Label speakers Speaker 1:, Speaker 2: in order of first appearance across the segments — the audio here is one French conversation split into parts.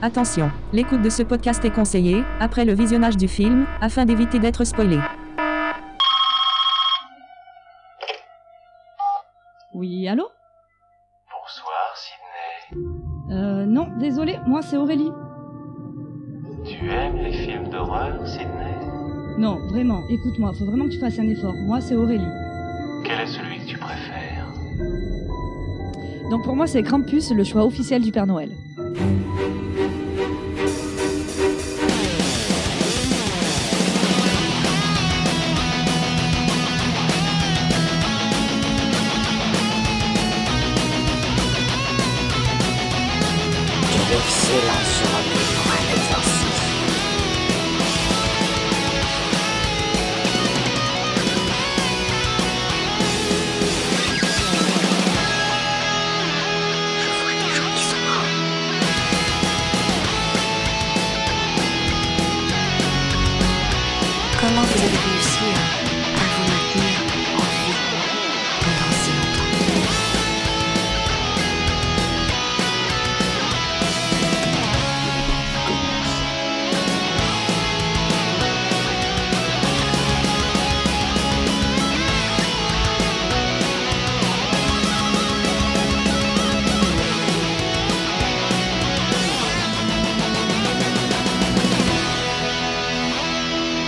Speaker 1: Attention, l'écoute de ce podcast est conseillée, après le visionnage du film, afin d'éviter d'être spoilé.
Speaker 2: Oui, allô
Speaker 3: Bonsoir Sydney.
Speaker 2: Euh, non, désolé, moi c'est Aurélie.
Speaker 3: Tu aimes les films d'horreur, Sydney
Speaker 2: Non, vraiment, écoute-moi, faut vraiment que tu fasses un effort. Moi c'est Aurélie.
Speaker 3: Quel est celui que tu préfères
Speaker 4: Donc pour moi, c'est Krampus, le choix officiel du Père Noël.
Speaker 5: Quelle excellente journée pour un exorcisme. Je vois des gens qui sont morts. Comment vous avez réussi à vous maintenir en vie pendant si longtemps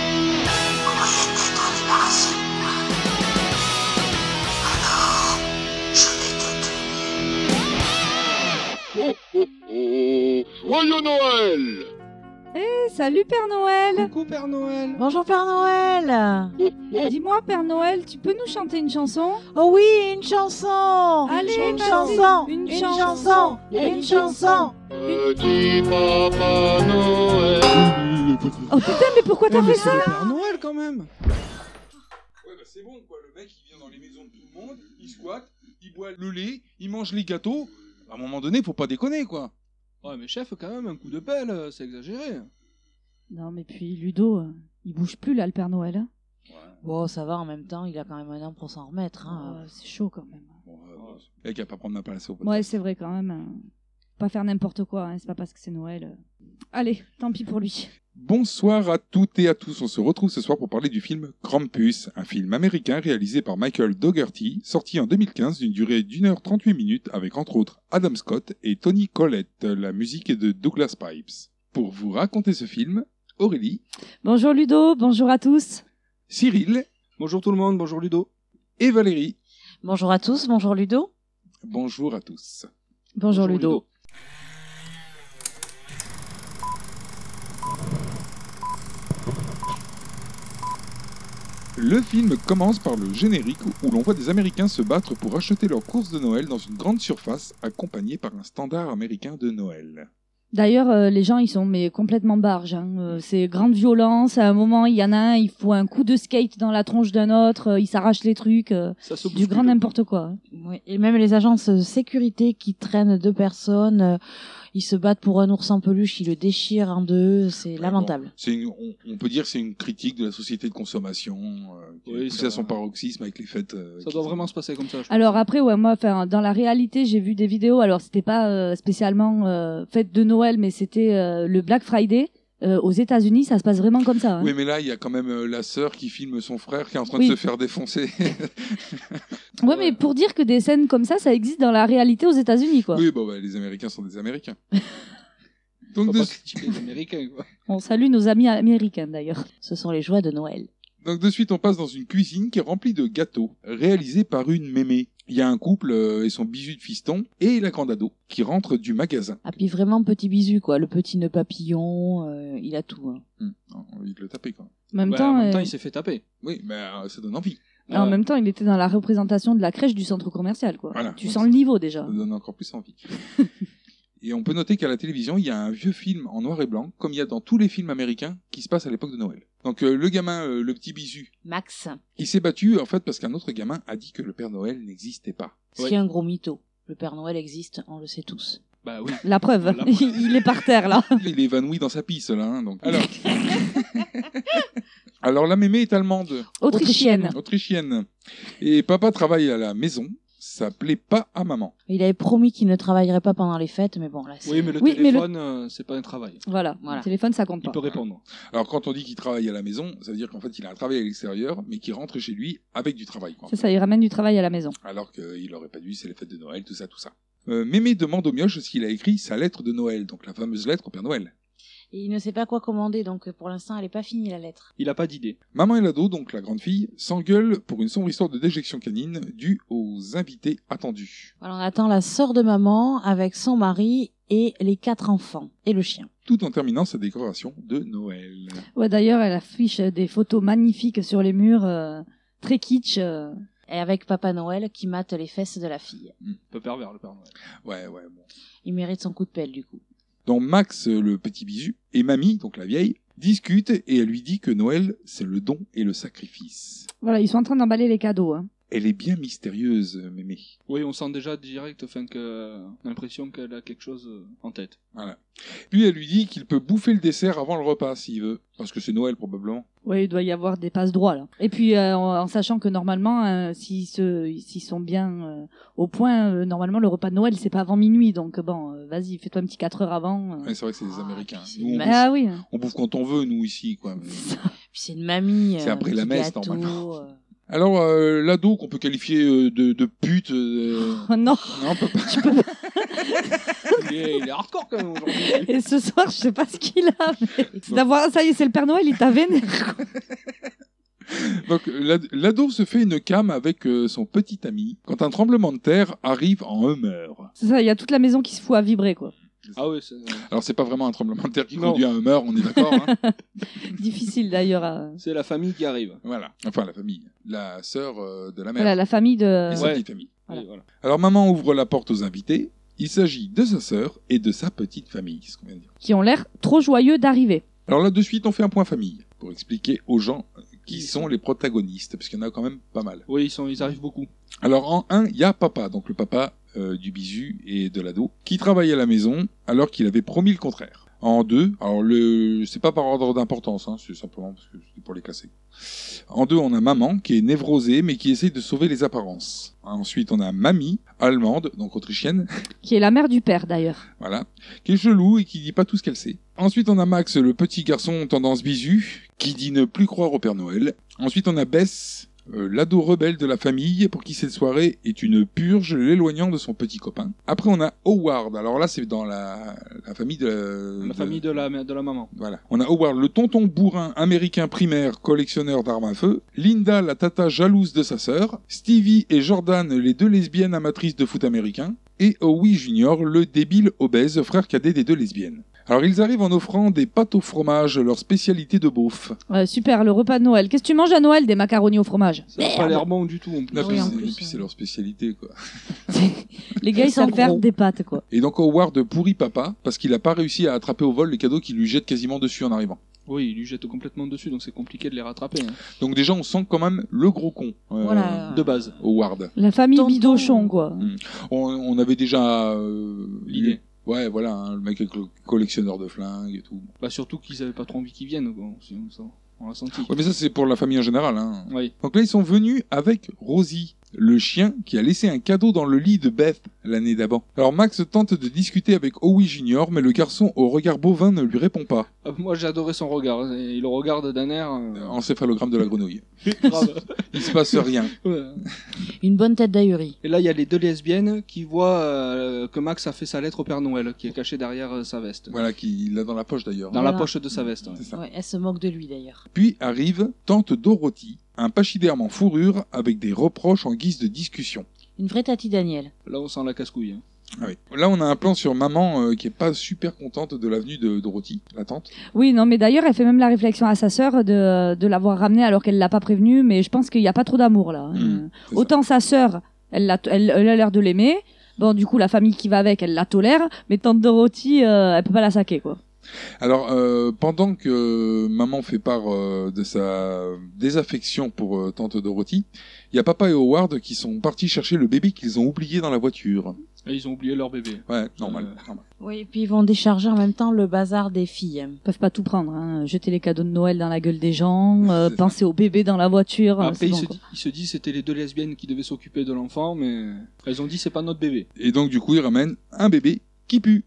Speaker 5: Rien n'est débarrassé de moi. Alors, je vais te tuer.
Speaker 6: Oh, oh, oh Joyeux Noël
Speaker 2: Eh, salut Père Noël
Speaker 7: Coucou Père Noël
Speaker 8: Bonjour Père Noël
Speaker 6: oh, oh,
Speaker 2: Dis-moi Père Noël, tu peux nous chanter une chanson
Speaker 8: Oh oui, une chanson
Speaker 2: Allez,
Speaker 8: Une
Speaker 2: vas-y.
Speaker 8: chanson
Speaker 2: Une
Speaker 8: Une
Speaker 2: chanson.
Speaker 8: chanson Une chanson
Speaker 6: Petit Papa Noël
Speaker 2: Oh putain, mais pourquoi t'as
Speaker 7: Ouais, mais
Speaker 2: fait ça
Speaker 7: c'est le Père Noël quand même
Speaker 9: Ouais, bah c'est bon, quoi. Le mec, il vient dans les maisons de tout le monde, il squatte, il boit le lait, il mange les gâteaux. À un moment donné, faut pas déconner, quoi. Ouais, mais chef, quand même, un coup de pelle, euh, c'est exagéré.
Speaker 2: Non, mais puis Ludo, euh, il bouge plus là, le Père Noël. hein.
Speaker 8: Bon, ça va, en même temps, il a quand même un an pour s'en remettre. hein.
Speaker 2: Euh, c'est chaud quand même.
Speaker 9: Bon, euh, bon, c'est- Eh, qu'à pas prendre ma place au
Speaker 2: Ouais, c'est vrai quand même. hein. Faut Pas faire n'importe quoi, hein, c'est pas parce que c'est Noël. euh. Allez, tant pis pour lui.
Speaker 9: Bonsoir à toutes et à tous. On se retrouve ce soir pour parler du film Krampus, un film américain réalisé par Michael Dougherty, sorti en 2015 d'une durée d'une heure 38 minutes avec entre autres Adam Scott et Tony Collette. La musique est de Douglas Pipes. Pour vous raconter ce film, Aurélie,
Speaker 2: Bonjour Ludo, bonjour à tous.
Speaker 9: Cyril. Bonjour tout le monde, bonjour Ludo. Et Valérie.
Speaker 8: Bonjour à tous, bonjour Ludo.
Speaker 9: Bonjour à tous.
Speaker 2: Bonjour, Ludo.
Speaker 9: Le film commence par le générique où l'on voit des Américains se battre pour acheter leurs courses de Noël dans une grande surface accompagnée par un standard américain de Noël.
Speaker 2: D'ailleurs, euh, les gens, ils sont mais complètement barges. hein. Euh, c'est grande violence. À un moment, il y en a un, il fout un coup de skate dans la tronche d'un autre. euh, il s'arrache les trucs. euh,
Speaker 9: Ça se
Speaker 2: du grand n'importe quoi. hein.
Speaker 8: Ouais, Et même les agences de sécurité qui traînent deux personnes, euh, ils se battent pour un ours en peluche, ils le déchirent en deux, c'est
Speaker 9: Ouais,
Speaker 8: lamentable.
Speaker 9: C'est une- on, on peut dire que c'est une critique de la société de consommation euh, qui
Speaker 10: Oui,
Speaker 9: est poussée
Speaker 10: ça-
Speaker 9: à son paroxysme avec les fêtes. euh,
Speaker 10: Ça
Speaker 9: qui-
Speaker 10: doit vraiment se passer comme ça. je
Speaker 2: Alors
Speaker 10: pense.
Speaker 2: après, ouais, moi, enfin, dans la réalité, j'ai vu des vidéos. Alors, c'était pas euh, spécialement euh, fête de Noël, mais c'était euh, le Black Friday. Euh, aux États-Unis, ça se passe vraiment comme ça. hein.
Speaker 9: Oui, mais là, il y a quand même euh, la sœur qui filme son frère qui est en train
Speaker 2: Oui.
Speaker 9: de se faire défoncer.
Speaker 2: ouais, mais pour dire que des scènes comme ça, ça existe dans la réalité aux États-Unis, quoi.
Speaker 9: oui, bon, bah, les Américains sont des Américains. Donc,
Speaker 10: Faut
Speaker 9: de,
Speaker 10: pas critiquer les Américains, quoi.
Speaker 2: On salue nos amis américains, d'ailleurs.
Speaker 8: Ce sont les joies de Noël.
Speaker 9: Donc de suite, on passe dans une cuisine qui est remplie de gâteaux, réalisés par une mémé. Il y a un couple euh, et son bijou de fiston et la grande ado qui rentre du magasin.
Speaker 8: Ah puis vraiment petit bisu quoi, le petit nœud papillon, euh, il a tout. hein.
Speaker 9: Hmm, on a envie de le taper quand même.
Speaker 2: En même
Speaker 10: Ouais,
Speaker 2: temps,
Speaker 10: Bah, en même
Speaker 2: euh,
Speaker 10: temps, il s'est fait taper.
Speaker 9: Oui, mais euh, ça donne envie.
Speaker 2: en
Speaker 10: Ouais.
Speaker 2: même temps, il était dans la représentation de la crèche du centre commercial, quoi.
Speaker 9: Voilà.
Speaker 2: Tu sens le niveau déjà.
Speaker 9: Ça donne encore plus envie. et on peut noter qu'à la télévision, il y a un vieux film en noir et blanc, comme il y a dans tous les films américains qui se passent à l'époque de Noël. Donc euh, le gamin, euh, le petit bisu,
Speaker 8: Max,
Speaker 9: il s'est battu en fait parce qu'un autre gamin a dit que le Père Noël n'existait pas.
Speaker 8: c'est
Speaker 10: Ouais.
Speaker 8: un gros mytho. Le Père Noël existe, on le sait tous.
Speaker 10: Bah oui.
Speaker 2: La preuve,
Speaker 10: La preuve.
Speaker 2: il est par terre là.
Speaker 9: Il est évanoui dans sa pisse là. hein, donc. Alors... Alors la mémé est allemande.
Speaker 2: Autrichienne.
Speaker 9: autrichienne. Et papa travaille à la maison. ça plaît pas à maman.
Speaker 8: Il avait promis qu'il ne travaillerait pas pendant les fêtes, mais bon, là, c'est...
Speaker 10: Oui, mais le
Speaker 2: Oui, mais le-
Speaker 10: téléphone, euh, c'est pas un travail.
Speaker 2: Voilà,
Speaker 8: Voilà.
Speaker 2: le téléphone, ça compte
Speaker 10: Il
Speaker 2: pas.
Speaker 10: peut répondre.
Speaker 9: Alors quand on dit qu'il travaille à la maison, ça veut dire qu'en fait il a un travail à l'extérieur, mais qu'il rentre chez lui avec du travail. Quoi.
Speaker 2: Ça, ça, il ramène du travail à la maison.
Speaker 9: Alors qu'il aurait pas dû, c'est les fêtes de Noël, tout ça, tout ça. Euh, Mémé demande au mioche s'il a écrit sa lettre de Noël, donc la fameuse lettre au Père Noël.
Speaker 8: Et il ne sait pas quoi commander, donc euh, pour l'instant, elle n'est pas finie, la lettre.
Speaker 10: Il a pas d'idée.
Speaker 9: Maman et l'ado, donc la grande fille, s'engueulent pour une sombre histoire de déjection canine due aux invités attendus.
Speaker 8: Voilà, on attend la sœur de maman avec son mari et les quatre enfants et le chien.
Speaker 9: Tout en terminant sa décoration de Noël.
Speaker 2: Ouais, d'ailleurs, elle affiche des photos magnifiques sur les murs, euh, très kitsch. euh.
Speaker 8: Et avec Papa Noël qui mate les fesses de la fille.
Speaker 10: Un peu pervers, le Père Noël.
Speaker 9: Ouais, ouais, bon.
Speaker 8: Il mérite son coup de pelle, du coup.
Speaker 9: dont Max, euh, le petit bisu, et Mamie, donc la vieille, discutent et elle lui dit que Noël, c'est le don et le sacrifice.
Speaker 2: Voilà, ils sont en train d'emballer les cadeaux. hein.
Speaker 9: Elle est bien mystérieuse, euh, Mémé.
Speaker 10: Oui, on sent déjà direct, enfin, que, on a l'impression qu'elle a quelque chose euh, en tête.
Speaker 9: Puis elle lui dit qu'il peut bouffer le dessert avant le repas s'il veut, parce que c'est Noël probablement.
Speaker 2: Ouais, il doit y avoir des passes droits là. Et puis, euh, en, en sachant que normalement, euh, s'ils se- s'ils sont bien euh, au point, euh, normalement, le repas de Noël, c'est pas avant minuit. Donc, bon, euh, vas-y, fais-toi un petit 4 heures avant. euh.
Speaker 9: Ouais, c'est vrai que c'est les
Speaker 8: Ah,
Speaker 9: Américains.
Speaker 8: puis c'est-
Speaker 9: Nous, on,
Speaker 8: Bah,
Speaker 9: bouffe,
Speaker 2: Ah oui.
Speaker 9: on bouffe quand on veut, nous ici, quoi. Mais-
Speaker 2: C'est ça.
Speaker 8: Puis c'est une mamie.
Speaker 9: C'est
Speaker 8: euh,
Speaker 9: après la
Speaker 8: petit
Speaker 9: messe,
Speaker 8: gâteau,
Speaker 9: normalement.
Speaker 8: euh.
Speaker 9: Alors euh, l'ado qu'on peut qualifier euh, de, de pute, euh,
Speaker 2: Oh non.
Speaker 9: non, on peut pas.
Speaker 10: Il est, il est hardcore quand même aujourd'hui.
Speaker 2: Et ce soir, je sais pas ce qu'il a. mais D'avoir ça y est, c'est le Père Noël, il t'a vénère. quoi.
Speaker 9: Donc l'ad- l'ado se fait une cam avec euh, son petit ami quand un tremblement de terre arrive en Hummer.
Speaker 2: C'est ça, il y a toute la maison qui se fout à vibrer quoi.
Speaker 10: Ah oui, c'est-
Speaker 9: Alors c'est pas vraiment un tremblement de terre qui
Speaker 10: Non.
Speaker 9: conduit à un Hummer, on est d'accord. hein.
Speaker 2: Difficile d'ailleurs. à-
Speaker 10: c'est la famille qui arrive.
Speaker 9: voilà. Enfin la famille, la sœur euh, de la mère
Speaker 2: Voilà, la famille de.
Speaker 9: et sa
Speaker 10: Ouais.
Speaker 9: petite famille.
Speaker 2: Voilà.
Speaker 10: Oui, voilà.
Speaker 9: Alors maman ouvre la porte aux invités. Il s'agit de sa sœur et de sa petite famille. ce qu'on vient de dire.
Speaker 2: qui ont l'air trop joyeux d'arriver.
Speaker 9: Alors là, de suite, on fait un point famille pour expliquer aux gens qui sont les protagonistes, parce qu'il y en a quand même pas mal.
Speaker 10: Oui, ils, sont, ils arrivent beaucoup.
Speaker 9: Alors en 1, il y a papa, donc le papa euh, du bisu et de l'ado, qui travaille à la maison alors qu'il avait promis le contraire. En 2, alors le c'est pas par ordre d'importance, hein, c'est simplement parce que c'est pour les classer. En 2, on a maman qui est névrosée mais qui essaie de sauver les apparences. Ensuite, on a mamie, allemande, donc autrichienne,
Speaker 2: Qui est la mère du père d'ailleurs.
Speaker 9: voilà, qui est chelou et qui dit pas tout ce qu'elle sait. Ensuite, on a Max, le petit garçon tendance bisu, qui dit ne plus croire au Père Noël. Ensuite, on a Bess, euh, l'ado rebelle de la famille, pour qui cette soirée est une purge, l'éloignant de son petit copain. Après, on a Howard. Alors là, c'est dans la, la famille de...
Speaker 10: La
Speaker 9: de-
Speaker 10: famille de la, de la maman.
Speaker 9: Voilà. On a Howard, le tonton bourrin américain primaire, collectionneur d'armes à feu. Linda, la tata jalouse de sa sœur. Stevie et Jordan, les deux lesbiennes amatrices de foot américain. Et Howie Junior, le débile obèse, frère cadet des deux lesbiennes. Alors ils arrivent en offrant des pâtes au fromage, leur spécialité de beauf.
Speaker 2: Euh, super, le repas de Noël. Qu'est-ce que tu manges à Noël Des macaronis au fromage.
Speaker 10: Ça n'a pas l'air bon du tout. en plus.
Speaker 9: Là,
Speaker 8: Oui,
Speaker 9: puis
Speaker 8: en
Speaker 9: c'est-
Speaker 8: plus,
Speaker 9: puis
Speaker 8: euh.
Speaker 9: c'est leur spécialité, quoi.
Speaker 2: Les gars, ils
Speaker 8: Ils sont
Speaker 2: savent faire
Speaker 8: gros.
Speaker 2: des pâtes quoi.
Speaker 9: Et donc Howard pourrit papa parce qu'il n'a pas réussi à attraper au vol les cadeaux qu'il lui jette quasiment dessus en arrivant.
Speaker 10: Oui, il lui jette complètement dessus, donc c'est compliqué de les rattraper. hein.
Speaker 9: Donc déjà on sent quand même le gros con. euh,
Speaker 8: Voilà.
Speaker 10: De base.
Speaker 9: Howard.
Speaker 2: La famille
Speaker 8: Tonton.
Speaker 2: Bidochon quoi.
Speaker 9: On, on avait déjà euh,
Speaker 10: L'idée.
Speaker 9: Ouais, voilà, hein, le mec est co- collectionneur de flingues et tout.
Speaker 10: Bah, surtout qu'ils avaient pas trop envie qu'ils viennent, quoi. Si on, ça, on l'a senti.
Speaker 9: Ouais, mais ça, c'est pour la famille en général. Hein.
Speaker 10: Oui.
Speaker 9: Donc là, ils sont venus avec Rosie, le chien qui a laissé un cadeau dans le lit de Beth l'année d'avant. Alors Max tente de discuter avec Howie Junior, mais le garçon au regard bovin ne lui répond pas.
Speaker 10: Euh, Moi, j'ai adoré son regard. hein. Il le regarde d'un air. euh,
Speaker 9: Euh, Encéphalogramme de la grenouille.
Speaker 10: grave.
Speaker 9: Il se passe rien.
Speaker 10: Ouais.
Speaker 8: Une bonne tête d'aïeuri.
Speaker 10: Et là, il y a les deux lesbiennes qui voient euh, que Max a fait sa lettre au Père Noël, qui est cachée derrière euh, sa veste.
Speaker 9: Voilà, qu'il l'a dans la poche d'ailleurs.
Speaker 10: Dans
Speaker 8: Voilà.
Speaker 10: la poche de sa veste. ouais.
Speaker 9: C'est ça.
Speaker 8: Ouais, elle se moque de lui, d'ailleurs.
Speaker 9: Puis arrive tante Dorothy, un pachyderme en fourrure avec des reproches en guise de discussion.
Speaker 8: Une vraie tati Daniel.
Speaker 10: Là, on sent la casse-couille. hein.
Speaker 9: Ah oui. Là, on a un plan sur maman euh, qui est pas super contente de l'avenue de Dorothy, la tante.
Speaker 2: Oui, non, mais d'ailleurs, elle fait même la réflexion à sa sœur de, de l'avoir ramenée alors qu'elle l'a pas prévenue. Mais je pense qu'il n'y a pas trop d'amour là.
Speaker 9: Mhm,
Speaker 2: Euh,
Speaker 9: ça.
Speaker 2: Autant sa sœur, elle, l'a- elle, elle a l'air de l'aimer. Bon, du coup, la famille qui va avec, elle la tolère. Mais tante Dorothy, euh, elle peut pas la saquer quoi.
Speaker 9: Alors, euh, pendant que maman fait part euh, de sa désaffection pour euh, tante Dorothy, il y a Papa et Howard qui sont partis chercher le bébé qu'ils ont oublié dans la voiture.
Speaker 10: Et ils ont oublié leur bébé.
Speaker 9: Ouais, normal.
Speaker 10: Euh.
Speaker 9: normal.
Speaker 8: Oui, et puis ils vont décharger en même temps le bazar des filles.
Speaker 2: Ils peuvent pas tout prendre. Hein. Jeter les cadeaux de Noël dans la gueule des gens, euh,
Speaker 9: C'est-
Speaker 2: penser au bébé dans la voiture. euh,
Speaker 10: Après,
Speaker 2: c'est
Speaker 10: il,
Speaker 2: bon,
Speaker 10: se
Speaker 2: quoi.
Speaker 10: dit, il se dit c'était les deux lesbiennes qui devaient s'occuper de l'enfant, mais elles ont dit c'est pas notre bébé.
Speaker 9: Et donc, du coup, ils ramènent un bébé qui pue.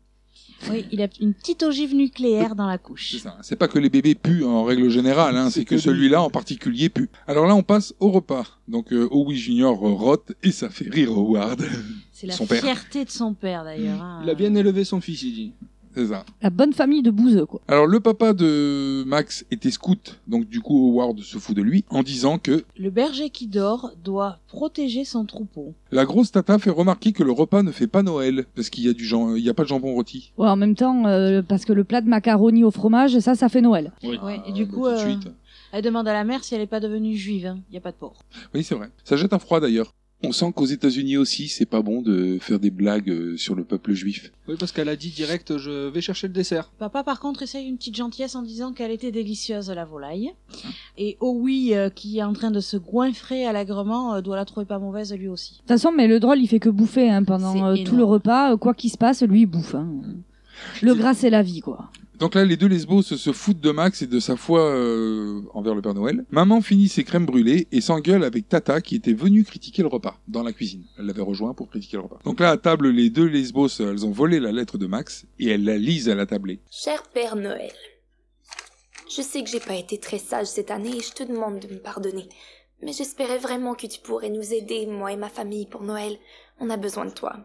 Speaker 8: Oui, il a une petite ogive nucléaire dans la couche.
Speaker 9: C'est ça. C'est pas que les bébés puent en règle générale, hein, c'est que celui-là en particulier pue. Alors là, on passe au repas. Donc, euh, Howie Junior euh, rote et ça fait rire Howard.
Speaker 8: C'est la
Speaker 9: Son père.
Speaker 8: fierté de son père d'ailleurs. hein.
Speaker 10: Il a bien élevé son fils, il dit.
Speaker 9: C'est ça.
Speaker 2: La bonne famille de bouseux, quoi.
Speaker 9: Alors, le papa de Max était scout, donc du coup, Howard se fout de lui en disant que
Speaker 8: Le berger qui dort doit protéger son troupeau.
Speaker 9: la grosse tata fait remarquer que le repas ne fait pas Noël, parce qu'il y a du jam- il y a pas de jambon rôti.
Speaker 2: Ouais, en même temps, euh, parce que le plat de macaroni au fromage, ça, ça fait Noël.
Speaker 10: Oui.
Speaker 8: Ouais,
Speaker 9: Ah,
Speaker 8: et du
Speaker 9: bah,
Speaker 8: coup,
Speaker 9: tout de
Speaker 8: euh,
Speaker 9: suite.
Speaker 8: elle demande à la mère si elle n'est pas devenue juive. hein. Il n'y a pas de porc.
Speaker 9: Oui, c'est vrai. Ça jette un froid d'ailleurs. On sent qu'aux États-Unis aussi, c'est pas bon de faire des blagues euh, sur le peuple juif.
Speaker 10: Oui, parce qu'elle a dit direct je vais chercher le dessert.
Speaker 8: Papa, par contre, essaye une petite gentillesse en disant qu'elle était délicieuse, la volaille. Et oh oui, euh, qui est en train de se goinfrer à l'agrement, euh, doit la trouver pas mauvaise lui aussi.
Speaker 2: De toute façon, mais le drôle, il fait que bouffer hein,
Speaker 4: C'est
Speaker 2: pendant euh, tout
Speaker 4: énorme.
Speaker 2: le repas. euh, quoi qu'il se passe, lui, il bouffe. hein. Le gras, c'est la vie, quoi.
Speaker 9: Donc là, les deux lesbos se, se foutent de Max et de sa foi euh, envers le Père Noël. Maman finit ses crèmes brûlées et s'engueule avec Tata qui était venue critiquer le repas dans la cuisine. Elle l'avait rejoint pour critiquer le repas. Donc là, à table, les deux lesbos, euh, elles ont volé la lettre de Max et elles la lisent à la tablée.
Speaker 5: Cher Père Noël, je sais que j'ai pas été très sage cette année et je te demande de me pardonner. Mais j'espérais vraiment que tu pourrais nous aider, moi et ma famille, pour Noël. On a besoin de toi.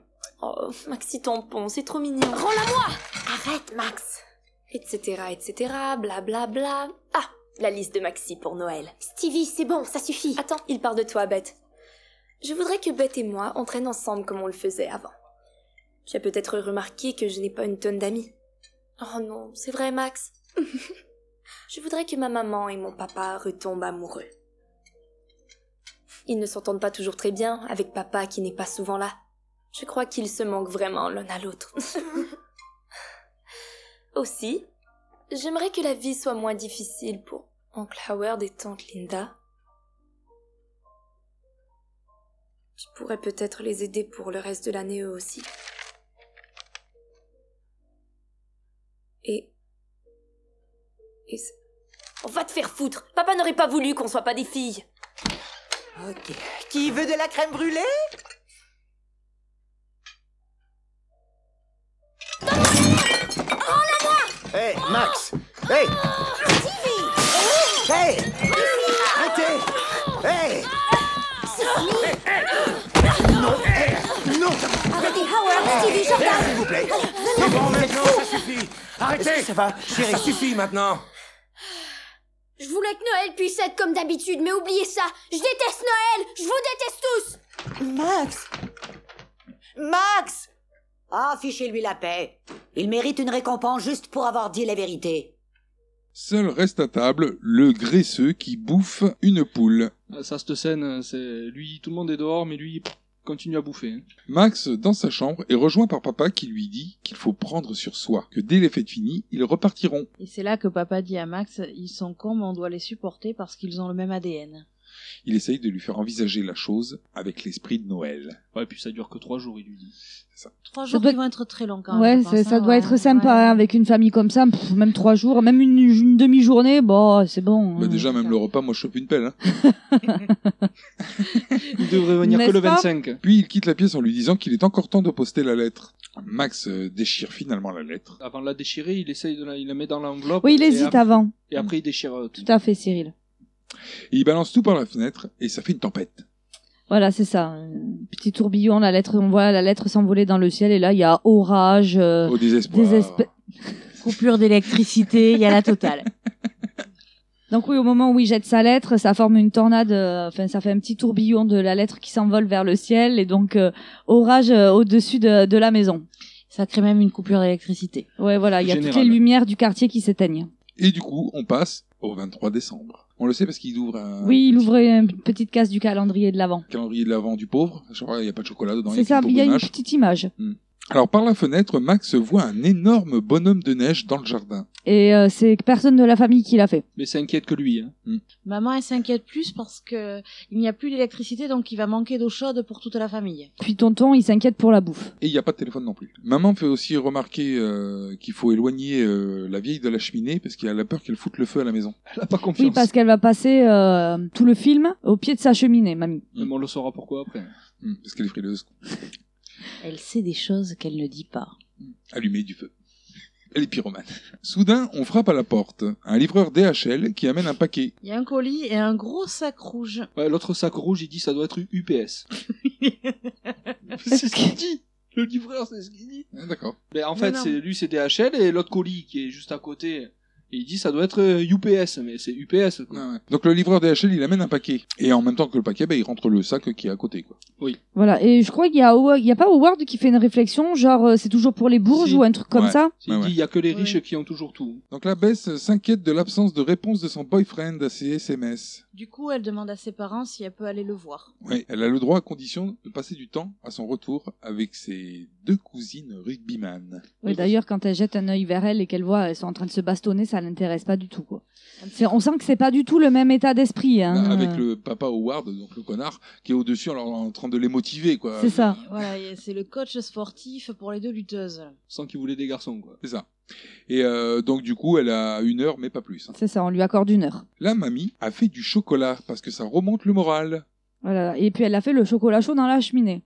Speaker 5: Oh, Maxi Tampon, c'est trop mignon. Rends-la-moi Arrête, Max Etc, etc, blablabla. Ah, la liste de Maxi pour Noël. Stevie, c'est bon, ça suffit. Attends, il part de toi, Bette. Je voudrais que Bette et moi on traîne ensemble comme on le faisait avant. Tu as peut-être remarqué que je n'ai pas une tonne d'amis. Oh non, c'est vrai, Max. Je voudrais que ma maman et mon papa retombent amoureux. Ils ne s'entendent pas toujours très bien avec papa qui n'est pas souvent là. Je crois qu'ils se manquent vraiment l'un à l'autre. Aussi, j'aimerais que la vie soit moins difficile pour Oncle Howard et Tante Linda. Je pourrais peut-être les aider pour le reste de l'année eux aussi. Et. Et. c'est- On va te faire foutre Papa n'aurait pas voulu qu'on soit pas des filles
Speaker 11: Ok. Qui veut de la crème brûlée Hey, Max Hey Hey Arrêtez Hey Non, hey, non
Speaker 5: Arrêtez Howard, Stevie, Jordan
Speaker 11: S'il vous plaît C'est bon maintenant, ça suffit Arrêtez Ça va, chérie, ça suffit maintenant
Speaker 5: Je voulais que Noël puisse être comme d'habitude, mais oubliez ça Je déteste Noël Je vous déteste tous
Speaker 11: Max Max Ah, fichez-lui la paix. Il mérite une récompense juste pour avoir dit la vérité.
Speaker 9: Seul reste à table le graisseux qui bouffe une poule.
Speaker 10: Ah, Ça, cette scène, euh, c'est lui, tout le monde est dehors, mais lui, il continue à bouffer. hein.
Speaker 9: Max, dans sa chambre, est rejoint par papa qui lui dit qu'il faut prendre sur soi, que dès les fêtes finies, ils repartiront.
Speaker 8: Et c'est là que papa dit à Max, ils sont cons, mais on doit les supporter parce qu'ils ont le même ADN.
Speaker 9: Il essaye de lui faire envisager la chose avec l'esprit de Noël.
Speaker 10: Ouais, puis ça dure que trois jours, il lui dit.
Speaker 8: Trois jours
Speaker 2: doit-
Speaker 8: qui vont être très longs quand même.
Speaker 2: Ouais,
Speaker 8: je pense,
Speaker 2: c'est- ça
Speaker 8: hein,
Speaker 2: doit
Speaker 8: ouais.
Speaker 2: être sympa hein,
Speaker 8: Ouais.
Speaker 2: avec une famille comme ça. pff, même trois jours, même une, une demi-journée, bon, c'est bon.
Speaker 9: Bah
Speaker 2: hein.
Speaker 9: déjà, même le repas, moi, je chope une pelle. hein.
Speaker 10: Il devrait venir que
Speaker 2: N'est-ce
Speaker 10: le
Speaker 2: pas
Speaker 10: 25.
Speaker 9: Puis il quitte la pièce en lui disant qu'il est encore temps de poster la lettre. Max euh, déchire finalement la lettre.
Speaker 10: Avant de la déchirer, il essaye de la, il la met dans l'enveloppe.
Speaker 2: Oui, il
Speaker 10: et
Speaker 2: hésite
Speaker 10: après-
Speaker 2: avant.
Speaker 10: Et après, il déchire euh, tout.
Speaker 2: Tout à fait, Cyril.
Speaker 9: Et il balance tout par la fenêtre et ça fait une tempête.
Speaker 2: Voilà, c'est ça. euh, Petit tourbillon, la lettre, on voit la lettre s'envoler dans le ciel et là, il y a orage. euh,
Speaker 9: Au désespoir.
Speaker 2: des espè-
Speaker 8: Coupure d'électricité, il y a la totale.
Speaker 2: Donc oui, au moment où il jette sa lettre, ça forme une tornade, euh, enfin ça fait un petit tourbillon de la lettre qui s'envole vers le ciel et donc euh, orage euh, au-dessus de, de la maison.
Speaker 8: Ça crée même une coupure d'électricité.
Speaker 2: Ouais, voilà, il y a toutes
Speaker 10: Général.
Speaker 2: les lumières du quartier qui s'éteignent.
Speaker 9: Et du coup, on passe au 23 décembre. On le sait parce qu'il ouvre un
Speaker 2: Oui, il ouvrait une petite case du calendrier de l'avant.
Speaker 9: calendrier de l'avant du pauvre. Je crois qu'il n'y a pas de chocolat dedans.
Speaker 2: C'est ça,
Speaker 9: que du
Speaker 2: il y a une
Speaker 9: bourrinage.
Speaker 2: petite image.
Speaker 9: Alors par la fenêtre, Max voit un énorme bonhomme de neige dans le jardin.
Speaker 2: Et euh, c'est personne de la famille qui l'a fait.
Speaker 10: Mais ça inquiète que lui. Hein.
Speaker 8: Maman, elle s'inquiète plus parce que il n'y a plus d'électricité, donc il va manquer d'eau chaude pour toute la famille.
Speaker 2: Puis tonton, il s'inquiète pour la bouffe.
Speaker 9: Et il n'y a pas de téléphone non plus. Maman fait aussi remarquer euh, qu'il faut éloigner euh, la vieille de la cheminée parce qu'elle a peur qu'elle foute le feu à la maison.
Speaker 10: Elle n'a pas confiance.
Speaker 2: Oui, parce qu'elle va passer euh, tout le film au pied de sa cheminée, mamie.
Speaker 10: Mais on le saura pourquoi après.
Speaker 9: Hmm, parce qu'elle est frileuse.
Speaker 8: Elle sait des choses qu'elle ne dit pas.
Speaker 9: Allumer du feu. Elle est pyromane. Soudain, on frappe à la porte. Un livreur DHL qui amène un paquet.
Speaker 8: Il y a un colis et un gros sac rouge.
Speaker 10: Ouais, L'autre sac rouge, il dit ça doit être UPS. c'est ce qu'il dit. Le livreur, c'est ce qu'il dit.
Speaker 9: Ah, D'accord.
Speaker 10: Mais Ben, en
Speaker 8: Mais
Speaker 10: fait,
Speaker 8: non.
Speaker 10: c'est lui, c'est DHL et l'autre colis qui est juste à côté. Il dit ça doit être euh, UPS, mais c'est UPS. quoi.
Speaker 9: Ah ouais. Donc le livreur DHL, il amène un paquet. Et en même temps que le paquet, ben, il rentre le sac qui est à côté. Quoi.
Speaker 2: Voilà. Et je crois qu'il y a, Howard- il y a pas Howard qui fait une réflexion, genre euh, c'est toujours pour les bourges
Speaker 10: Si.
Speaker 2: ou un truc comme
Speaker 9: Ouais.
Speaker 2: ça.
Speaker 10: Il
Speaker 9: Ah, Ouais,
Speaker 10: dit
Speaker 9: ouais.
Speaker 10: il y a que les riches qui ont toujours tout.
Speaker 9: Donc la Bess s'inquiète de l'absence de réponse de son boyfriend à ses SMS.
Speaker 8: Du coup, elle demande à ses parents si elle peut aller le voir.
Speaker 9: Ouais, elle a le droit à condition de passer du temps à son retour avec ses deux cousines rugbyman.
Speaker 2: Ouais, D'ailleurs, quand elle jette un œil vers elle et qu'elle voit elles sont en train de se bastonner, ça l'intéresse pas du tout. Quoi. C'est- On sent que c'est pas du tout le même état d'esprit. Hein.
Speaker 10: Bah,
Speaker 9: Avec le papa Howard, donc le connard, qui est au-dessus alors, en train de les motiver. quoi.
Speaker 10: euh,
Speaker 2: C'est ça.
Speaker 8: Voilà, et c'est le coach sportif pour les deux lutteuses.
Speaker 10: Sans qu'il voulait des garçons, quoi.
Speaker 9: C'est ça. Et euh, donc du coup, elle a une heure, mais pas plus. hein.
Speaker 2: C'est ça. On lui accorde une heure.
Speaker 9: La mamie a fait du chocolat parce que ça remonte le moral.
Speaker 2: Voilà. Et puis elle a fait le chocolat chaud dans la cheminée.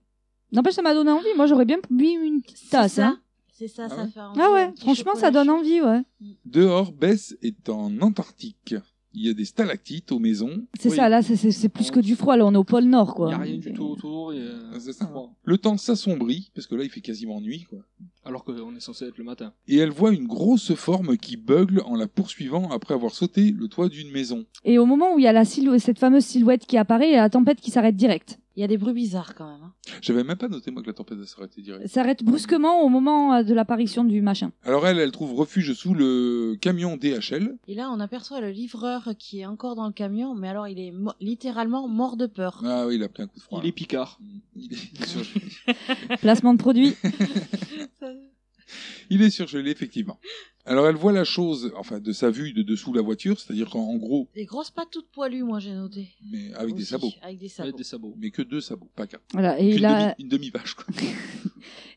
Speaker 2: N'empêche, ça m'a donné envie. Moi, j'aurais bien bu une petite tasse.
Speaker 8: C'est ça.
Speaker 2: hein.
Speaker 8: C'est ça,
Speaker 9: Ah
Speaker 8: ça
Speaker 9: ouais.
Speaker 8: fait envie,
Speaker 2: Ah
Speaker 8: un
Speaker 2: ouais.
Speaker 8: petit
Speaker 2: Franchement, ça
Speaker 8: chocolat
Speaker 2: donne
Speaker 8: chaud.
Speaker 2: envors, envie, ouais.
Speaker 9: Dehors, Bess est en Antarctique. Il y a des stalactites aux maisons.
Speaker 2: C'est
Speaker 10: Oui.
Speaker 2: ça, là, c'est- c'est c'est plus que du froid. Là, on est au pôle Nord,
Speaker 10: Il
Speaker 2: quoi.
Speaker 10: n'y a rien du tout autour. et, euh,
Speaker 9: Ah, c'est ça.
Speaker 10: bon.
Speaker 9: Le temps s'assombrit parce que là, il fait quasiment nuit. Quoi.
Speaker 10: Alors qu'on est censé être le matin.
Speaker 9: Et elle voit une grosse forme qui bugle en la poursuivant après avoir sauté le toit d'une maison.
Speaker 2: Et au moment où il y a la silhou- cette fameuse silhouette qui apparaît, il y a la tempête qui s'arrête direct.
Speaker 8: Il y a des bruits bizarres quand même. hein.
Speaker 9: J'avais même pas noté moi que la tempête s'arrêtait direct.
Speaker 2: Elle S'arrête brusquement au moment euh, de l'apparition du machin.
Speaker 9: Alors elle, elle trouve refuge sous le camion DHL.
Speaker 8: Et là, on aperçoit le livreur qui est encore dans le camion, mais alors il est mo- littéralement mort de peur.
Speaker 9: Ah oui, il a pris un coup de froid.
Speaker 10: Il est picard.
Speaker 9: Mm, il est surgelé.
Speaker 2: Placement de produit.
Speaker 9: Il est surgelé, effectivement. Alors elle voit la chose, enfin de sa vue de dessous la voiture, c'est-à-dire qu'en en gros,
Speaker 8: Des grosses pattes toutes poilues, moi j'ai noté.
Speaker 9: mais avec Ah des
Speaker 8: Aussi,
Speaker 9: sabots.
Speaker 8: Avec des
Speaker 10: Avec
Speaker 8: sabots.
Speaker 10: des sabots.
Speaker 9: Mais que deux sabots, pas quatre.
Speaker 2: Voilà, et,
Speaker 9: Qu'une
Speaker 2: il a-
Speaker 9: demi- Une demi-vache, quoi.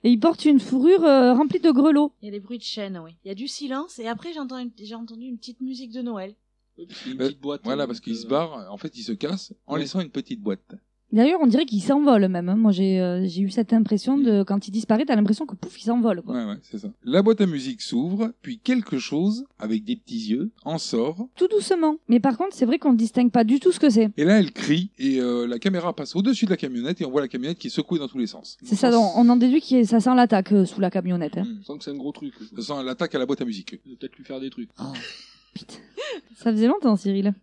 Speaker 2: et il porte une fourrure euh, remplie de grelots.
Speaker 8: Il y a des bruits de chaîne, oui. Il y a du silence, et après j'ai entendu, j'ai entendu une petite musique de Noël.
Speaker 10: Une
Speaker 9: Bah,
Speaker 10: petite boîte.
Speaker 9: Voilà,
Speaker 10: donc,
Speaker 9: parce qu'il
Speaker 10: euh,
Speaker 9: se barre, en fait, il se casse en
Speaker 10: Ouais.
Speaker 9: laissant une petite boîte.
Speaker 2: D'ailleurs, on dirait qu'il s'envole même. hein. Moi, j'ai euh, j'ai eu cette impression de quand il disparaît, t'as l'impression que pouf, il s'envole. quoi.
Speaker 9: Ouais, ouais, c'est ça. La boîte à musique s'ouvre, puis quelque chose, avec des petits yeux, en sort.
Speaker 2: Tout doucement. Mais par contre, c'est vrai qu'on ne distingue pas du tout ce que c'est.
Speaker 9: Et là, elle crie, et euh, la caméra passe au-dessus de la camionnette, et on voit la camionnette qui est secouée dans tous les sens.
Speaker 2: C'est ça, on on en déduit que ça sent l'attaque euh, sous la camionnette. hein.
Speaker 9: Mm.
Speaker 10: Sans que c'est un gros truc.
Speaker 9: Ça sent l'attaque à la boîte à musique.
Speaker 10: Il va peut-être lui faire des
Speaker 9: Ah.
Speaker 10: trucs.
Speaker 2: Ça faisait longtemps, Cyril.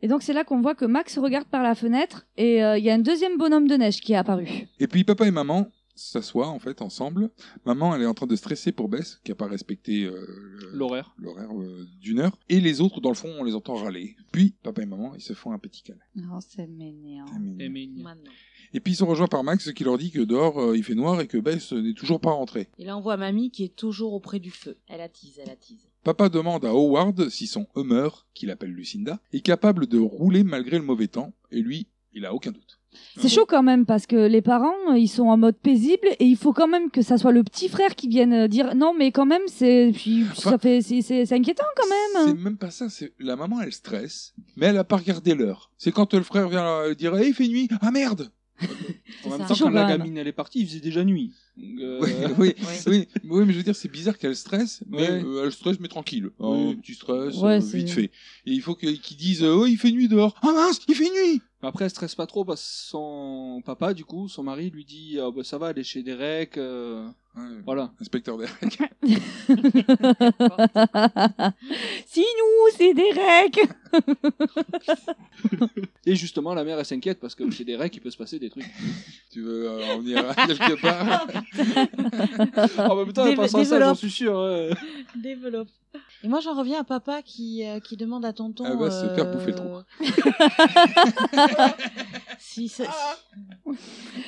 Speaker 2: Et donc c'est là qu'on voit que Max regarde par la fenêtre et euh, il y a un deuxième bonhomme de neige qui est apparu.
Speaker 9: Et puis papa et maman s'assoient, en fait, ensemble. Maman, elle est en train de stresser pour Bess, qui a pas respecté euh, le-
Speaker 10: L'horaire.
Speaker 9: l'horaire euh, d'une heure. Et les autres, dans le fond, on les entend râler. Puis papa et maman, ils se font un petit câlin.
Speaker 2: Oh, c'est mignon.
Speaker 9: C'est
Speaker 8: Mm.
Speaker 9: mignon.
Speaker 10: Eh, mais il-
Speaker 8: Maintenant.
Speaker 9: Et puis ils sont rejoints par Max qui leur dit que dehors euh, il fait noir et que Bess n'est toujours pas rentrée.
Speaker 8: Et là, on voit Mamie qui est toujours auprès du feu. Elle attise, elle attise.
Speaker 9: Papa demande à Howard si son Hummer, qu'il appelle Lucinda, est capable de rouler malgré le mauvais temps, et lui, il a aucun doute.
Speaker 2: C'est chaud quand même parce que les parents, euh, ils sont en mode paisible et il faut quand même que ça soit le petit frère qui vienne euh, dire non mais quand même c'est puis
Speaker 9: Enfin-
Speaker 2: ça fait c'est- c'est c'est inquiétant quand même.
Speaker 9: C'est même pas ça, c'est la maman elle stresse, mais elle a pas regardé l'heure. C'est quand le frère vient euh, dire Eh, il fait nuit, ah merde
Speaker 10: En
Speaker 8: ça.
Speaker 10: même temps,
Speaker 2: Chaud,
Speaker 10: quand la
Speaker 2: quand même.
Speaker 10: gamine elle est partie, il faisait déjà nuit. Donc, euh,
Speaker 9: oui, oui,
Speaker 8: Ouais.
Speaker 9: oui, oui, mais je veux dire, c'est bizarre qu'elle stresse, mais
Speaker 10: Ouais.
Speaker 9: euh, elle stresse, mais tranquille.
Speaker 10: Oui.
Speaker 9: Un petit stress,
Speaker 2: Ouais,
Speaker 9: euh,
Speaker 2: c'est-
Speaker 9: vite fait. Et il faut que- qu'ils disent euh, Oh, il fait nuit dehors, ah mince, il fait nuit
Speaker 10: Après, elle stresse pas trop parce que son papa, du coup, son mari lui dit Ah, bah, Ça va, elle est chez Derek. euh,
Speaker 9: Ouais,
Speaker 10: Voilà.
Speaker 9: Inspecteur d'air.
Speaker 2: si nous c'est Derek.
Speaker 10: Et justement, la mère, elle s'inquiète parce que chez Derek, il peut se passer des trucs.
Speaker 9: Tu veux euh, en venir à quelque part
Speaker 10: en même temps,
Speaker 8: Dé-
Speaker 10: elle passera ça,
Speaker 8: développe.
Speaker 10: j'en suis sûr. euh.
Speaker 8: Développe. Et moi, j'en reviens à papa
Speaker 10: Ah,
Speaker 8: qui, euh, qui demande à tonton.
Speaker 9: Elle va se faire bouffer le trou.
Speaker 8: euh, Si, ça-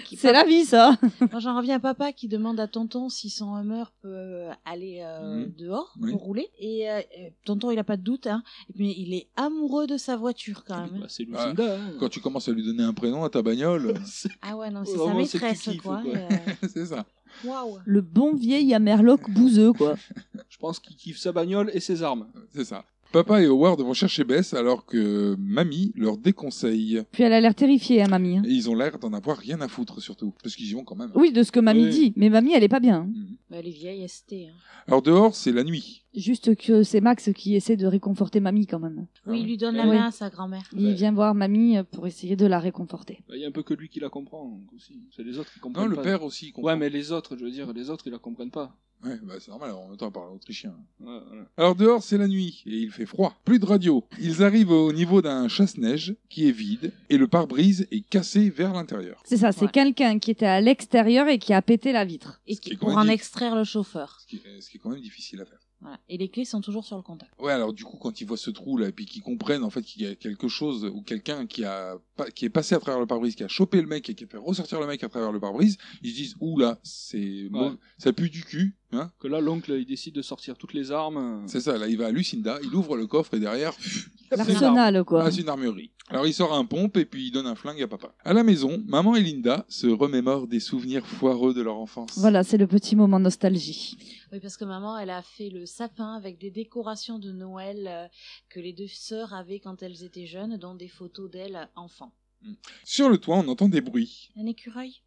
Speaker 8: qui-
Speaker 2: C'est la vie, ça.
Speaker 8: Moi, j'en reviens à papa qui demande à tonton si son humeur peut euh, aller euh,
Speaker 9: Mhm.
Speaker 8: dehors
Speaker 9: Oui.
Speaker 8: pour rouler. Et euh, euh, tonton, il a pas de doute, hein, mais il est amoureux de sa voiture quand même.
Speaker 10: c'est
Speaker 9: Bah,
Speaker 10: Lucinda. hein.
Speaker 9: Quand tu commences à lui donner un prénom à ta bagnole,
Speaker 8: Ah ouais, non, c'est sa
Speaker 10: Oh, Vraiment, c'est
Speaker 8: maîtresse,
Speaker 10: Kiki, il faut
Speaker 8: quoi.
Speaker 10: quoi.
Speaker 8: et, euh,
Speaker 9: c'est ça.
Speaker 8: Waouh.
Speaker 2: Le bon vieil Amerloc bouseux, quoi.
Speaker 10: Je pense qu'il kiffe sa bagnole et ses armes.
Speaker 9: C'est ça. Papa et Howard vont chercher Bess alors que Mamie leur déconseille.
Speaker 2: Puis elle a l'air terrifiée, hein, mamie. hein.
Speaker 9: Et ils ont l'air d'en avoir rien à foutre surtout, parce qu'ils y vont quand même.
Speaker 2: Oui, de ce que mamie
Speaker 10: Oui.
Speaker 2: dit. Mais mamie, elle est pas bien. hein.
Speaker 8: Bah, les vieilles ST. hein.
Speaker 10: Ah
Speaker 9: Alors dehors, c'est la nuit.
Speaker 2: Juste que c'est Max qui essaie de réconforter mamie quand même.
Speaker 8: Oui, il lui donne la
Speaker 10: Ouais.
Speaker 8: main à sa grand-mère.
Speaker 2: Il
Speaker 10: Ouais.
Speaker 2: vient voir mamie pour essayer de la réconforter.
Speaker 10: Bah, Il y a un peu que lui qui la comprend donc, aussi. C'est les autres qui comprennent
Speaker 9: Non, le
Speaker 10: pas.
Speaker 9: père aussi. il comprend.
Speaker 10: Ouais, mais les autres, je veux dire, les autres, ils la comprennent pas.
Speaker 9: Ouais, bah, c'est normal, en même temps, elle parle autrichien.
Speaker 10: Ouais, voilà.
Speaker 9: Alors dehors, c'est la nuit, et il fait froid. Plus de radio. Ils arrivent au niveau d'un chasse-neige qui est vide, et le pare-brise est cassé vers l'intérieur.
Speaker 2: C'est ça, c'est
Speaker 8: Ouais.
Speaker 2: quelqu'un qui était à l'extérieur et qui a pété la vitre.
Speaker 8: Et
Speaker 9: Ce qui
Speaker 8: qui-
Speaker 9: est
Speaker 8: pour
Speaker 9: quand même
Speaker 8: en
Speaker 9: dit.
Speaker 8: extraire le chauffeur.
Speaker 9: Ce qui, est, ce qui est quand même difficile à faire.
Speaker 8: Voilà. Et les clés sont toujours sur le contact.
Speaker 9: Ouais, alors du coup, quand ils voient ce trou là, et puis qu'ils comprennent en fait qu'il y a quelque chose ou quelqu'un qui a pas- qui est passé à travers le pare-brise, qui a chopé le mec et qui a fait ressortir le mec à travers le pare-brise, ils se disent ouh là, c'est mau-
Speaker 10: Ouais.
Speaker 9: ça pue du cul, hein.
Speaker 10: Que là, l'oncle, il décide de sortir toutes les armes.
Speaker 9: C'est ça, là il va à Lucinda, il ouvre le coffre et derrière, pff, c'est une arme.
Speaker 2: L'arsenal, quoi.
Speaker 9: Ah, c'est une armurerie. Alors il sort un pompe et puis il donne un flingue à papa. À la maison, maman et Linda se remémorent des souvenirs foireux de leur enfance.
Speaker 2: Voilà, c'est le petit moment nostalgie.
Speaker 8: Oui, parce que maman, elle a fait le sapin avec des décorations de Noël euh, que les deux sœurs avaient quand elles étaient jeunes, dont des photos d'elles euh, enfants.
Speaker 9: Sur le toit, on entend des bruits,
Speaker 8: Un écureuil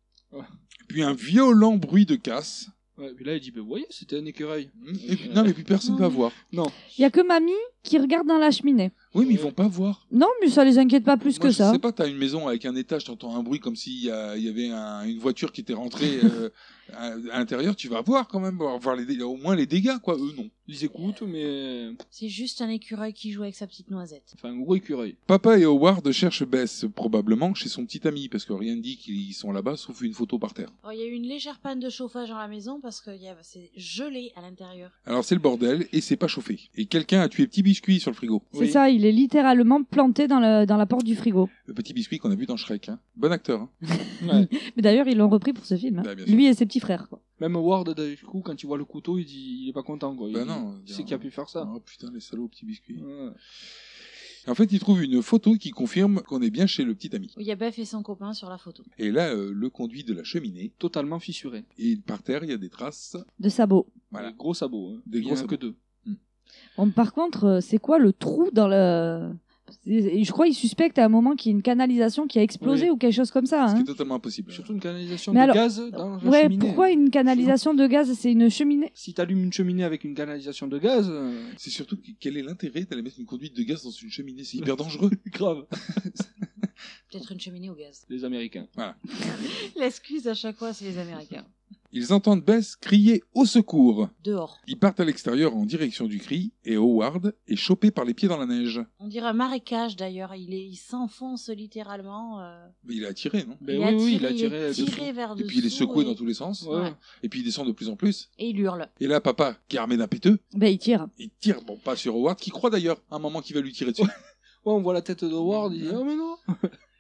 Speaker 9: puis un violent bruit de casse. Hmm,
Speaker 10: Ouais, puis là, il dit, bah, vous voyez, c'était un écureuil.
Speaker 9: Et puis- non mais puis personne
Speaker 2: Non.
Speaker 9: va voir.
Speaker 10: Non.
Speaker 2: Il y a que mamie qui regarde dans la cheminée.
Speaker 9: Oui mais ils
Speaker 10: Ouais.
Speaker 9: vont pas voir.
Speaker 2: Non, mais ça les inquiète pas plus
Speaker 9: Moi,
Speaker 2: que
Speaker 9: je
Speaker 2: ça.
Speaker 9: sais pas, t'as une maison avec un étage, t'entends un bruit comme s'il y, a- il y avait un- une voiture qui était rentrée euh, à, à l'intérieur, tu vas voir quand même, voir, voir les dé- au moins les dégâts, quoi. Eux, non.
Speaker 10: Ils écoutent, mais.
Speaker 8: C'est juste un écureuil qui joue avec sa petite noisette.
Speaker 10: Enfin, un gros écureuil.
Speaker 9: Papa et Howard cherchent Bess, probablement chez son petit ami, parce que rien ne dit qu'ils sont là-bas, sauf une photo par terre.
Speaker 8: Alors, Oh, il y a eu une légère panne de chauffage dans la maison parce que il y a- c'est gelé à l'intérieur.
Speaker 9: Alors c'est le bordel, et c'est pas chauffé. Et quelqu'un a tué Petit Biscuit sur le frigo.
Speaker 2: C'est ça, il est littéralement planté dans, le- dans la porte du frigo.
Speaker 9: Le Petit Biscuit qu'on a vu dans Shrek. hein. Bon acteur. hein.
Speaker 2: Mais d'ailleurs, ils l'ont repris pour ce film. hein.
Speaker 9: Bah, bien sûr.
Speaker 2: Lui et ses petits frères, quoi.
Speaker 10: Même Ward, du coup, quand il voit le couteau, il dit, il est pas content, quoi.
Speaker 9: Bah
Speaker 10: il,
Speaker 9: non,
Speaker 10: Il sait qu'il a pu faire ça.
Speaker 9: Oh putain, les salauds, Petit Biscuit.
Speaker 10: Ouais.
Speaker 9: En fait, ils trouvent une photo qui confirme qu'on est bien chez le petit ami.
Speaker 8: Où il y a Beth et son copain sur la photo.
Speaker 9: Et là, euh, le conduit de la cheminée,
Speaker 10: Totalement fissuré.
Speaker 9: et par terre, il y a des traces
Speaker 2: De sabots.
Speaker 9: Voilà.
Speaker 10: Des gros sabots. Hein.
Speaker 9: Des
Speaker 10: il y en
Speaker 9: gros
Speaker 10: a
Speaker 9: sabots.
Speaker 10: que deux.
Speaker 2: Bon, par contre, euh, c'est quoi le trou dans le. C'est- Je crois qu'ils suspectent à un moment qu'il y a une canalisation qui a explosé
Speaker 10: Oui.
Speaker 2: ou quelque chose comme ça.
Speaker 9: Ce qui
Speaker 2: hein.
Speaker 9: est totalement impossible.
Speaker 10: Ah, Surtout une canalisation
Speaker 2: Mais
Speaker 10: de
Speaker 2: alors-
Speaker 10: gaz dans la
Speaker 2: Ouais,
Speaker 10: cheminée.
Speaker 9: hein.
Speaker 2: pourquoi une canalisation de gaz C'est une cheminée
Speaker 10: Si t'allumes une cheminée avec une canalisation de gaz, euh,
Speaker 9: C'est surtout que- quel est l'intérêt d'aller mettre une conduite de gaz dans une cheminée C'est hyper dangereux.
Speaker 10: grave.
Speaker 8: Peut-être une cheminée au gaz.
Speaker 10: Les Américains.
Speaker 8: L'excuse à chaque fois, c'est les Américains.
Speaker 9: Ils entendent Bess crier au secours.
Speaker 8: Dehors.
Speaker 9: Ils partent à l'extérieur en direction du cri et Howard est chopé par les pieds dans la neige.
Speaker 8: On dirait un marécage d'ailleurs. Il est- il s'enfonce littéralement. euh,
Speaker 9: Mais il est attiré, non
Speaker 10: Ben oui, oui, il a tiré.
Speaker 8: est
Speaker 10: dessous.
Speaker 8: tiré vers
Speaker 9: Et
Speaker 8: dessous.
Speaker 9: puis il est secoué
Speaker 8: et-
Speaker 9: dans tous les sens.
Speaker 10: Ouais.
Speaker 8: Ouais.
Speaker 9: Et puis il descend de plus en plus.
Speaker 8: Et il hurle.
Speaker 9: Et là, papa, qui est armé d'un péteux,
Speaker 2: Ben, il tire.
Speaker 9: il tire, bon, pas sur Howard, qui croit d'ailleurs à un moment qu'il va lui tirer dessus.
Speaker 10: Ouais, on voit la tête de Ward, il dit
Speaker 9: Ah,
Speaker 10: Oh, mais non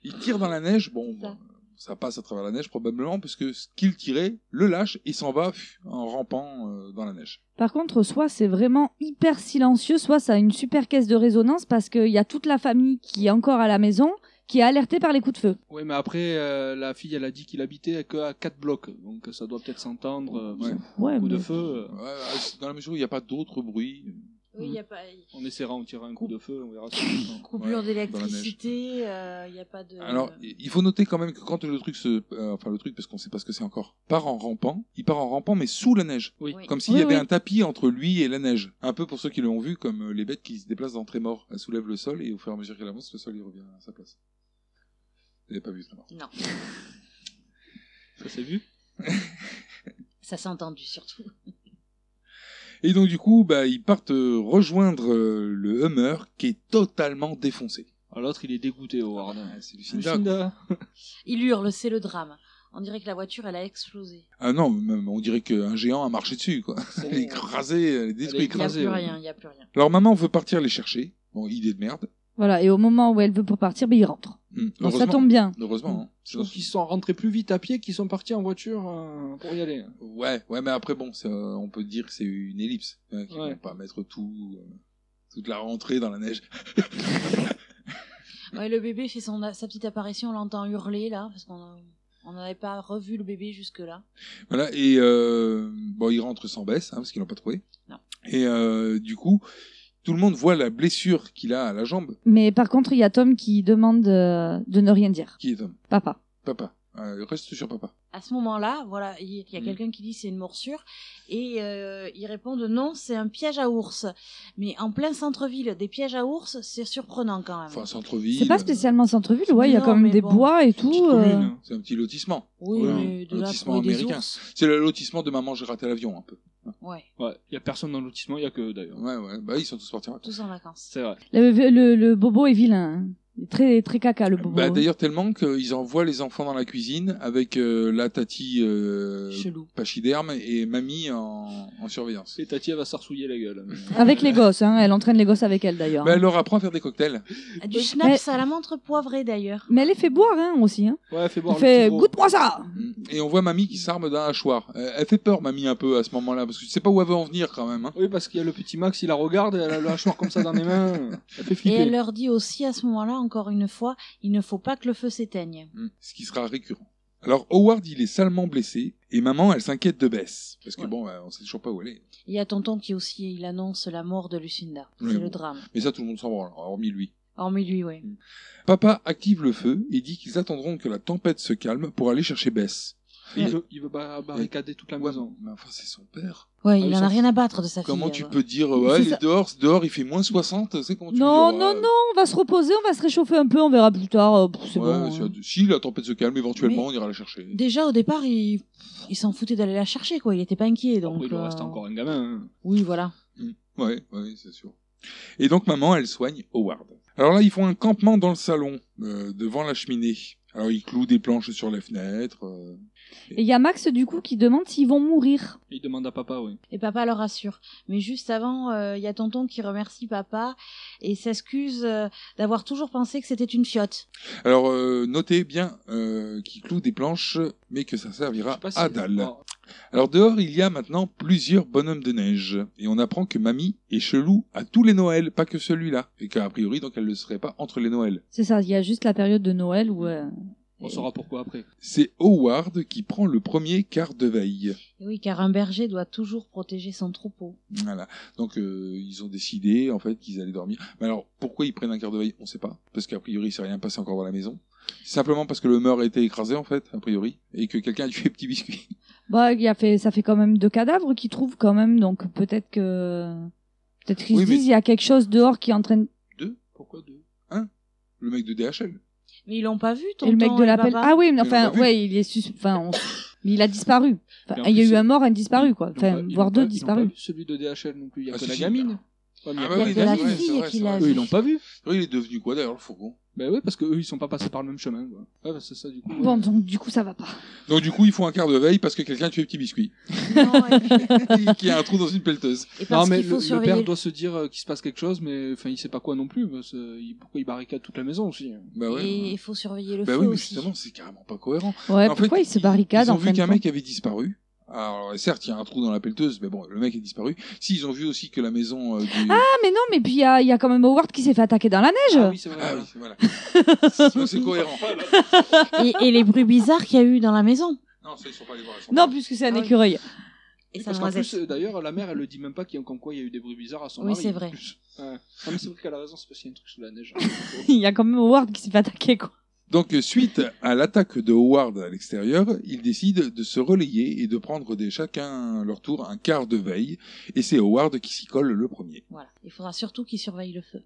Speaker 9: Il tire dans la neige, bon,
Speaker 8: Ça.
Speaker 9: euh, ça passe à travers la neige probablement, puisque ce qu'il tirait le lâche et s'en va pff, en rampant euh, dans la neige.
Speaker 2: Par contre, soit c'est vraiment hyper silencieux, soit ça a une super caisse de résonance parce qu'il y a toute la famille qui est encore à la maison qui est alertée par les coups de feu.
Speaker 10: Ouais, mais après, euh, la fille, elle a dit qu'il habitait qu'à 4 blocs, donc ça doit peut-être s'entendre. euh,
Speaker 9: Ouais.
Speaker 2: Ouais,
Speaker 10: Coup de
Speaker 2: mais-
Speaker 10: feu, euh,
Speaker 9: Ouais, euh, dans la mesure où il n'y a pas d'autres bruits.
Speaker 8: Oui, il
Speaker 10: Mhm.
Speaker 8: n'y a pas.
Speaker 10: on essaiera, on tirera un coup de feu, on verra ce
Speaker 8: Coupure
Speaker 9: Mmh. Ouais,
Speaker 8: d'électricité, euh, il n'y a pas de.
Speaker 9: Alors, i- il faut noter quand même que quand le truc se. euh, enfin, le truc, parce qu'on sait pas ce que c'est encore, part en rampant, il part en rampant, mais sous la neige.
Speaker 10: Oui.
Speaker 8: Oui.
Speaker 9: Comme s'il
Speaker 2: Oui,
Speaker 9: y avait
Speaker 2: oui.
Speaker 9: un tapis entre lui et la neige. Un peu pour ceux qui l'ont vu, comme euh, les bêtes qui se déplacent dans Trémor. Elles soulèvent le sol et au fur et à mesure qu'elle avance, le sol il revient à sa place. Vous n'avez pas vu Trémor.
Speaker 8: Non,
Speaker 10: Ça s'est vu
Speaker 8: ça s'est entendu surtout.
Speaker 9: Et donc, du coup, bah, ils partent euh, rejoindre euh, le Hummer qui est totalement défoncé.
Speaker 10: Ah, L'autre, il est dégoûté, Howard.
Speaker 9: Ah, c'est Lucinda. quoi.
Speaker 10: Lucinda.
Speaker 8: Il hurle, c'est le drame. On dirait que la voiture, elle a explosé.
Speaker 9: Ah non, même, on dirait qu'un géant a marché dessus, quoi. Elle est écrasée, elle est détruite.
Speaker 8: Il n'y a
Speaker 10: Écrasé,
Speaker 8: plus
Speaker 10: ouais.
Speaker 8: rien, il n'y a plus rien.
Speaker 9: Leur maman veut partir les chercher. Bon, idée de merde.
Speaker 2: Voilà, et au moment où elle veut pour partir, ben, il rentre.
Speaker 9: Hmm,
Speaker 2: Donc ça
Speaker 9: heureusement.
Speaker 2: tombe bien.
Speaker 9: Heureusement. hein.
Speaker 10: Je trouve qu'ils sont rentrés plus vite à pied qu'ils sont partis en voiture euh, pour y aller.
Speaker 9: Ouais, ouais, mais après, bon, c'est, euh, on peut dire que c'est une ellipse. hein, qu'ils
Speaker 10: Ouais.
Speaker 9: vont pas mettre tout, euh, toute la rentrée dans la neige.
Speaker 8: Ouais, le bébé fait son, sa petite apparition, on l'entend hurler là, parce qu'on on n'avait pas revu le bébé jusque-là.
Speaker 9: Voilà, et euh, bon, ils rentrent sans baisse, hein, parce qu'ils l'ont pas trouvé.
Speaker 8: Non.
Speaker 9: Et euh, du coup, tout le monde voit la blessure qu'il a à la jambe,
Speaker 2: Mais par contre, il y a Tom qui demande euh, de ne rien dire.
Speaker 9: qui est Tom.
Speaker 2: Papa.
Speaker 9: Papa. Euh, reste sur papa.
Speaker 8: À ce moment-là, voilà, il il y a
Speaker 9: Mm.
Speaker 8: quelqu'un qui dit c'est une morsure et euh, ils répondent non, c'est un piège à ours. Mais en plein centre-ville, des pièges à ours, c'est surprenant quand même.
Speaker 9: Enfin, centre-ville.
Speaker 2: C'est pas spécialement centre-ville, ouais, il y a
Speaker 8: Non,
Speaker 2: quand même
Speaker 8: mais
Speaker 2: des
Speaker 8: bon.
Speaker 2: bois et tout.
Speaker 9: Petite commune,
Speaker 2: euh.
Speaker 9: hein. C'est un petit lotissement.
Speaker 8: oui,
Speaker 9: voilà,
Speaker 8: mais de là
Speaker 9: lotissement
Speaker 8: trouver des
Speaker 9: américain.
Speaker 8: ours.
Speaker 9: C'est le lotissement de maman, j'ai raté l'avion un peu.
Speaker 8: Ouais,
Speaker 10: Ouais, il y a personne dans le lotissement, il y a que eux, d'ailleurs.
Speaker 9: Ouais, ouais, bah ils sont tous partis en vacances.
Speaker 8: tous en vacances.
Speaker 10: C'est vrai.
Speaker 2: Le, le- le bobo est vilain. hein. Il est Très, très caca, le bobo. hein.
Speaker 9: Bah, D'ailleurs, tellement qu'ils envoient les enfants dans la cuisine avec euh, la tati euh,
Speaker 8: Chelou.
Speaker 9: pachyderme et mamie en, en surveillance.
Speaker 10: Et Tati, elle va sarsouiller la gueule. mais- euh.
Speaker 2: Avec les gosses, hein. elle entraîne les gosses avec elle d'ailleurs.
Speaker 9: Bah, elle leur apprend à faire des cocktails.
Speaker 8: Ah, Du
Speaker 2: Mais-
Speaker 8: schnapps à la montre poivrée d'ailleurs.
Speaker 2: Mais elle les fait boire hein, aussi. Hein.
Speaker 10: Ouais, fais
Speaker 2: Elle
Speaker 10: boire le
Speaker 2: fait
Speaker 10: petit gros.
Speaker 2: goûte-moi ça
Speaker 9: Mm. Et on voit mamie qui s'arme d'un hachoir. Euh, elle fait peur, mamie, un peu à ce moment-là, parce que tu sais pas où elle veut en venir quand même. hein.
Speaker 10: Oui, parce qu'il y a le petit Max, il la regarde, et elle a le hachoir comme ça dans les mains. Elle fait
Speaker 8: Et
Speaker 10: flipper.
Speaker 8: elle leur dit aussi à ce moment-là, encore une fois, il ne faut pas que le feu s'éteigne.
Speaker 9: Mm. Ce qui sera récurrent. Alors, Howard, il est salement blessé, et maman, elle s'inquiète de Bess. Parce que
Speaker 8: Ouais.
Speaker 9: bon, bah, on sait toujours pas où elle est.
Speaker 8: Il y a tonton qui aussi, il annonce la mort de Lucinda.
Speaker 9: Oui,
Speaker 8: c'est
Speaker 9: bon.
Speaker 8: le drame.
Speaker 9: Mais ça, tout le monde s'en branle, hormis lui.
Speaker 8: Hormis lui, oui.
Speaker 9: Papa active le feu et dit qu'ils attendront que la tempête se calme pour aller chercher Bess.
Speaker 10: Il veut, il veut bar- barricader toute la
Speaker 9: Ouais,
Speaker 10: maison.
Speaker 9: mais enfin, c'est son père.
Speaker 8: Ouais,
Speaker 9: Ah,
Speaker 8: il
Speaker 9: mais
Speaker 8: en
Speaker 9: ça,
Speaker 8: a rien à battre de sa
Speaker 9: Comment
Speaker 8: fille.
Speaker 9: tu
Speaker 8: euh.
Speaker 9: peux dire, euh, ouais,
Speaker 2: C'est
Speaker 9: il
Speaker 2: ça.
Speaker 9: est dehors, c'est dehors, il fait moins 60, c'est comment tu euh,
Speaker 2: Non,
Speaker 9: peux dire,
Speaker 2: non,
Speaker 9: ouais,
Speaker 2: non, on va se reposer, on va se réchauffer un peu, on verra plus tard. euh, pff, c'est
Speaker 9: ouais,
Speaker 2: bon,
Speaker 9: si
Speaker 2: hein.
Speaker 9: la- Si la tempête se calme, éventuellement, on ira la chercher.
Speaker 8: Déjà au départ, il, il s'en foutait d'aller la chercher, quoi. Il était pas inquiet, donc.
Speaker 9: Ah
Speaker 10: Après, il lui
Speaker 8: euh,
Speaker 10: reste encore un gamin. hein.
Speaker 8: Oui, voilà.
Speaker 9: Mm. Ouais, ouais, c'est sûr. Et donc, maman, elle soigne Howard. Alors là, ils font un campement dans le salon, euh, devant la cheminée. Alors, ils clouent des planches sur les fenêtres. euh.
Speaker 2: Et il y a Max du coup qui demande s'ils vont mourir.
Speaker 10: Il demande à papa, oui.
Speaker 8: Et papa le rassure. Mais juste avant, euh, il y a tonton qui remercie papa et s'excuse euh, d'avoir toujours pensé que c'était une fiotte.
Speaker 9: Alors, euh, notez bien euh, qu'ils clouent des planches, mais que ça
Speaker 10: Je
Speaker 9: servira
Speaker 10: sais pas si-
Speaker 9: à dalle.
Speaker 10: Alors,
Speaker 9: Alors dehors, il y a maintenant plusieurs bonhommes de neige. Et on apprend que Mamie est chelou à tous les Noëls, pas que celui-là. Et qu'a priori, donc, elle ne le serait pas entre les Noëls.
Speaker 2: C'est ça, il y a juste la période de Noël où. euh,
Speaker 10: on saura pourquoi après.
Speaker 9: C'est Howard qui prend le premier quart de veille.
Speaker 8: Et oui, car un berger doit toujours protéger son troupeau.
Speaker 9: Voilà. Donc, euh, ils ont décidé, en fait, qu'ils allaient dormir. Mais alors, pourquoi ils prennent un quart de veille On sait pas. Parce qu'a priori, il s'est rien passé encore dans la maison. Simplement parce que le meur a été écrasé, en fait, a priori. Et que quelqu'un a tué Petit Biscuit.
Speaker 2: Bah, il y a fait, ça fait quand même deux cadavres qu'ils trouvent quand même, donc peut-être que. Peut-être qu'ils
Speaker 9: Oui,
Speaker 2: se
Speaker 9: mais-
Speaker 2: disent, il y a quelque chose dehors qui entraîne.
Speaker 9: Deux Pourquoi deux Un Le mec de DHL.
Speaker 8: Mais ils l'ont pas vu, tonton.
Speaker 2: et le mec de l'appel.
Speaker 8: papa.
Speaker 2: Ah oui, mais
Speaker 9: Ils l'ont
Speaker 2: enfin,
Speaker 9: pas vu.
Speaker 2: ouais, il est sus... enfin, on- mais il a disparu. Enfin,
Speaker 10: Et en
Speaker 2: il y a
Speaker 10: plus,
Speaker 2: eu un mort, un disparu,
Speaker 10: Ils
Speaker 2: quoi.
Speaker 10: l'ont pas-
Speaker 2: Enfin,
Speaker 10: ils
Speaker 2: voire
Speaker 10: l'ont
Speaker 2: deux
Speaker 10: pas- ils l'ont pas
Speaker 2: disparus.
Speaker 10: vu Celui de DHL non plus, il y a
Speaker 9: Ah,
Speaker 10: que
Speaker 9: si,
Speaker 10: la
Speaker 9: si.
Speaker 10: gamine. Ouais, mais il y a
Speaker 9: Ah
Speaker 10: pas
Speaker 9: bah
Speaker 10: que
Speaker 9: oui,
Speaker 8: la
Speaker 9: d'accord, ouais,
Speaker 8: fille
Speaker 9: c'est vrai,
Speaker 8: qui
Speaker 9: c'est
Speaker 8: l'a
Speaker 9: vrai.
Speaker 10: Eux, ils l'ont pas vu.
Speaker 9: Oui, Il est devenu quoi d'ailleurs le fourgon
Speaker 10: Ben oui, parce que eux, ils sont pas passés par le même chemin. Quoi. Ouais, bah, c'est ça du coup.
Speaker 2: Bon, donc du coup, ça va pas.
Speaker 9: Donc du coup, ils font un quart de veille parce que quelqu'un a tué Petit Biscuit,
Speaker 8: Non, et puis-
Speaker 9: qui a un trou dans une pelleteuse.
Speaker 8: Et
Speaker 10: Non,
Speaker 8: parce
Speaker 10: mais
Speaker 8: qu'il
Speaker 10: le,
Speaker 8: faut
Speaker 10: le
Speaker 8: surveiller.
Speaker 10: père doit se dire euh, qu'il se passe quelque chose, mais enfin, il sait pas quoi non plus. parce, euh, il- pourquoi il barricade toute la maison aussi hein.
Speaker 9: Bah ouais.
Speaker 8: Et il faut surveiller le
Speaker 9: bah
Speaker 8: feu
Speaker 9: oui, mais
Speaker 8: aussi.
Speaker 9: justement, c'est carrément pas cohérent.
Speaker 2: Ouais,
Speaker 9: En fait,
Speaker 2: pourquoi ils se barricadent
Speaker 9: Ils ont
Speaker 2: en fin
Speaker 9: vu
Speaker 2: de
Speaker 9: qu'un
Speaker 2: compte
Speaker 9: mec avait disparu. Alors certes, il y a un trou dans la pelleteuse, mais bon, le mec est disparu. Si ils ont vu aussi que la maison euh, du...
Speaker 2: Ah, mais non, mais puis il y, a- il y a quand même Howard qui s'est fait attaquer dans la neige.
Speaker 10: Ah oui, c'est vrai.
Speaker 9: Ah
Speaker 10: voilà.
Speaker 9: oui, voilà. Donc c'est cohérent.
Speaker 8: Et, et les bruits bizarres qu'il y a eu dans la maison.
Speaker 9: Non, ça, ils sont pas allés voir. ils sont
Speaker 2: Non,
Speaker 9: pas-
Speaker 2: puisque c'est un
Speaker 8: Ah oui.
Speaker 2: écureuil.
Speaker 8: Et sa
Speaker 10: Parce qu'en
Speaker 8: noisette.
Speaker 10: plus, euh, d'ailleurs, la mère, elle le dit même pas qu'il y a comme quoi il y a eu des bruits bizarres à son
Speaker 8: Oui,
Speaker 10: mari,
Speaker 8: c'est
Speaker 10: en
Speaker 8: vrai.
Speaker 10: plus. Ouais. Non, mais c'est vrai qu'elle a raison, c'est parce qu'il y a un truc sous la neige. hein.
Speaker 2: Il y a quand même Howard qui s'est fait attaquer, quoi.
Speaker 9: Donc euh, suite à l'attaque de Howard à l'extérieur, ils décident de se relayer et de prendre des, chacun leur tour un quart de veille. Et c'est Howard qui s'y colle le premier.
Speaker 8: Voilà. Il faudra surtout qu'il surveille le feu.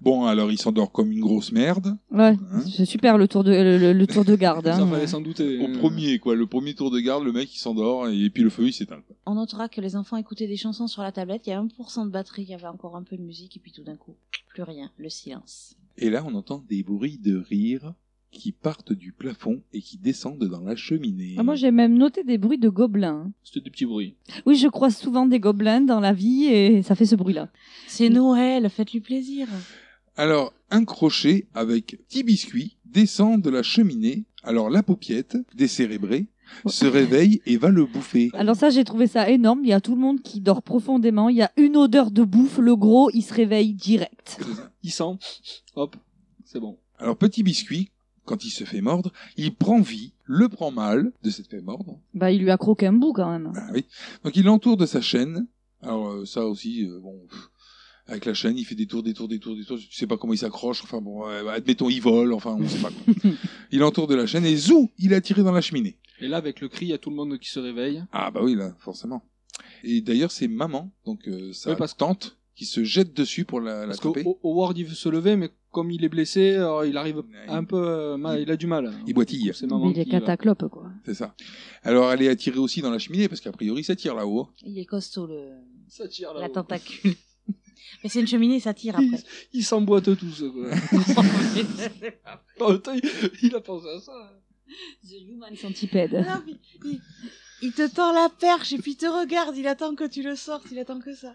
Speaker 9: Bon, alors il s'endort comme une grosse merde.
Speaker 2: Ouais,
Speaker 9: Hein
Speaker 2: c'est super le tour de, le, le- le tour de garde.
Speaker 10: ça
Speaker 2: hein.
Speaker 10: fallait s'en douter.
Speaker 9: Au
Speaker 10: hein.
Speaker 9: premier, quoi. Le premier tour de garde, le mec, il s'endort et puis le feu, il s'éteint. quoi.
Speaker 8: On notera que les enfants écoutaient des chansons sur la tablette. Il y a 1% de batterie, il y avait encore un peu de musique, et puis tout d'un coup, plus rien, le silence.
Speaker 9: Et là, on entend des bruits de rire qui partent du plafond et qui descendent dans la cheminée.
Speaker 2: Ah, moi, j'ai même noté des bruits de gobelins.
Speaker 10: C'était des petits bruits.
Speaker 2: Oui, je croise
Speaker 10: Mm.
Speaker 2: souvent des gobelins dans la vie et ça fait ce bruit-là.
Speaker 8: C'est Noël, faites-lui plaisir.
Speaker 9: Alors, un crochet avec petit biscuit descend de la cheminée. Alors, la paupiette, décérébrée, se réveille et va le bouffer.
Speaker 2: Alors ça, j'ai trouvé ça énorme. Il y a tout le monde qui dort profondément. Il y a une odeur de bouffe. Le gros, il se réveille direct.
Speaker 10: Il sent. Hop, c'est bon.
Speaker 9: Alors, petit biscuit, quand il se fait mordre, il prend vie, le prend mal de cette fait mordre.
Speaker 2: Bah, il lui a croqué un bout quand même.
Speaker 9: Ah oui. Donc, il l'entoure de sa chaîne. Alors, euh, ça aussi, euh, bon. pff, Avec la chaîne, il fait des tours, des tours, des tours, des tours. Tu sais pas comment il s'accroche. Enfin bon, euh, admettons, il vole. Enfin, on sait pas. quoi. il entoure de la chaîne et zou, il est tiré dans la cheminée.
Speaker 10: Et là, avec le cri, il y a tout le monde qui se réveille.
Speaker 9: Ah bah oui, là, forcément. Et d'ailleurs, c'est maman, donc euh, sa
Speaker 10: Oui, parce-
Speaker 9: tante, qui se jette dessus pour la, la
Speaker 10: Parce
Speaker 9: couper.
Speaker 10: qu'Howard, il veut se lever, mais comme il est blessé, alors il arrive un peu. euh, mal- il a du mal.
Speaker 9: Il boitille,
Speaker 10: C'est maman
Speaker 2: il est
Speaker 10: qui va.
Speaker 2: cataclope, quoi.
Speaker 9: c'est ça. Alors, elle est attirée aussi dans la cheminée, parce qu'a priori, ça tire là-haut.
Speaker 8: Il est costaud, le...
Speaker 10: Ça tire
Speaker 8: la
Speaker 10: là-haut.
Speaker 8: tentacule. Mais c'est une cheminée, ça tire après.
Speaker 10: Ils ils s'emboîtent tous. Quoi. Putain, il- il a pensé à ça.
Speaker 2: The Human Centipede.
Speaker 8: Non, mais il, il te tend la perche et puis il te regarde, il attend que tu le sortes, il attend que ça.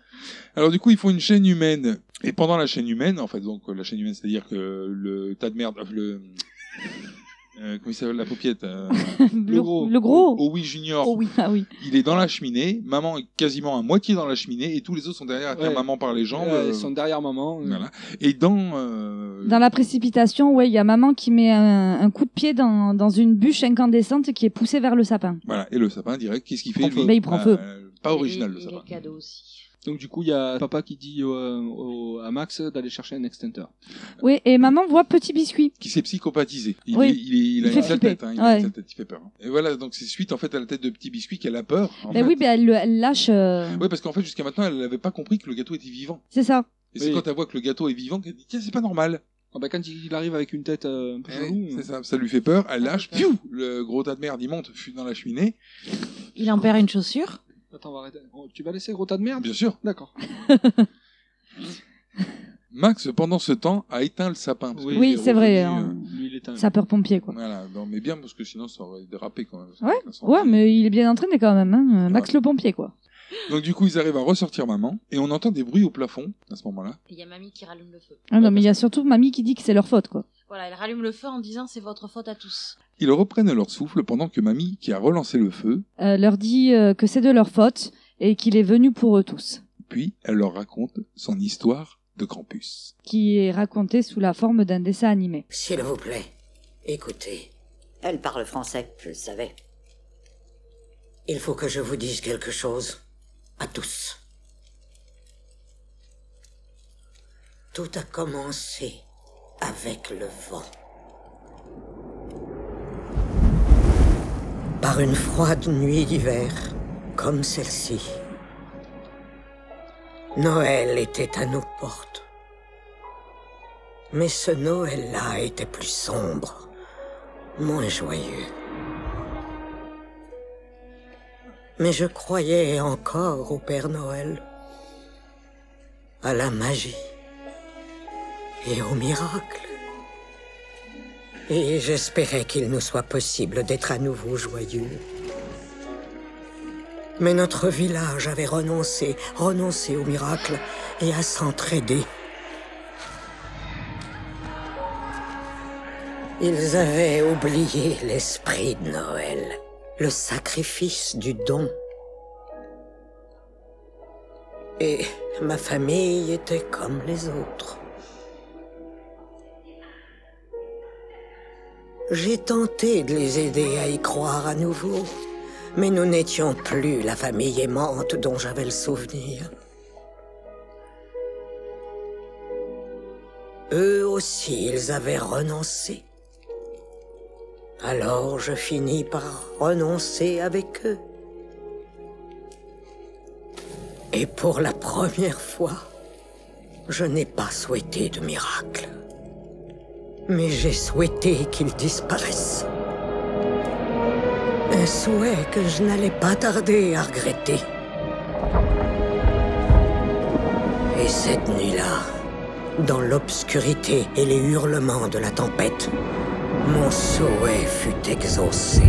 Speaker 9: Alors, du coup, ils font une chaîne humaine. Et pendant la chaîne humaine, en fait, donc, euh, la chaîne humaine, c'est-à-dire que le tas de merde, euh, le... euh, comment il s'appelle la paupiette euh,
Speaker 2: Le, le gros.
Speaker 9: Oh oui, Junior.
Speaker 2: Oh oui, ah oui.
Speaker 9: Il est dans la cheminée. Maman est quasiment à moitié dans la cheminée et tous les autres sont derrière à tenir
Speaker 10: Ouais.
Speaker 9: maman par les jambes.
Speaker 10: Ouais,
Speaker 9: euh,
Speaker 10: Ils sont derrière maman. euh.
Speaker 9: voilà. Et dans euh,
Speaker 2: Dans la précipitation, ouais, il y a maman qui met un, un coup de pied dans, dans une bûche incandescente qui est poussée vers le sapin.
Speaker 9: Voilà, et le sapin direct, qu'est-ce qu'il fait
Speaker 2: Prend feu. Mais il prend feu.
Speaker 9: Euh, pas original le sapin.
Speaker 8: cadeau aussi.
Speaker 10: Donc du coup, il y a papa qui dit au- euh, au- à Max d'aller chercher un extincteur.
Speaker 2: Oui, et maman voit petit biscuit.
Speaker 9: Qui s'est psychopathisé. Il,
Speaker 2: Oui.
Speaker 9: est- il, est- il a
Speaker 2: Il fait
Speaker 9: une sale
Speaker 2: flipper.
Speaker 9: tête, hein, il a une
Speaker 2: Ouais.
Speaker 9: sale tête, il fait peur. hein. Et voilà, donc c'est suite en fait à la tête de petit biscuit qu'elle a peur. en
Speaker 2: Ben
Speaker 9: fait.
Speaker 2: oui, ben elle, le- elle lâche. euh,
Speaker 9: Ouais, parce qu'en fait jusqu'à maintenant elle n'avait pas compris que le gâteau était vivant.
Speaker 2: C'est ça.
Speaker 9: Et c'est
Speaker 10: Oui.
Speaker 9: quand elle voit que le gâteau est vivant qu'elle dit tiens c'est pas normal.
Speaker 10: Ah bah, quand il arrive avec une tête euh, un peu
Speaker 9: Eh,
Speaker 10: chelou,
Speaker 9: c'est ça, ça lui fait peur. Elle lâche, piou, le gros tas de merde il monte, fuit dans la cheminée.
Speaker 8: Il en perd une chaussure.
Speaker 10: Attends, on va arrêter. Oh, tu vas laisser gros tas de merde
Speaker 9: Bien sûr.
Speaker 10: D'accord.
Speaker 9: Max pendant ce temps a éteint le sapin. parce que
Speaker 10: Oui,
Speaker 9: lui, il
Speaker 2: Oui,
Speaker 9: est
Speaker 2: c'est vrai.
Speaker 9: revenu,
Speaker 2: hein.
Speaker 10: euh, Lui, il est un...
Speaker 2: Sapeur-pompier,
Speaker 9: euh,
Speaker 2: quoi.
Speaker 9: Voilà, non mais bien parce que sinon ça aurait dérapé quand même.
Speaker 2: Ouais, Ouais, mais il est bien entraîné quand même, hein. euh, Max le pompier, quoi.
Speaker 9: Donc du coup, ils arrivent à ressortir maman et on entend des bruits au plafond à ce moment-là.
Speaker 8: Il y a mamie qui rallume le feu.
Speaker 2: Ah non, mais il y a surtout mamie qui dit que c'est leur faute, quoi.
Speaker 8: Voilà, elle rallume le feu en disant c'est votre faute à tous.
Speaker 9: Ils reprennent leur souffle pendant que mamie, qui a relancé le feu,
Speaker 2: Euh, leur dit euh, que c'est de leur faute et qu'il est venu pour eux tous.
Speaker 9: puis elle leur raconte son histoire de Krampus.
Speaker 2: Qui est raconté sous la forme d'un dessin animé.
Speaker 11: S'il vous plaît, écoutez. Elle parle français. Je le savais. Il faut que je vous dise quelque chose à tous. Tout a commencé avec le vent. Par une froide nuit d'hiver, comme celle-ci, Noël était à nos portes. Mais ce Noël-là était plus sombre, moins joyeux. Mais je croyais encore au Père Noël, à la magie et aux miracles. Et j'espérais qu'il nous soit possible d'être à nouveau joyeux. Mais notre village avait renoncé, renoncé aux miracles et à s'entraider. Ils avaient oublié l'esprit de Noël, le sacrifice du don. Et ma famille était comme les autres. J'ai tenté de les aider à y croire à nouveau, mais nous n'étions plus la famille aimante dont j'avais le souvenir. Eux aussi, ils avaient renoncé. Alors je finis par renoncer avec eux. Et pour la première fois, je n'ai pas souhaité de miracle. Mais j'ai souhaité qu'ils disparaissent. Un souhait que je n'allais pas tarder à regretter. Et cette nuit-là, dans l'obscurité et les hurlements de la tempête, mon souhait fut exaucé.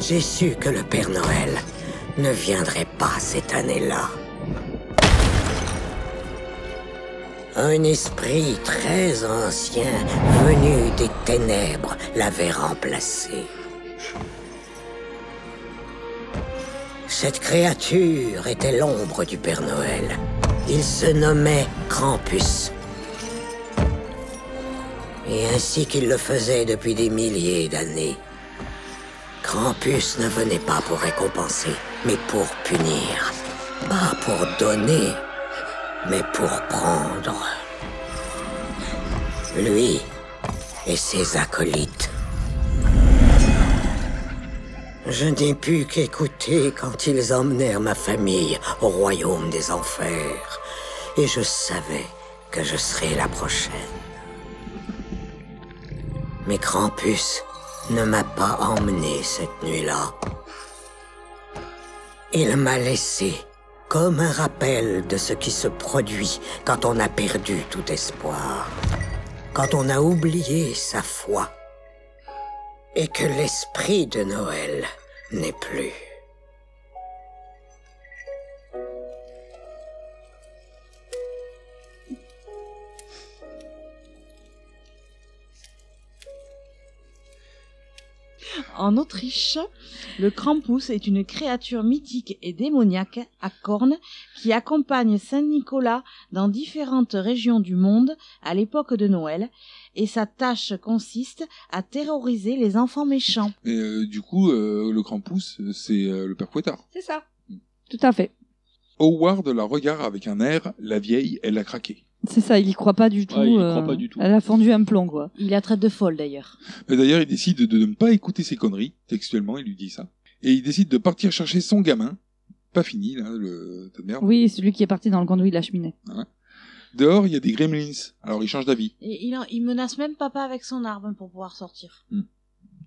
Speaker 11: J'ai su que le Père Noël ne viendrait pas cette année-là. Un esprit très ancien, venu des ténèbres, l'avait remplacé. Cette créature était l'ombre du Père Noël. Il se nommait Krampus. Et ainsi qu'il le faisait depuis des milliers d'années, Krampus ne venait pas pour récompenser, mais pour punir. Pas pour donner, mais pour prendre. Lui et ses acolytes. Je n'ai pu qu'écouter quand ils emmenèrent ma famille au royaume des enfers. Et je savais que je serais la prochaine. Mais Krampus ne m'a pas emmené cette nuit-là. Il m'a laissé comme un rappel de ce qui se produit quand on a perdu tout espoir, quand on a oublié sa foi, et que l'esprit de Noël n'est plus.
Speaker 8: En Autriche, le Krampus est une créature mythique et démoniaque à cornes qui accompagne Saint Nicolas dans différentes régions du monde à l'époque de Noël et sa tâche consiste à terroriser les enfants méchants.
Speaker 9: Et euh, du coup, euh, le Krampus, c'est euh, le père Couettard.
Speaker 4: C'est ça. Tout à fait.
Speaker 9: Howard la regarde avec un air, la vieille, elle a craqué.
Speaker 2: C'est ça, il y croit pas du tout.
Speaker 10: il y
Speaker 2: euh,
Speaker 10: croit pas du tout.
Speaker 2: Elle a fondu un plomb, quoi.
Speaker 8: Il la traite de folle d'ailleurs.
Speaker 9: Mais Euh, D'ailleurs, il décide de ne pas écouter ses conneries, textuellement, il lui dit ça. Et il décide de partir chercher son gamin. Pas fini, là, le tas de merde.
Speaker 2: Oui, celui qui est parti dans le conduit de la cheminée.
Speaker 9: Dehors, il y a des gremlins. Alors, il change d'avis.
Speaker 8: Et il, en- il menace même papa avec son arme pour pouvoir sortir.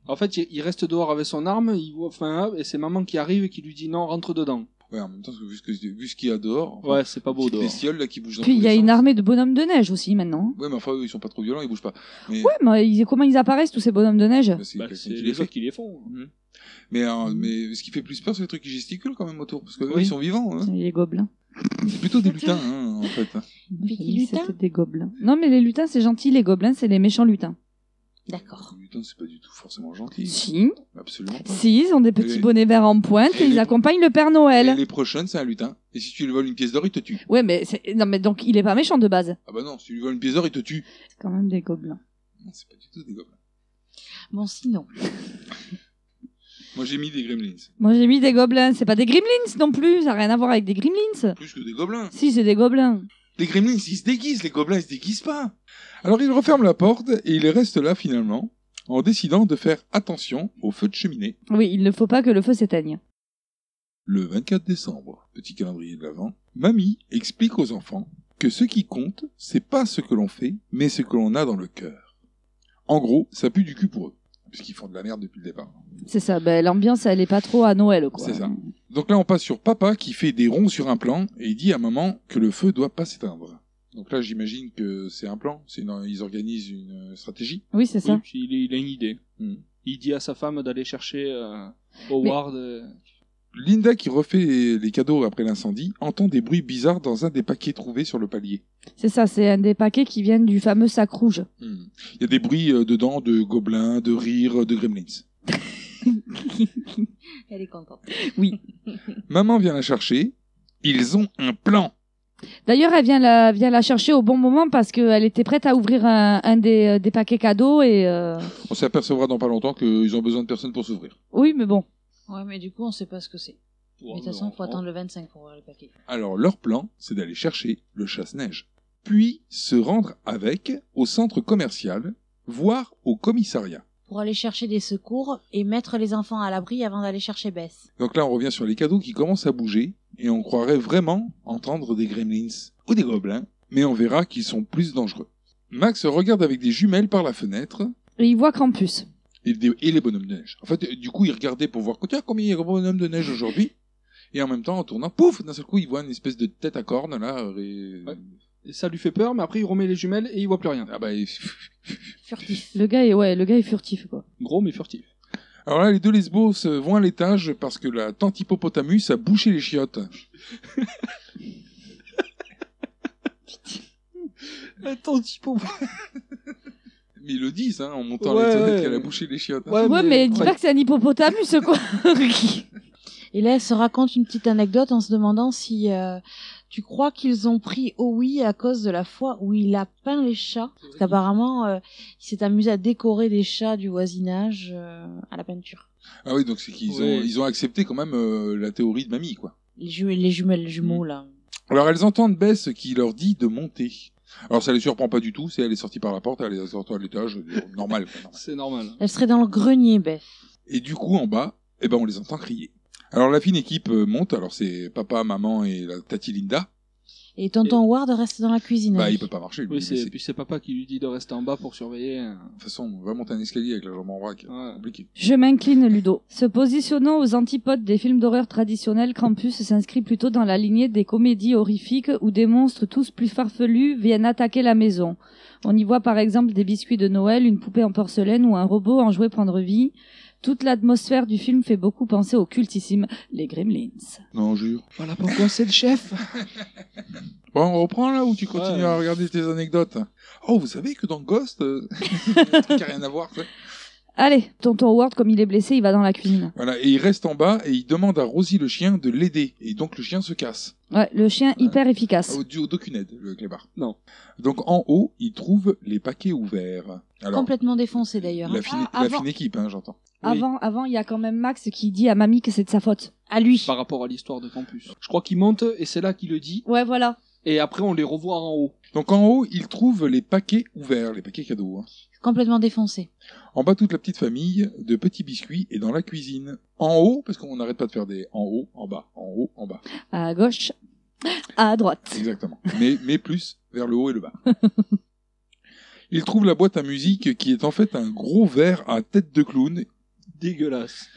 Speaker 10: En fait, il il reste dehors avec son arme, il voit, enfin, et c'est maman qui arrive et qui lui dit non, rentre dedans.
Speaker 9: Ouais, en même temps, vu ce que- vu ce qu'il y a dehors. enfin,
Speaker 10: Ouais, c'est pas beau
Speaker 9: petites
Speaker 10: dehors.
Speaker 9: bestioles, là, qui bougent dans
Speaker 2: Puis
Speaker 9: tous
Speaker 2: il y a
Speaker 9: les
Speaker 2: une
Speaker 9: sens.
Speaker 2: armée de bonhommes de neige aussi maintenant.
Speaker 9: Ouais, mais enfin, eux, ils sont pas trop violents, ils bougent pas. Mais,
Speaker 2: Ouais, mais ils- comment ils apparaissent tous ces bonhommes de neige
Speaker 9: mais c'est
Speaker 10: Bah,
Speaker 9: quelqu'un
Speaker 10: c'est
Speaker 9: qui les
Speaker 10: les
Speaker 9: fait.
Speaker 10: autres qui les font. hein.
Speaker 9: Mhm. Mais, euh, mais ce qui fait plus peur, c'est les trucs qui gesticulent quand même autour, parce que eux,
Speaker 10: Oui.
Speaker 9: ils sont vivants. Hein.
Speaker 2: Les gobelins.
Speaker 9: C'est plutôt des lutins, hein, en fait.
Speaker 8: Puis les
Speaker 2: C'était
Speaker 8: lutins
Speaker 2: des gobelins. Non, mais les lutins, c'est gentil. Les gobelins, c'est les méchants lutins.
Speaker 8: D'accord.
Speaker 9: Les lutins, c'est pas du tout forcément gentil.
Speaker 2: Si.
Speaker 9: Absolument pas.
Speaker 2: Si, ils ont des petits
Speaker 9: Et-
Speaker 2: bonnets verts en pointe
Speaker 9: et
Speaker 2: et ils
Speaker 9: les-
Speaker 2: accompagnent le Père
Speaker 9: Et
Speaker 2: Noël.
Speaker 9: les prochaines, c'est un lutin. Et si tu lui voles une pièce d'or, il te tue.
Speaker 2: Ouais, mais c'est- non, mais donc il est pas méchant de base.
Speaker 9: Ah bah non, si tu lui voles une pièce d'or, il te tue.
Speaker 2: C'est quand même des gobelins.
Speaker 9: Non, c'est pas du tout des gobelins.
Speaker 8: Bon, sinon.
Speaker 9: Moi, j'ai mis des gremlins.
Speaker 2: Moi, j'ai mis des gobelins. C'est pas des gremlins non plus. Ça n'a rien à voir avec des gremlins.
Speaker 9: Plus que des gobelins.
Speaker 2: Si, c'est des gobelins.
Speaker 9: Les gremlins, ils se déguisent, les gobelins, ils se déguisent pas. Alors, il referme la porte et il reste là, finalement, en décidant de faire attention au feu de cheminée.
Speaker 2: Oui, il ne faut pas que le feu s'éteigne.
Speaker 9: Le 24 décembre, petit calendrier de l'Avent, Mamie explique aux enfants que ce qui compte, c'est pas ce que l'on fait, mais ce que l'on a dans le cœur. En gros, ça pue du cul pour eux, puisqu'ils font de la merde depuis le départ.
Speaker 2: C'est ça. Ben, l'ambiance, elle est pas trop à Noël, quoi.
Speaker 9: C'est ça. Donc là, on passe sur papa qui fait des ronds sur un plan et il dit à maman que le feu doit pas s'éteindre. Donc là, j'imagine que c'est un plan, c'est une- ils organisent une euh, stratégie.
Speaker 2: Oui, c'est ça.
Speaker 10: Oui, puis il, il a une idée.
Speaker 9: Mhm.
Speaker 10: Il dit à sa femme d'aller chercher euh, Howard. euh,
Speaker 9: Linda, qui refait les- les cadeaux après l'incendie, entend des bruits bizarres dans un des paquets trouvés sur le palier.
Speaker 2: C'est ça. C'est un des paquets qui viennent du fameux sac rouge.
Speaker 9: Hmm. Il y a des bruits euh, dedans de gobelins, de rires, de gremlins.
Speaker 8: Elle est contente.
Speaker 9: Maman vient la chercher. Ils ont un plan.
Speaker 2: D'ailleurs, elle vient la, vient la chercher au bon moment parce qu'elle était prête à ouvrir un, un des, euh, des paquets cadeaux et. euh,
Speaker 9: On s'apercevra dans pas longtemps qu'ils ont besoin de personne pour s'ouvrir.
Speaker 2: Oui, mais bon.
Speaker 8: Ouais, mais du coup, on sait pas ce que c'est. Mais de toute façon, faut attendre le 25 pour voir le paquet.
Speaker 9: Alors leur plan, c'est d'aller chercher le chasse-neige, puis se rendre avec au centre commercial, voire au commissariat.
Speaker 8: Pour aller chercher des secours et mettre les enfants à l'abri avant d'aller chercher Bess.
Speaker 9: Donc là, on revient sur les cadeaux qui commencent à bouger et on croirait vraiment entendre des gremlins ou des gobelins, mais on verra qu'ils sont plus dangereux. Max regarde avec des jumelles par la fenêtre
Speaker 2: Et il voit Krampus.
Speaker 9: et, des- et les bonhommes de neige. En fait, euh, du coup, ils regardaient pour voir tiens, combien il y a de bonhommes de neige aujourd'hui. Et en même temps, en tournant, pouf, d'un seul coup, ils voient une espèce de tête à cornes là. euh, et-
Speaker 10: Ouais. Et ça lui fait peur, mais après il remet les jumelles et il voit plus rien.
Speaker 9: Ah bah, et-
Speaker 8: Furtif.
Speaker 2: Le gars est, ouais, le gars est furtif, quoi.
Speaker 10: Gros mais furtif.
Speaker 9: Alors là, les deux lesbos se vont à l'étage parce que la tante hippopotamus a bouché les chiottes.
Speaker 10: Attends, tu peux.
Speaker 9: Mais ils le disent, hein, en montant
Speaker 10: Ouais,
Speaker 9: à l'étonnette
Speaker 10: ouais.
Speaker 9: qu'elle a bouché les chiottes. hein.
Speaker 10: Ouais,
Speaker 12: Ouais, mais dis pas que c'est un hippopotamus, quoi.
Speaker 8: Et là, elle se raconte une petite anecdote en se demandant si euh, tu crois qu'ils ont pris oui à cause de la fois où il a peint les chats. Parce qu'apparemment, euh, il s'est amusé à décorer des chats du voisinage euh, à la peinture.
Speaker 9: Ah oui, donc c'est qu'ils
Speaker 10: Ouais.
Speaker 9: ont, ils ont accepté quand même euh, la théorie de mamie, quoi.
Speaker 8: Les, ju- les jumelles, les jumeaux, là.
Speaker 9: Alors elles entendent Bess qui leur dit de monter. Alors ça les surprend pas du tout, c'est elle est sortie par la porte, elle est sortie à l'étage, euh, normal. quoi, normal.
Speaker 10: C'est normal.
Speaker 8: Elle serait dans le grenier, Beth.
Speaker 9: Et du coup en bas, eh ben on les entend crier. Alors la fine équipe euh, monte, alors c'est papa, maman et la tati Linda.
Speaker 8: Et tonton Ward reste dans la cuisine.
Speaker 9: Bah
Speaker 8: lui.
Speaker 9: il peut pas marcher lui.
Speaker 10: Oui,
Speaker 9: mais c'est-
Speaker 10: c'est puis c'est papa qui lui dit de rester en bas pour surveiller. hein.
Speaker 9: De toute façon, on va monter un escalier avec la jambe en vrac, c'est compliqué.
Speaker 2: Je m'incline, Ludo. Se positionnant aux antipodes des films d'horreur traditionnels, Krampus s'inscrit plutôt dans la lignée des comédies horrifiques où des monstres tous plus farfelus viennent attaquer la maison. On y voit par exemple des biscuits de Noël, une poupée en porcelaine ou un robot en jouet prendre vie. Toute l'atmosphère du film fait beaucoup penser au cultissime Les Gremlins.
Speaker 9: Non, jure.
Speaker 10: Voilà pourquoi c'est le chef.
Speaker 9: Bon, on reprend là ou tu continues
Speaker 10: Ouais.
Speaker 9: à regarder tes anecdotes Oh, vous savez que dans Ghost, euh, un truc qui a rien à voir, quoi.
Speaker 2: Allez, tonton Howard, comme il est blessé, il va dans la cuisine.
Speaker 9: Voilà, et il reste en bas et il demande à Rosie le chien de l'aider. Et donc le chien se casse. Ah,
Speaker 2: Ouais, le chien hyper efficace.
Speaker 9: Au- du- D'aucune aide, le clébard.
Speaker 10: Non.
Speaker 9: Donc en haut, il trouve les paquets ouverts. Alors,
Speaker 8: Complètement défoncé d'ailleurs. hein.
Speaker 9: la fine,
Speaker 2: Ah,
Speaker 9: la
Speaker 2: avant-
Speaker 9: fine équipe, hein, j'entends.
Speaker 10: Oui.
Speaker 2: Avant, avant, il y a quand même Max qui dit à mamie que c'est de sa faute.
Speaker 8: À lui.
Speaker 10: Par rapport à l'histoire de campus. Je crois qu'il monte et c'est là qu'il le dit.
Speaker 2: Ouais, voilà.
Speaker 10: Et après, on les revoit en haut.
Speaker 9: Donc en haut, il trouve les paquets ouverts, les paquets cadeaux. hein.
Speaker 8: Complètement défoncé.
Speaker 9: En bas, toute la petite famille de petits biscuits et dans la cuisine. En haut, parce qu'on n'arrête pas de faire des en haut, en bas, en haut, en bas.
Speaker 2: À gauche, à droite.
Speaker 9: Exactement. Mais, mais plus vers le haut et le bas. Il trouve la boîte à musique qui est en fait un gros verre à tête de clown
Speaker 10: Dégueulasse.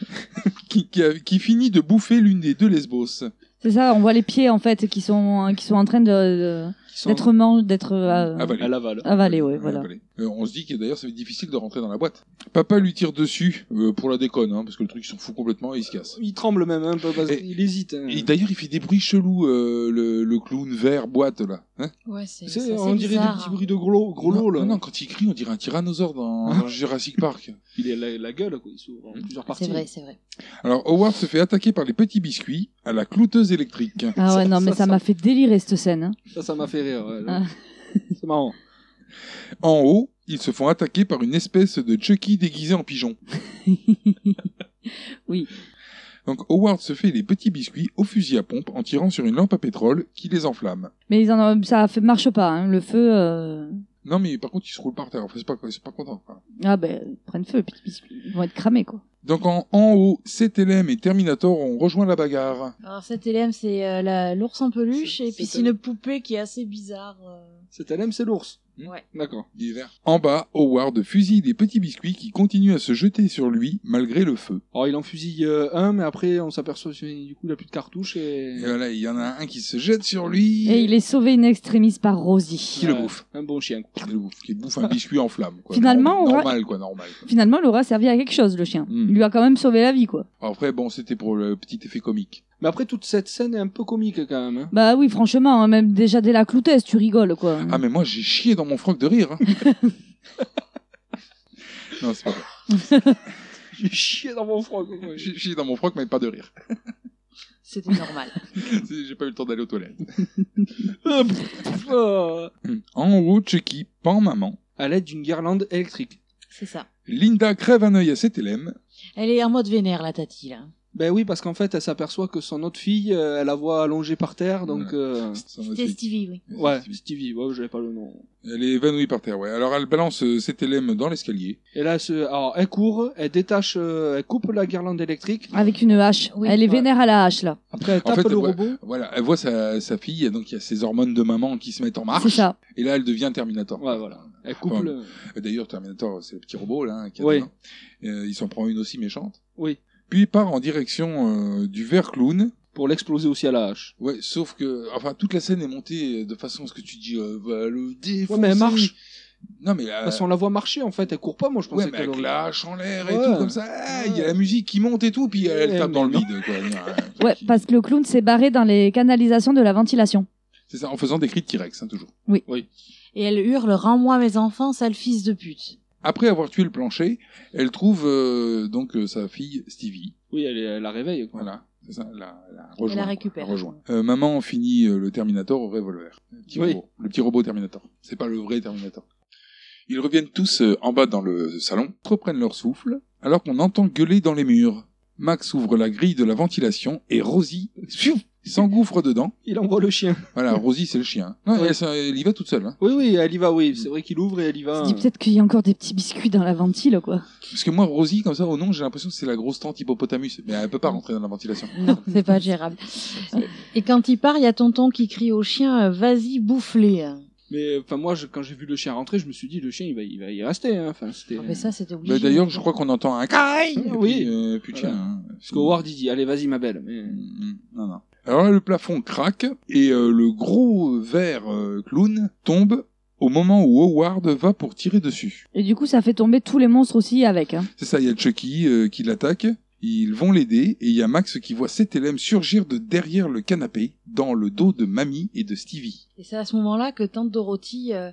Speaker 9: qui, qui a- qui finit de bouffer l'une des deux lesbos.
Speaker 2: C'est ça, on voit les pieds en fait qui sont qui sont en train de- de
Speaker 10: Qui sont
Speaker 2: d'être mangés, d'être euh,
Speaker 9: Avalé.
Speaker 10: à Laval.
Speaker 2: avalés, ouais, voilà.
Speaker 9: Avalé. Euh, on se dit que d'ailleurs c'est difficile de rentrer dans la boîte. Papa lui tire dessus euh, pour la déconne, hein, parce que le truc il s'en fout complètement et il se casse.
Speaker 10: Il tremble même un peu parce
Speaker 9: Et-
Speaker 10: qu'il hésite. hein.
Speaker 9: Et d'ailleurs il fait des bruits chelous, euh, le, le clown vert boîte là. Hein
Speaker 8: Ouais, c'est
Speaker 10: Tu sais, on dirait des petits bruits de gros, gros
Speaker 9: non,
Speaker 10: lots, là.
Speaker 9: non, quand il crie on dirait un tyrannosaure dans, dans Jurassic Park.
Speaker 10: Il est la, la gueule, quoi. Il s'ouvre
Speaker 9: Mmh.
Speaker 10: en plusieurs parties.
Speaker 8: C'est vrai, c'est vrai.
Speaker 9: Alors Howard se fait attaquer par les petits biscuits à la clouteuse électrique.
Speaker 2: Ah ouais,
Speaker 10: Ça-
Speaker 2: non, mais
Speaker 10: ça-
Speaker 2: ça m'a fait délirer cette scène. hein.
Speaker 10: Ça, ça m'a fait rire. ouais, là.
Speaker 2: Ah.
Speaker 10: C'est marrant.
Speaker 9: En haut, ils se font attaquer par une espèce de Chucky déguisé en pigeon.
Speaker 2: Oui.
Speaker 9: Donc Howard se fait les petits biscuits au fusil à pompe en tirant sur une lampe à pétrole qui les enflamme.
Speaker 2: Mais ils en ont- ça fait- marche pas, hein, le feu. euh,
Speaker 9: Non mais par contre ils se roulent par terre, enfin, c'est pas, c'est pas content. quoi.
Speaker 2: Ah ben, ils prennent feu, puis- puis- ils vont être cramés quoi.
Speaker 9: Donc en, en haut, CTLM et Terminator ont rejoint la bagarre.
Speaker 8: Alors cet élème, c'est euh, la- l'ours en peluche
Speaker 10: C'est-
Speaker 8: et puis
Speaker 10: c'est
Speaker 8: c'est une poupée qui est assez bizarre. euh.
Speaker 10: C'est LM, c'est l'ours.
Speaker 8: Ouais.
Speaker 10: D'accord.
Speaker 9: Hmm Divers. En bas, Howard fusille les petits biscuits qui continuent à se jeter sur lui malgré le feu.
Speaker 10: Alors, il en fusille euh, un, mais après, on s'aperçoit que, du coup, il a plus de cartouches et.
Speaker 9: Et voilà, il y en a un qui se jette sur lui.
Speaker 2: Hmm. Et il est sauvé in extremis par Rosie.
Speaker 9: Qui le
Speaker 10: Ouais,
Speaker 9: bouffe.
Speaker 10: Un bon chien. quoi.
Speaker 9: Qui le bouffe, qui bouffe un biscuit en flamme. Quoi.
Speaker 2: Finalement,
Speaker 9: Norm-
Speaker 2: on va-
Speaker 9: normal, quoi, normal. quoi.
Speaker 2: Finalement, il aura servi à quelque chose, le chien.
Speaker 9: Mm.
Speaker 2: Il lui a quand même sauvé la vie quoi.
Speaker 9: Alors Après, bon, c'était pour le petit effet comique.
Speaker 10: Mais après, toute cette scène est un peu comique quand même. hein.
Speaker 2: Bah oui, franchement, hein, même déjà dès la cloutesse, tu rigoles quoi.
Speaker 9: Ah, mais moi, j'ai chié dans mon froc de rire. hein. non, c'est pas vrai.
Speaker 10: J'ai chié dans mon froc. ouais.
Speaker 9: J'ai chié dans mon froc, mais pas de rire.
Speaker 8: C'était normal.
Speaker 9: C'est- j'ai pas eu le temps d'aller aux toilettes. Hmm.
Speaker 10: Ah, pff, ah.
Speaker 9: En haut, Chucky pend maman.
Speaker 10: À l'aide d'une guirlande électrique.
Speaker 8: c'est ça.
Speaker 9: Linda crève un œil à CTLM.
Speaker 8: Elle est en mode vénère, la tati, là.
Speaker 10: Ben oui, parce qu'en fait, elle s'aperçoit que son autre fille, euh, elle la voit allongée par terre, donc.
Speaker 9: Ouais.
Speaker 10: euh,
Speaker 8: C'était Stevie, oui.
Speaker 10: Ouais, Stevie, ouais, j'avais pas le nom.
Speaker 9: Elle est évanouie par terre, ouais. Alors elle balance euh, CTLM dans l'escalier.
Speaker 10: Et là, elle, se- Alors, elle court, elle détache, euh, elle coupe la guirlande électrique,
Speaker 2: Avec une hache.
Speaker 8: Oui.
Speaker 2: Elle est
Speaker 10: Ouais.
Speaker 2: vénère à la hache là.
Speaker 10: après elle
Speaker 9: En
Speaker 10: tape
Speaker 9: fait,
Speaker 10: le
Speaker 9: ouais.
Speaker 10: robot.
Speaker 9: Voilà, elle voit sa, sa fille, et donc il y a ses hormones de maman qui se mettent en
Speaker 2: C'est
Speaker 9: marche.
Speaker 2: ça.
Speaker 9: Et là, elle devient Terminator.
Speaker 10: Ouais, voilà. Elle coupe
Speaker 9: Ouais.
Speaker 10: le...
Speaker 9: Euh, D'ailleurs, Terminator, c'est le petit robot, là, hein, qui a
Speaker 10: Oui.
Speaker 9: deux mains. Euh, il s'en prend une aussi méchante.
Speaker 10: Oui.
Speaker 9: Puis il part en direction euh, du ver clown.
Speaker 10: pour l'exploser aussi à la hache.
Speaker 9: Ouais, sauf que, enfin, toute la scène est montée euh, de façon à ce que tu dis, euh, va le défoncer.
Speaker 10: Ouais, mais elle marche.
Speaker 9: Non, mais euh,
Speaker 10: Parce qu'on la voit marcher en fait, elle court pas, moi je
Speaker 9: ouais,
Speaker 10: pensais
Speaker 9: mais elle
Speaker 10: qu'elle
Speaker 9: clash en l'air et
Speaker 10: Ouais.
Speaker 9: tout, comme ça. Ah, Il y a la musique qui monte et tout, puis elle, elle
Speaker 10: Ouais,
Speaker 9: tape dans le
Speaker 10: mais non.
Speaker 9: vide, quoi. euh, Il y a un truc
Speaker 2: Ouais,
Speaker 9: qui-
Speaker 2: parce que le clown s'est barré dans les canalisations de la ventilation.
Speaker 9: C'est ça, en faisant des cris de T-Rex, hein, toujours.
Speaker 8: et elle hurle Rends-moi mes enfants, sale fils de pute.
Speaker 9: Après avoir tué le plancher, elle trouve euh, donc euh, sa fille Stevie.
Speaker 10: Oui, elle, elle la réveille. Quoi.
Speaker 9: Voilà, c'est ça, la, la
Speaker 8: Elle
Speaker 9: rejoint.
Speaker 8: la
Speaker 9: quoi,
Speaker 8: récupère.
Speaker 9: rejoint. Euh, maman finit euh, le Terminator au revolver. Le petit,
Speaker 10: Oui.
Speaker 9: robot, le petit robot Terminator. C'est pas le vrai Terminator. Ils reviennent tous euh, en bas dans le salon, reprennent leur souffle, alors qu'on entend gueuler dans les murs. Max ouvre la grille de la ventilation et Rosie pfiou, s'engouffre dedans.
Speaker 10: Il envoie le chien.
Speaker 9: Voilà, Rosie c'est le chien. Non,
Speaker 10: Ouais.
Speaker 9: elle, ça- elle y va toute seule. hein.
Speaker 10: Oui, oui, elle y va, oui. C'est vrai qu'il ouvre et elle y va.
Speaker 9: Ah.
Speaker 2: Je dis peut-être qu'il y a encore des petits biscuits dans la ventile, quoi.
Speaker 9: Parce que moi, Rosie, comme ça, au nom, j'ai l'impression que c'est la grosse tante hippopotamus. Mais elle peut pas rentrer dans la ventilation.
Speaker 8: Non, c'est pas gérable. Et quand il part, il y a tonton qui crie au chien euh, Vas-y, bouffe-les.
Speaker 10: Mais enfin, moi, je- quand j'ai vu le chien rentrer, je me suis dit, le chien, il va, il va y rester. hein. Enfin, c'était.
Speaker 8: Ah, mais ça, c'était
Speaker 9: Bah,
Speaker 8: obligé.
Speaker 9: D'ailleurs, je crois qu'on entend un caille. et
Speaker 10: Oui.
Speaker 9: puis, euh, puis
Speaker 10: Voilà.
Speaker 9: tiens, hein.
Speaker 10: Parce qu'Howard, il dit, allez, vas-y, ma belle. Mais...
Speaker 9: Mm, Non, non. Alors là, le plafond craque et euh, le gros verre euh, clown tombe au moment où Howard va pour tirer dessus.
Speaker 2: Et du coup, ça fait tomber tous les monstres aussi avec. Hein.
Speaker 9: C'est ça, il y a Chucky euh, qui l'attaque. Ils vont l'aider et il y a Max qui voit CTLM surgir de derrière le canapé, dans le dos de Mamie et de Stevie.
Speaker 8: Et c'est à ce moment-là que tante Dorothy, euh,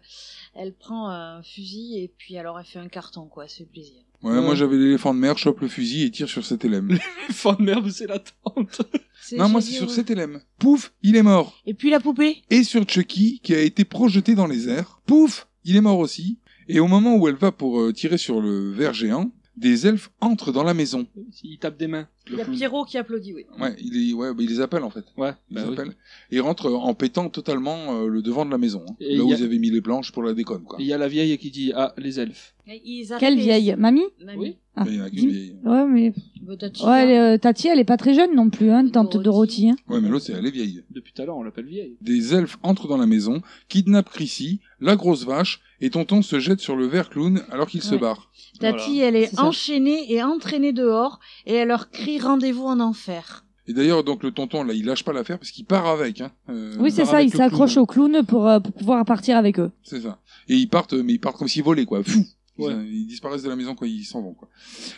Speaker 8: elle prend un fusil et puis alors elle fait un carton, quoi. C'est plaisir.
Speaker 9: Ouais,
Speaker 10: Ouais.
Speaker 9: moi j'avais l'éléphant de mer, chope le fusil et tire sur CTLM.
Speaker 10: Fin de merde, c'est la tante.
Speaker 8: C'est-
Speaker 9: non, moi
Speaker 8: j'ai
Speaker 9: c'est
Speaker 8: dit,
Speaker 9: sur
Speaker 8: ouais.
Speaker 9: CTLM. Pouf, il est mort.
Speaker 8: Et puis la poupée
Speaker 9: et sur Chucky qui a été projeté dans les airs. Pouf Il est mort aussi. Et au moment où elle va pour euh, tirer sur le verre géant, des elfes entrent dans la maison.
Speaker 10: Il tape des mains.
Speaker 8: Il y a Pierrot qui applaudit, oui.
Speaker 9: Ouais, il, est- ouais, bah, il les appelle en fait.
Speaker 10: Ouais,
Speaker 9: Il
Speaker 10: bah
Speaker 9: les
Speaker 10: oui.
Speaker 9: appelle. Et rentre en pétant totalement euh, le devant de la maison. hein.
Speaker 10: Et
Speaker 9: Là où
Speaker 10: y a-
Speaker 9: ils avaient mis les planches pour la déconne. Quoi.
Speaker 10: Et il y a la vieille qui dit, ah, les elfes.
Speaker 8: Et ils arrivent
Speaker 2: Quelle
Speaker 8: et-
Speaker 2: vieille Mamie
Speaker 8: Mamie.
Speaker 10: Oui.
Speaker 2: Ah,
Speaker 9: Il y en a qu'une
Speaker 10: Mmh.
Speaker 2: dis.
Speaker 9: vieille.
Speaker 2: Ouais, mais.
Speaker 8: Bah, t'as dit,
Speaker 2: Ouais,
Speaker 8: hein.
Speaker 2: elle est, euh, Tati, elle est pas très jeune non plus, hein, tante
Speaker 8: Dorothy.
Speaker 2: Dorothy. hein.
Speaker 9: Ouais, mais l'autre, c'est elle est vieille.
Speaker 10: Depuis tout à l'heure, on l'appelle vieille.
Speaker 9: Des elfes entrent dans la maison, kidnappent Chrissy, la grosse vache, et Tonton se jette sur le verre clown alors qu'il se
Speaker 8: Ouais.
Speaker 9: barre.
Speaker 8: Tati,
Speaker 10: Voilà.
Speaker 8: elle est,
Speaker 2: C'est ça.
Speaker 8: enchaînée et entraînée dehors et elle leur crie rendez-vous en enfer.
Speaker 9: Et d'ailleurs, donc le tonton, là, il lâche pas l'affaire parce qu'il part avec. Hein. Euh,
Speaker 2: Oui, c'est
Speaker 9: part
Speaker 2: ça,
Speaker 9: avec
Speaker 2: ils
Speaker 9: le clown.
Speaker 2: s'accrochent au clown pour, euh, pour pouvoir partir avec eux.
Speaker 9: C'est ça. Et ils partent, euh, mais ils partent comme s'ils volaient, quoi. Pfiou Ils-
Speaker 10: Ouais.
Speaker 9: euh, Ils, disparaissent de la maison quand ils s'en vont, quoi.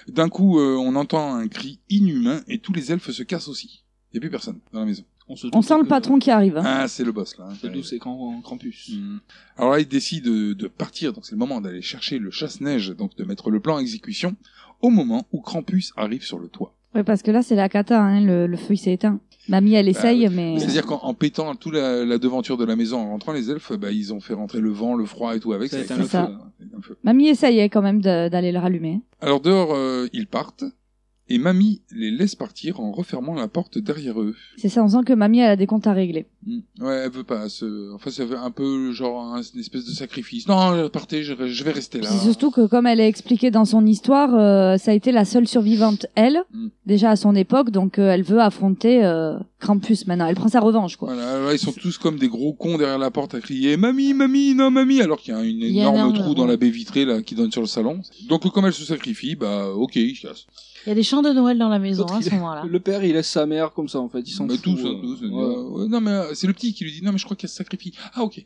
Speaker 9: D'un coup, euh, on entend un cri inhumain et tous les elfes se cassent aussi. Il n'y a plus personne dans la maison.
Speaker 10: se
Speaker 2: On
Speaker 10: doute
Speaker 2: sent le
Speaker 10: que-
Speaker 2: patron qui arrive. hein.
Speaker 9: Ah, c'est le boss, là. hein.
Speaker 10: C'est doux, c'est grand, Krampus.
Speaker 9: Mm. Alors là, ils décident de, de partir, donc c'est le moment d'aller chercher le chasse-neige, donc de mettre le plan à exécution, au moment où Krampus arrive sur le toit.
Speaker 2: Ouais, parce que là, c'est la cata, hein, le, le feu il s'est éteint. Mamie,
Speaker 9: Bah
Speaker 2: elle essaye, mais.
Speaker 9: C'est-à-dire qu'en en pétant toute la, la devanture de la maison, en rentrant les elfes, bah, ils ont fait rentrer le vent, le froid et tout avec.
Speaker 10: Ça a été
Speaker 9: a
Speaker 10: un euh,
Speaker 9: été
Speaker 2: feu.
Speaker 9: ça a été un feu.
Speaker 2: Mamie essayait quand même de- d'aller le rallumer. hein.
Speaker 9: Alors dehors, euh, ils partent, et Mamie les laisse partir en refermant la porte derrière eux.
Speaker 2: C'est ça, on sent que Mamie, elle a des comptes à régler.
Speaker 9: Mm. Ouais, elle veut pas. Se... Enfin, ça veut un peu genre un- une espèce de sacrifice. Non, partez, je, je vais rester
Speaker 2: Puis
Speaker 9: là.
Speaker 2: C'est surtout que, comme elle est expliquée dans son histoire, euh, ça a été la seule survivante, elle,
Speaker 9: Mm.
Speaker 2: déjà à son époque, donc euh, elle veut affronter euh, Krampus maintenant. Elle prend sa revanche, quoi.
Speaker 9: Voilà, là, ils sont tous comme des gros cons derrière la porte à crier Mamie, mamie, non, mamie Alors qu'il y a une
Speaker 8: y a
Speaker 9: énorme
Speaker 8: un énorme-
Speaker 9: trou dans la baie vitrée là, qui donne sur le salon. Donc, comme elle se sacrifie, bah ok, ils se cassent.
Speaker 8: Il y a des chants de Noël dans la maison
Speaker 10: L'autre,
Speaker 8: hein, à
Speaker 10: il
Speaker 8: ce
Speaker 10: est-
Speaker 8: moment-là.
Speaker 10: Le père, il laisse sa mère comme ça, en fait. Ils s'en
Speaker 9: Bah,
Speaker 10: fout,
Speaker 9: tous,
Speaker 10: euh,
Speaker 9: hein, tous.
Speaker 10: ouais.
Speaker 9: Euh, ouais, non, mais euh, c'est le petit qui lui dit Non, mais je crois qu'elle se sacrifie. Ah, ok.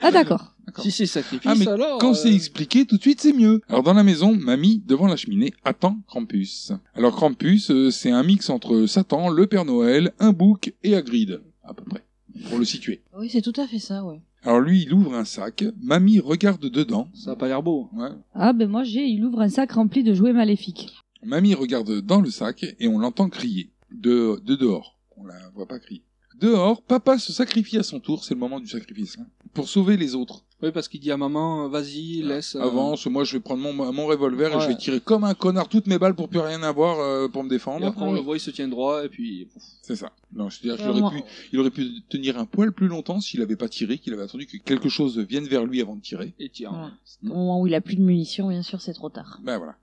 Speaker 2: Ah, d'accord.
Speaker 9: D'accord.
Speaker 10: Si c'est sacrifice,
Speaker 9: Ah, mais
Speaker 10: alors.
Speaker 9: Quand
Speaker 10: euh,
Speaker 9: c'est expliqué, tout de suite, c'est mieux. Alors, dans la maison, Mamie, devant la cheminée, attend Krampus. Alors, Krampus, euh, c'est un mix entre Satan, le Père Noël, un bouc et Hagrid, à peu près, pour le situer.
Speaker 8: Oui, c'est tout à fait ça, oui.
Speaker 9: Alors, lui, il ouvre un sac, Mamie regarde dedans.
Speaker 10: Ça a pas l'air beau. hein.
Speaker 9: Ouais.
Speaker 2: Ah, ben moi, j'ai, il ouvre un sac rempli de jouets maléfiques.
Speaker 9: Mamie regarde dans le sac et on l'entend crier. De, de dehors. On la voit pas crier. Dehors, papa se sacrifie à son tour, c'est le moment du sacrifice, hein, pour sauver les autres.
Speaker 10: Oui, parce qu'il dit à maman, vas-y,
Speaker 9: Ah,
Speaker 10: laisse. euh,
Speaker 9: Avance, moi je vais prendre mon, mon revolver et
Speaker 10: Ouais.
Speaker 9: je vais tirer comme un connard toutes mes balles pour plus rien avoir euh, pour me
Speaker 10: Et
Speaker 9: défendre.
Speaker 10: après, on le voit, il se tient droit, et puis. pouf.
Speaker 9: C'est ça. Non, je veux dire qu'il
Speaker 8: Euh,
Speaker 9: aurait
Speaker 8: moi-
Speaker 9: pu, il aurait pu tenir un poil plus longtemps s'il n'avait pas tiré, qu'il avait attendu que quelque chose vienne vers lui avant de tirer.
Speaker 10: Et tire.
Speaker 8: Voilà. Au moment où il a plus de munitions, bien sûr, c'est trop tard.
Speaker 9: Ben voilà.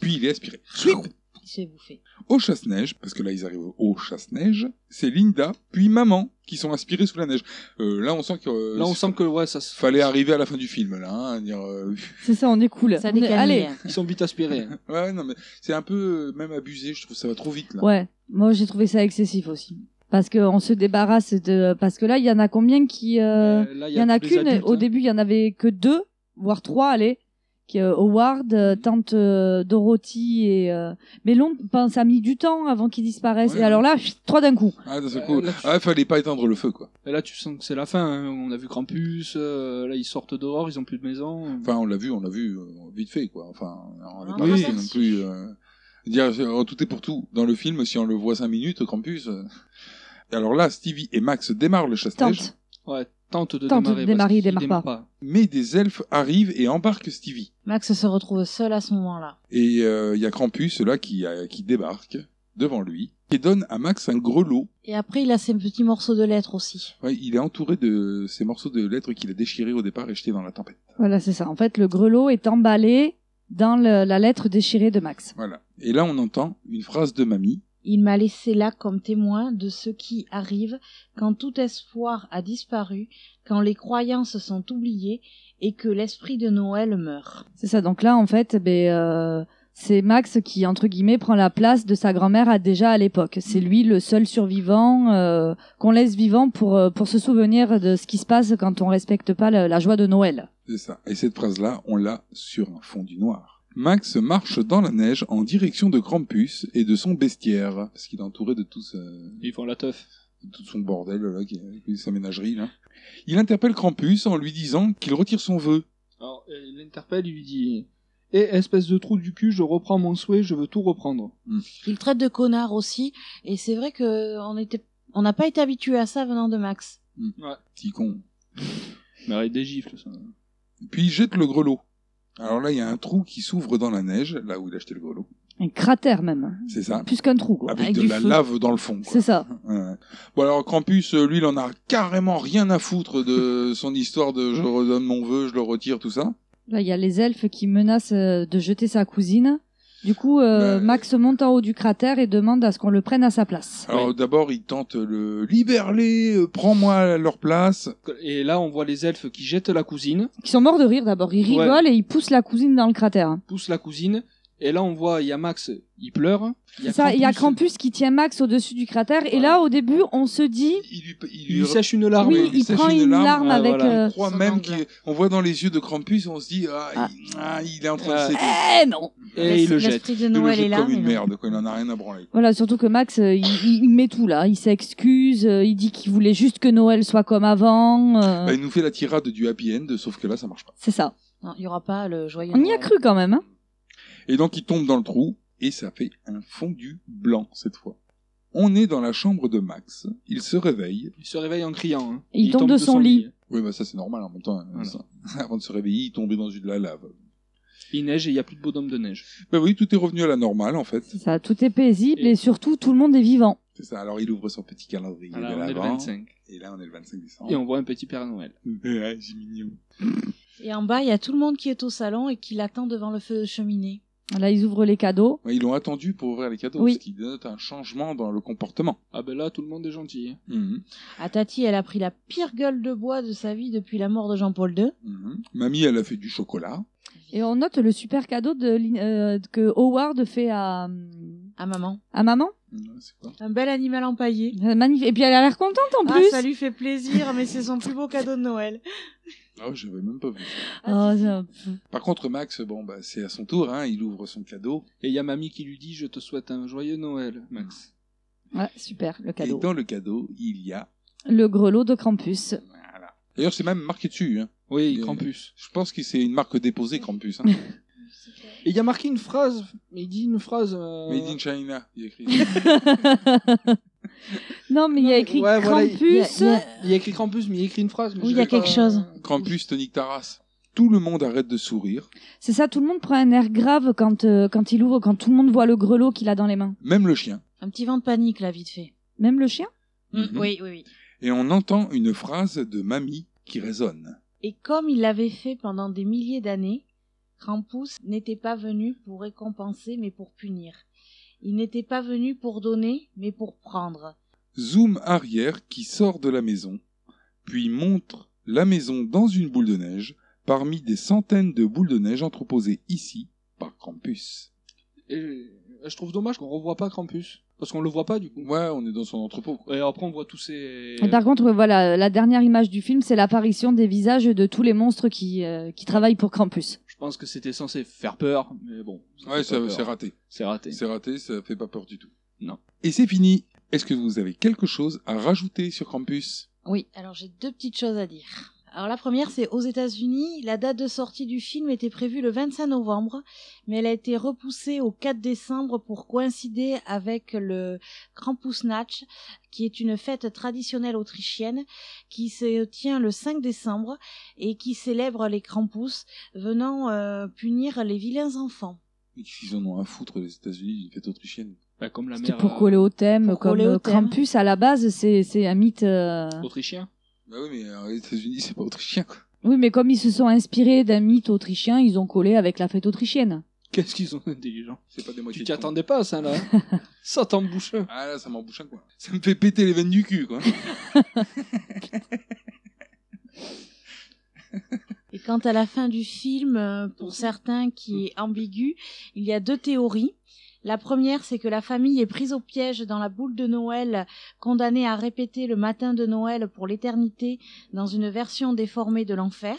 Speaker 9: Puis il est aspiré. Sweep
Speaker 8: Il s'est bouffé.
Speaker 9: Au chasse-neige, parce que là ils arrivent au chasse-neige, c'est Linda puis maman qui sont aspirés sous la neige. Euh, là on sent que euh,
Speaker 10: Là, on sent que, ouais, ça se.
Speaker 9: fallait arriver à la fin du film là. hein, à dire, euh,
Speaker 2: C'est ça, on est cool.
Speaker 8: Ça
Speaker 2: On est-
Speaker 8: décale.
Speaker 2: Allez.
Speaker 10: Ils sont vite aspirés. hein.
Speaker 9: ouais non mais c'est un peu euh, même abusé, je trouve ça va trop vite là.
Speaker 2: Ouais, moi j'ai trouvé ça excessif aussi. Parce qu'on se débarrasse de. Parce que là, il y en a combien qui. euh,
Speaker 10: Euh, là,
Speaker 2: Il y en a
Speaker 10: tous les
Speaker 2: qu'une.
Speaker 10: adultes,
Speaker 2: Au
Speaker 10: hein.
Speaker 2: début, il y en avait que deux, voire trois, allez, qui, euh, Howard euh, tente euh, Dorothy et euh, mais l'on pense a mis du temps avant qu'ils disparaissent
Speaker 9: Ouais,
Speaker 2: et
Speaker 9: ouais.
Speaker 2: alors là chut, trois d'un coup
Speaker 9: Ah, d'un seul coup.
Speaker 10: Euh, là, tu-
Speaker 9: Ah, fallait pas éteindre le feu, quoi.
Speaker 10: Et là, tu sens que c'est la fin. hein. On a vu Krampus, euh, là, ils sortent dehors, ils ont plus de maison.
Speaker 9: Enfin, on l'a vu, on l'a vu euh, vite fait, quoi. Enfin, on n'est
Speaker 10: Ah,
Speaker 9: pas
Speaker 10: oui.
Speaker 9: resté non plus. euh, Dire, euh, tout est pour tout. Dans le film, si on le voit 5 minutes, Krampus. euh. Alors là, Stevie et Max démarrent le chasse-neige.
Speaker 2: Tente.
Speaker 10: Ouais, tente de
Speaker 2: Tente de
Speaker 10: démarrer. parce
Speaker 2: démarrer, il
Speaker 10: qu'il
Speaker 2: démarre pas.
Speaker 9: Mais des elfes arrivent et embarquent Stevie.
Speaker 8: Max se retrouve seul à ce moment-là.
Speaker 9: Et euh, il y a Krampus, là, qui, euh, qui débarque devant lui et donne à Max un grelot.
Speaker 8: Et après, il a ses petits morceaux de lettres aussi.
Speaker 9: Ouais, il est entouré de ces morceaux de lettres qu'il a déchirés au départ et jetés dans la tempête.
Speaker 2: voilà c'est ça en fait le grelot est emballé dans le- la lettre déchirée de Max
Speaker 9: Voilà. Et là, on entend une phrase de mamie.
Speaker 8: Il m'a laissé là comme témoin de ce qui arrive quand tout espoir a disparu, quand les croyances sont oubliées et que l'esprit de Noël meurt.
Speaker 2: c'est ça donc là en fait ben euh, c'est Max qui entre guillemets prend la place de sa grand-mère à déjà à l'époque c'est lui le seul survivant euh, qu'on laisse vivant pour euh, pour se souvenir de ce qui se passe quand on respecte pas la- la joie de Noël
Speaker 9: C'est ça. Et cette phrase-là, on l'a sur un fond du noir. Max marche dans la neige en direction de Krampus et de son bestiaire, parce qu'il est entouré de tout, ce-
Speaker 10: Ils font la teuf.
Speaker 9: de tout son bordel, là, qui, qui- sa ménagerie. Là. Il interpelle Krampus en lui disant qu'il retire son vœu.
Speaker 10: Alors, euh, il l'interpelle, il lui dit Eh, espèce de trou du cul, je reprends mon souhait, je veux tout reprendre.
Speaker 8: Il traite de connard aussi, et c'est vrai que on était, on n'a pas été habitué à ça venant de Max.
Speaker 9: Hmm.
Speaker 10: Ouais.
Speaker 9: Petit con.
Speaker 10: Mais arrête des gifles, ça.
Speaker 9: Puis il jette le grelot. Alors là, il y a un trou qui s'ouvre dans la neige, là où il a acheté le grelot.
Speaker 2: un cratère même
Speaker 9: C'est ça.
Speaker 2: plus qu'un trou quoi.
Speaker 9: Avec,
Speaker 8: Avec
Speaker 9: de
Speaker 8: du
Speaker 9: la
Speaker 8: feu.
Speaker 9: lave dans le fond. quoi.
Speaker 2: c'est ça
Speaker 9: Ouais. Bon alors Krampus, euh, lui, il en a carrément rien à foutre de son histoire de je redonne mon vœu, je le retire, tout ça.
Speaker 2: Là, il y a les elfes qui menacent euh, de jeter sa cousine. Du coup, euh,
Speaker 9: Ouais.
Speaker 2: Max monte en haut du cratère et demande à ce qu'on le prenne à sa place.
Speaker 9: Alors d'abord, il tente le libère-les, euh, prends-moi à leur place.
Speaker 10: Et là, on voit les elfes qui jettent la cousine,
Speaker 2: Ils sont morts de rire d'abord. Ils
Speaker 10: Ouais.
Speaker 2: rigolent et ils poussent la cousine dans le cratère.
Speaker 10: poussent la cousine, et là, on voit, il y a Max, il pleure.
Speaker 2: C'est ça, il y a Krampus qui tient Max au-dessus du cratère. Et là, au début, on se dit,
Speaker 9: Il lui, il
Speaker 10: Il
Speaker 9: lui-
Speaker 10: lui sèche une larme.
Speaker 2: oui,
Speaker 9: il
Speaker 2: il
Speaker 9: sèche
Speaker 2: prend
Speaker 9: une
Speaker 2: une
Speaker 9: larme,
Speaker 2: larme
Speaker 10: ouais,
Speaker 2: avec.
Speaker 10: voilà.
Speaker 2: euh,
Speaker 9: on croit
Speaker 8: Son
Speaker 9: même
Speaker 8: angle.
Speaker 9: qu'il, on voit dans les yeux de Krampus, on se dit ah,
Speaker 2: Ah.
Speaker 9: Il, ah, il est en train
Speaker 10: Ah.
Speaker 9: de s'éteindre.
Speaker 2: Eh non
Speaker 10: Et il le jette.
Speaker 8: L'esprit de
Speaker 9: Il le
Speaker 8: Eh, Noël
Speaker 9: jette
Speaker 8: est là.
Speaker 9: comme
Speaker 8: mais
Speaker 9: une
Speaker 8: non.
Speaker 9: merde, quoi, il en a rien à branler.
Speaker 2: Voilà, surtout que Max, euh, il, il- il met tout là. Il s'excuse, euh, il dit qu'il voulait juste que Noël soit comme avant. euh,
Speaker 9: Bah, il nous fait la tirade du happy end, sauf que là, ça marche pas.
Speaker 2: C'est ça.
Speaker 8: Non, il y aura pas le joyeux.
Speaker 2: On y a
Speaker 8: Noël.
Speaker 2: cru quand même. Hein
Speaker 9: Et donc il tombe dans le trou et ça fait un fondu blanc cette fois. On est dans la chambre de Max. Il se réveille.
Speaker 10: Il se réveille en criant. hein.
Speaker 2: Il tombe de son lit.
Speaker 9: Oui, bah ça c'est normal en même temps. hein.
Speaker 10: Voilà.
Speaker 9: Ça- Avant de se réveiller, il tombait dans de la lave.
Speaker 10: Il neige et il n'y a plus de bonhomme de neige.
Speaker 9: Bah oui, tout est revenu à la normale en fait.
Speaker 2: C'est ça, tout est paisible et surtout, tout le monde est vivant.
Speaker 9: C'est ça. Alors il ouvre son petit calendrier
Speaker 10: Voilà,
Speaker 9: de
Speaker 10: on est le
Speaker 9: l'avant.
Speaker 10: 25.
Speaker 9: Et là, on est le 25 décembre.
Speaker 10: Et on voit un petit Père Noël.
Speaker 9: Ouais, c'est mignon.
Speaker 8: Et en bas, il y a tout le monde qui est au salon et qui l'attend devant le feu de cheminée.
Speaker 2: Là, ils ouvrent les cadeaux.
Speaker 9: Ouais, ils l'ont attendu pour ouvrir les cadeaux,
Speaker 2: Oui.
Speaker 9: ce qui dénote un changement dans le comportement.
Speaker 10: Ah ben là, tout le monde est gentil. hein.
Speaker 9: Mhm,
Speaker 8: À Tati, elle a pris la pire gueule de bois de sa vie depuis la mort de Jean-Paul II.
Speaker 9: mhm. Mamie, elle a fait du chocolat.
Speaker 2: Et on note le super cadeau de, Lin- euh, que Howard fait à,
Speaker 8: À maman.
Speaker 2: à maman.
Speaker 9: Mhm, c'est quoi
Speaker 8: Un bel animal empaillé.
Speaker 2: Euh, magnif- Et puis elle a l'air contente en plus.
Speaker 8: Ah, ça lui fait plaisir, mais c'est son plus beau cadeau de Noël.
Speaker 9: Ah, j'avais même pas vu.
Speaker 2: Oh,
Speaker 8: Ah, si, si.
Speaker 2: ça-
Speaker 9: Par contre, Max, bon, bah, c'est à son tour, hein, il ouvre son cadeau.
Speaker 10: Et il y a Mamie qui lui dit Je te souhaite un joyeux Noël, Max.
Speaker 2: Ouais, super, le
Speaker 9: Et
Speaker 2: cadeau.
Speaker 9: dans le cadeau, il y a.
Speaker 2: Le grelot de Krampus.
Speaker 9: Voilà. D'ailleurs, c'est même marqué dessus. Hein.
Speaker 10: Oui,
Speaker 9: Et-
Speaker 10: Krampus.
Speaker 9: Je pense que c'est une marque déposée, Krampus. Hein.
Speaker 10: Et il y a marqué une phrase, mais il dit une phrase. euh,
Speaker 9: Made in China, il y a écrit.
Speaker 2: non, mais il y a
Speaker 10: mais-
Speaker 2: écrit
Speaker 10: ouais, voilà,
Speaker 2: Krampus.
Speaker 8: il y a-
Speaker 10: Il y a écrit Krampus, mais il y a écrit une phrase. mais
Speaker 8: Oui,
Speaker 10: je
Speaker 8: il y a
Speaker 10: l'ai
Speaker 8: quelque chose.
Speaker 9: Krampus, Tonic Taras. Tout le monde arrête de sourire.
Speaker 2: C'est ça, tout le monde prend un air grave quand, euh, quand il ouvre, quand tout le monde voit le grelot qu'il a dans les mains.
Speaker 9: Même le chien.
Speaker 8: Un petit vent de panique, là, vite fait.
Speaker 2: Même le chien.
Speaker 9: Mhm.
Speaker 8: Oui, oui, oui.
Speaker 9: Et on entend une phrase de Mamie qui résonne.
Speaker 8: Et comme il l'avait fait pendant des milliers d'années, Krampus n'était pas venu pour récompenser, mais pour punir. Il n'était pas venu pour donner, mais pour prendre.
Speaker 9: Zoom arrière qui sort de la maison, puis montre la maison dans une boule de neige, parmi des centaines de boules de neige entreposées ici par Krampus.
Speaker 10: Et je trouve dommage qu'on revoit pas Krampus. Parce qu'on le voit pas du coup.
Speaker 9: Ouais, on est dans son entrepôt. quoi.
Speaker 10: Et après on voit tous ces.
Speaker 2: Et par contre, voilà, la dernière image du film, c'est l'apparition des visages de tous les monstres qui, euh, qui travaillent pour Krampus.
Speaker 10: Je pense que c'était censé faire peur, mais bon. fait
Speaker 9: Ouais,
Speaker 10: pas
Speaker 9: ça-
Speaker 10: peur.
Speaker 9: c'est raté.
Speaker 10: C'est raté.
Speaker 9: C'est raté, ça fait pas peur du tout.
Speaker 10: Non.
Speaker 9: Et c'est fini. Est-ce que vous avez quelque chose à rajouter sur Krampus
Speaker 8: Oui, alors j'ai deux petites choses à dire. Alors la première, c'est aux États-Unis, la date de sortie du film était prévue le 25 novembre, mais elle a été repoussée au 4 décembre pour coïncider avec le Krampusnacht, qui est une fête traditionnelle autrichienne qui se tient le 5 décembre et qui célèbre les Krampus venant euh, punir les vilains enfants.
Speaker 9: Ils en ont à foutre, les États-Unis, d'une fête autrichienne.
Speaker 10: Bah, comme la
Speaker 2: C'était
Speaker 10: mère
Speaker 2: pour coller au thème,
Speaker 8: pour
Speaker 2: comme
Speaker 8: coller au
Speaker 2: euh,
Speaker 8: thème.
Speaker 2: Krampus, à la base, c'est c'est un mythe. euh,
Speaker 10: euh, autrichien.
Speaker 9: Bah oui, mais euh, les États-Unis, c'est pas autrichien. quoi.
Speaker 2: Oui, mais comme ils se sont inspirés d'un mythe autrichien, ils ont collé avec la fête autrichienne.
Speaker 10: Qu'est-ce qu'ils ont d'intelligent
Speaker 9: C'est pas des
Speaker 10: Tu
Speaker 9: moitiés.
Speaker 10: t'y
Speaker 9: de con.
Speaker 10: attendais pas à ça, là Ça t'embouche.
Speaker 9: Ah là, ça m'embouche un coin. Ça me fait péter les veines du cul, quoi.
Speaker 8: Et quant à la fin du film, euh, pour certains qui est ambigu, il y a deux théories. La première, c'est que la famille est prise au piège dans la boule de Noël, condamnée à répéter le matin de Noël pour l'éternité dans une version déformée de l'enfer.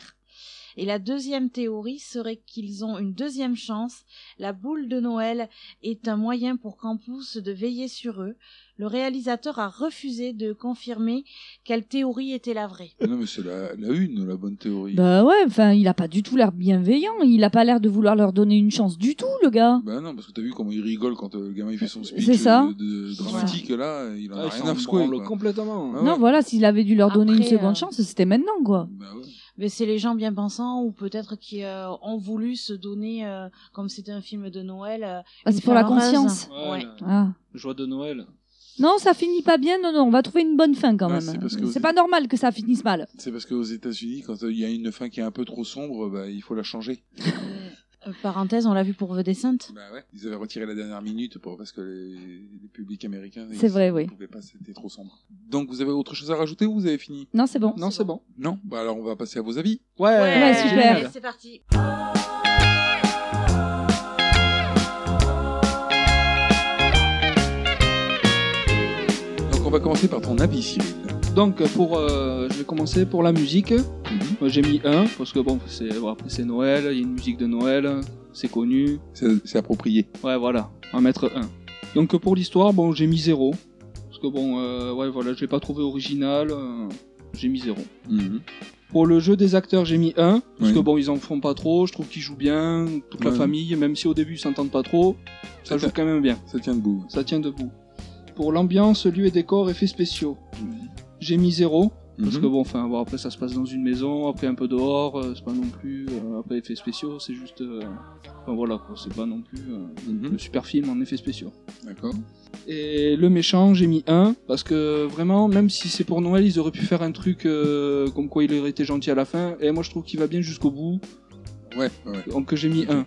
Speaker 8: Et la deuxième théorie serait qu'ils ont une deuxième chance. La boule de Noël est un moyen pour Campus de veiller sur eux. Le réalisateur a refusé de confirmer quelle théorie était la vraie.
Speaker 9: non, mais c'est la, la une, la bonne théorie.
Speaker 2: Bah ouais, enfin, il a pas du tout l'air bienveillant. Il a pas l'air de vouloir leur donner une chance du tout, le gars.
Speaker 9: Bah non, parce que t'as vu comment il rigole quand euh, le gamin il fait son speech
Speaker 2: C'est ça.
Speaker 9: euh, de, de dramatique là, il en a
Speaker 10: Ah, ils
Speaker 9: rien
Speaker 10: s'en
Speaker 9: à secouer.
Speaker 10: branlent
Speaker 9: quoi.
Speaker 10: complètement.
Speaker 9: Ah
Speaker 2: non,
Speaker 9: ouais.
Speaker 2: voilà, s'il avait dû leur donner
Speaker 8: Après,
Speaker 2: une seconde
Speaker 8: euh,
Speaker 2: chance, c'était maintenant, quoi.
Speaker 9: Bah ouais.
Speaker 8: Mais c'est les gens bien pensants ou peut-être qui euh, ont voulu se donner, euh, comme c'était un film de Noël. euh,
Speaker 2: Ah,
Speaker 8: une
Speaker 2: c'est pour la
Speaker 8: fin heureuse.
Speaker 2: conscience.
Speaker 8: Ouais.
Speaker 10: la
Speaker 2: Ah.
Speaker 10: Joie de Noël.
Speaker 2: Non, ça finit pas bien, non, non, on va trouver une bonne fin quand
Speaker 9: Ouais, c'est
Speaker 2: même.
Speaker 9: parce que-
Speaker 2: C'est pas normal que ça finisse mal.
Speaker 9: C'est parce qu'aux États-Unis, quand euh, il y a une fin qui est un peu trop sombre, bah, il faut la changer.
Speaker 8: Euh, parenthèse, on l'a vu pour The Descent.
Speaker 9: Bah ouais. Ils avaient retiré la dernière minute pour, parce que les, les publics américains.
Speaker 2: C'est
Speaker 9: ils-
Speaker 2: vrai,
Speaker 9: ils
Speaker 2: oui.
Speaker 9: pouvaient pas, c'était trop sombre. Donc vous avez autre chose à rajouter ou vous avez fini
Speaker 2: Non, c'est bon.
Speaker 10: Non, c'est bon.
Speaker 9: Non Bah alors on va passer à vos avis.
Speaker 10: Ouais,
Speaker 2: Ouais, super.
Speaker 8: C'est parti.
Speaker 9: Donc on va commencer par ton avis, Cyril.
Speaker 10: Donc pour, euh, je vais commencer pour la musique. Moi, J'ai mis un parce que bon, c'est bon, après c'est Noël, il y a une musique de Noël, c'est connu.
Speaker 9: C'est c'est approprié.
Speaker 10: Ouais, voilà, on va mettre un. Donc pour l'histoire, bon, j'ai mis zéro parce que bon, euh, ouais, voilà, je l'ai pas trouvé original. euh, j'ai mis zéro. Pour le jeu des acteurs, j'ai mis un parce
Speaker 9: Oui.
Speaker 10: que bon, ils en font pas trop. Je trouve qu'ils jouent bien, toute la
Speaker 9: Ouais.
Speaker 10: famille, même si au début ils s'entendent pas trop, ça
Speaker 9: Ça,
Speaker 10: joue
Speaker 9: tient-
Speaker 10: quand même bien.
Speaker 9: ça tient debout.
Speaker 10: ça tient debout. Pour l'ambiance, lieu et décor, effets spéciaux, j'ai mis zéro. Parce
Speaker 9: Mhm.
Speaker 10: que bon, enfin, bon, après ça se passe dans une maison, après un peu dehors, euh, c'est pas non plus. euh, après effets spéciaux, c'est juste. euh, enfin voilà, quoi, c'est pas non plus euh,
Speaker 9: Mhm.
Speaker 10: le super film en effets spéciaux.
Speaker 9: D'accord.
Speaker 10: Et le méchant, j'ai mis 1, parce que vraiment, même si c'est pour Noël, ils auraient pu faire un truc euh, comme quoi il aurait été gentil à la fin, et moi je trouve qu'il va bien jusqu'au bout,
Speaker 9: Ouais, ouais, ouais.
Speaker 10: donc j'ai mis
Speaker 9: Ok.
Speaker 10: 1.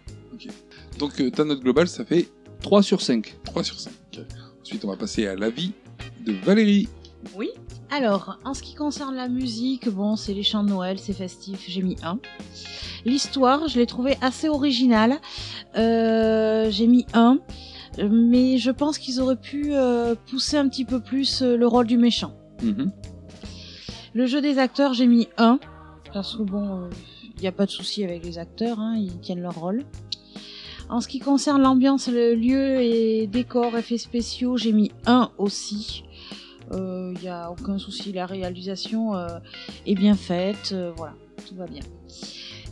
Speaker 9: Donc euh, ta note globale, ça fait
Speaker 10: 3 sur 5.
Speaker 9: 3 sur 5. Ensuite, on va passer à l'avis de Valérie.
Speaker 8: Oui. Alors, en ce qui concerne la musique, bon, c'est les chants de Noël, c'est festif, j'ai mis un. L'histoire, je l'ai trouvée assez originale. Euh, j'ai mis un. Mais je pense qu'ils auraient pu euh, pousser un petit peu plus euh, le rôle du méchant.
Speaker 10: Mhm.
Speaker 8: Le jeu des acteurs, j'ai mis 1. Parce que bon, il n'y a pas de souci avec les acteurs, hein, ils tiennent leur rôle. En ce qui concerne l'ambiance, le lieu et décor, effets spéciaux, j'ai mis 1 aussi. Il n'y a aucun souci, la réalisation euh, est bien faite, euh, voilà, tout va bien.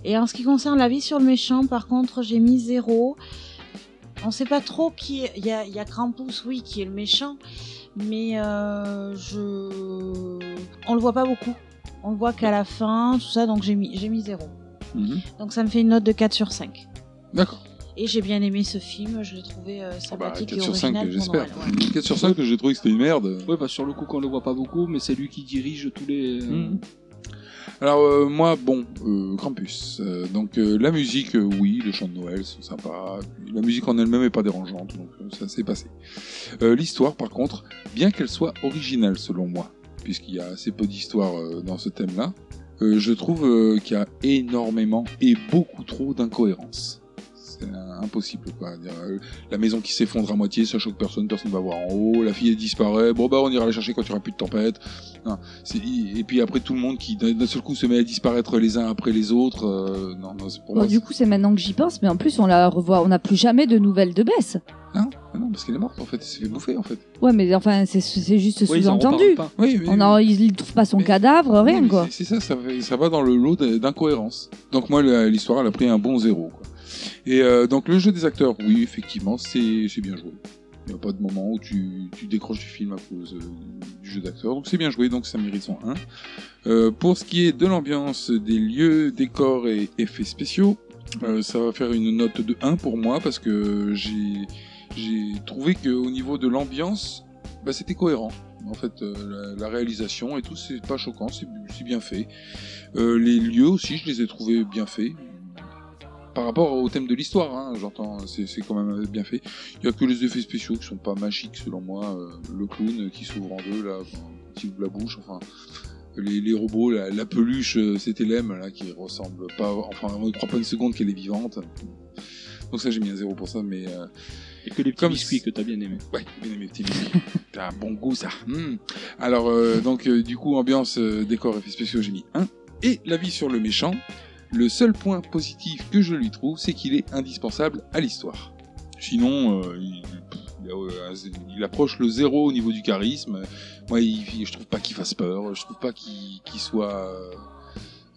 Speaker 8: Et en ce qui concerne la vie sur le méchant, par contre, j'ai mis 0. On ne sait pas trop qui est. Il y a, il y a Krampus, oui, qui est le méchant, mais euh, je on le voit pas beaucoup. On le voit qu'à la fin, tout ça, donc j'ai mis, j'ai mis 0.
Speaker 9: Mhm.
Speaker 8: Donc ça me fait une note de 4 sur 5.
Speaker 9: D'accord.
Speaker 8: Et j'ai bien aimé ce film, je l'ai trouvé euh,
Speaker 9: Bah,
Speaker 8: sympathique
Speaker 9: 4
Speaker 8: et
Speaker 9: sur 5,
Speaker 8: original pour
Speaker 9: j'espère.
Speaker 8: Noël, ouais.
Speaker 9: 4 sur 5 que j'ai trouvé que c'était une merde.
Speaker 10: Ouais, parce que sur le coup, qu'on le voit pas beaucoup, mais c'est lui qui dirige tous les. euh,
Speaker 9: Mhm. Alors euh, moi, bon, euh, Krampus. Euh, donc euh, la musique, euh, oui, les chants de Noël sont sympas. La musique en elle-même est pas dérangeante, donc euh, ça s'est passé. Euh, L'histoire, par contre, bien qu'elle soit originale selon moi, puisqu'il y a assez peu d'histoires euh, dans ce thème-là, euh, je trouve euh, qu'il y a énormément et beaucoup trop d'incohérences. C'est euh, impossible, quoi. Dire, euh, La maison qui s'effondre à moitié, ça choque personne, personne va voir en haut, la fille elle disparaît, bon bah on ira la chercher quand il n'y aura plus de tempête. Non, c'est- et puis après tout le monde qui d'un d'un seul coup se met à disparaître les uns après les autres, euh, non, non, c'est pour
Speaker 2: Bon,
Speaker 9: moi.
Speaker 2: du coup, c'est maintenant que j'y pense, mais en plus, on la revoit. On n'a plus jamais de nouvelles de Bess.
Speaker 9: Ah non, parce qu'elle est morte en fait, elle s'est fait bouffer en fait.
Speaker 2: Ouais, mais enfin, c'est- c'est juste
Speaker 9: Oui, ils en
Speaker 2: sous-entendu.
Speaker 9: reparlent pas. Oui, oui,
Speaker 2: on en- Ils ne trouvent pas son cadavre, rien,
Speaker 9: Non, mais
Speaker 2: quoi.
Speaker 9: c'est- C'est ça, ça, fait- ça va dans le lot d'in- d'incohérence. Donc moi, la- l'histoire, elle a pris un bon zéro. quoi. Et euh, donc le jeu des acteurs, oui, effectivement, c'est c'est bien joué. Il n'y a pas de moment où tu, tu décroches du film à cause euh, du jeu d'acteur. Donc c'est bien joué, donc ça mérite son 1. Euh, pour ce qui est de l'ambiance, des lieux, décors et effets spéciaux, euh, ça va faire une note de 1 pour moi parce que j'ai j'ai trouvé qu'au niveau de l'ambiance, bah, c'était cohérent. En fait, euh, la, la réalisation et tout, c'est pas choquant, c'est c'est bien fait. Euh, les lieux aussi, je les ai trouvés bien faits. Par rapport au thème de l'histoire, hein, j'entends, c'est c'est quand même euh, bien fait. Il y a que les effets spéciaux qui sont pas magiques selon moi. euh, le clown qui s'ouvre en deux, là, qui ouvre la bouche, enfin. Les, les robots, la, la peluche, euh, c'était l'aime, là, qui ressemble pas. Enfin, on ne croit pas une seconde qu'elle est vivante. Donc ça, j'ai mis un zéro pour ça, mais. euh,
Speaker 10: Et que les petits biscuits que t'as bien aimé.
Speaker 9: Ouais, j'ai bien aimé les petits biscuits. T'as un bon goût, ça. Hmm. Alors, euh, donc, euh, du coup, ambiance, euh, décor, effets spéciaux, j'ai mis 1. Et l'avis sur le méchant. Le seul point positif que je lui trouve, c'est qu'il est indispensable à l'histoire. Sinon, euh, il, il a- euh, il approche le zéro au niveau du charisme. Moi, il- je trouve pas qu'il fasse peur. Je trouve pas qu'il qu'il soit, euh,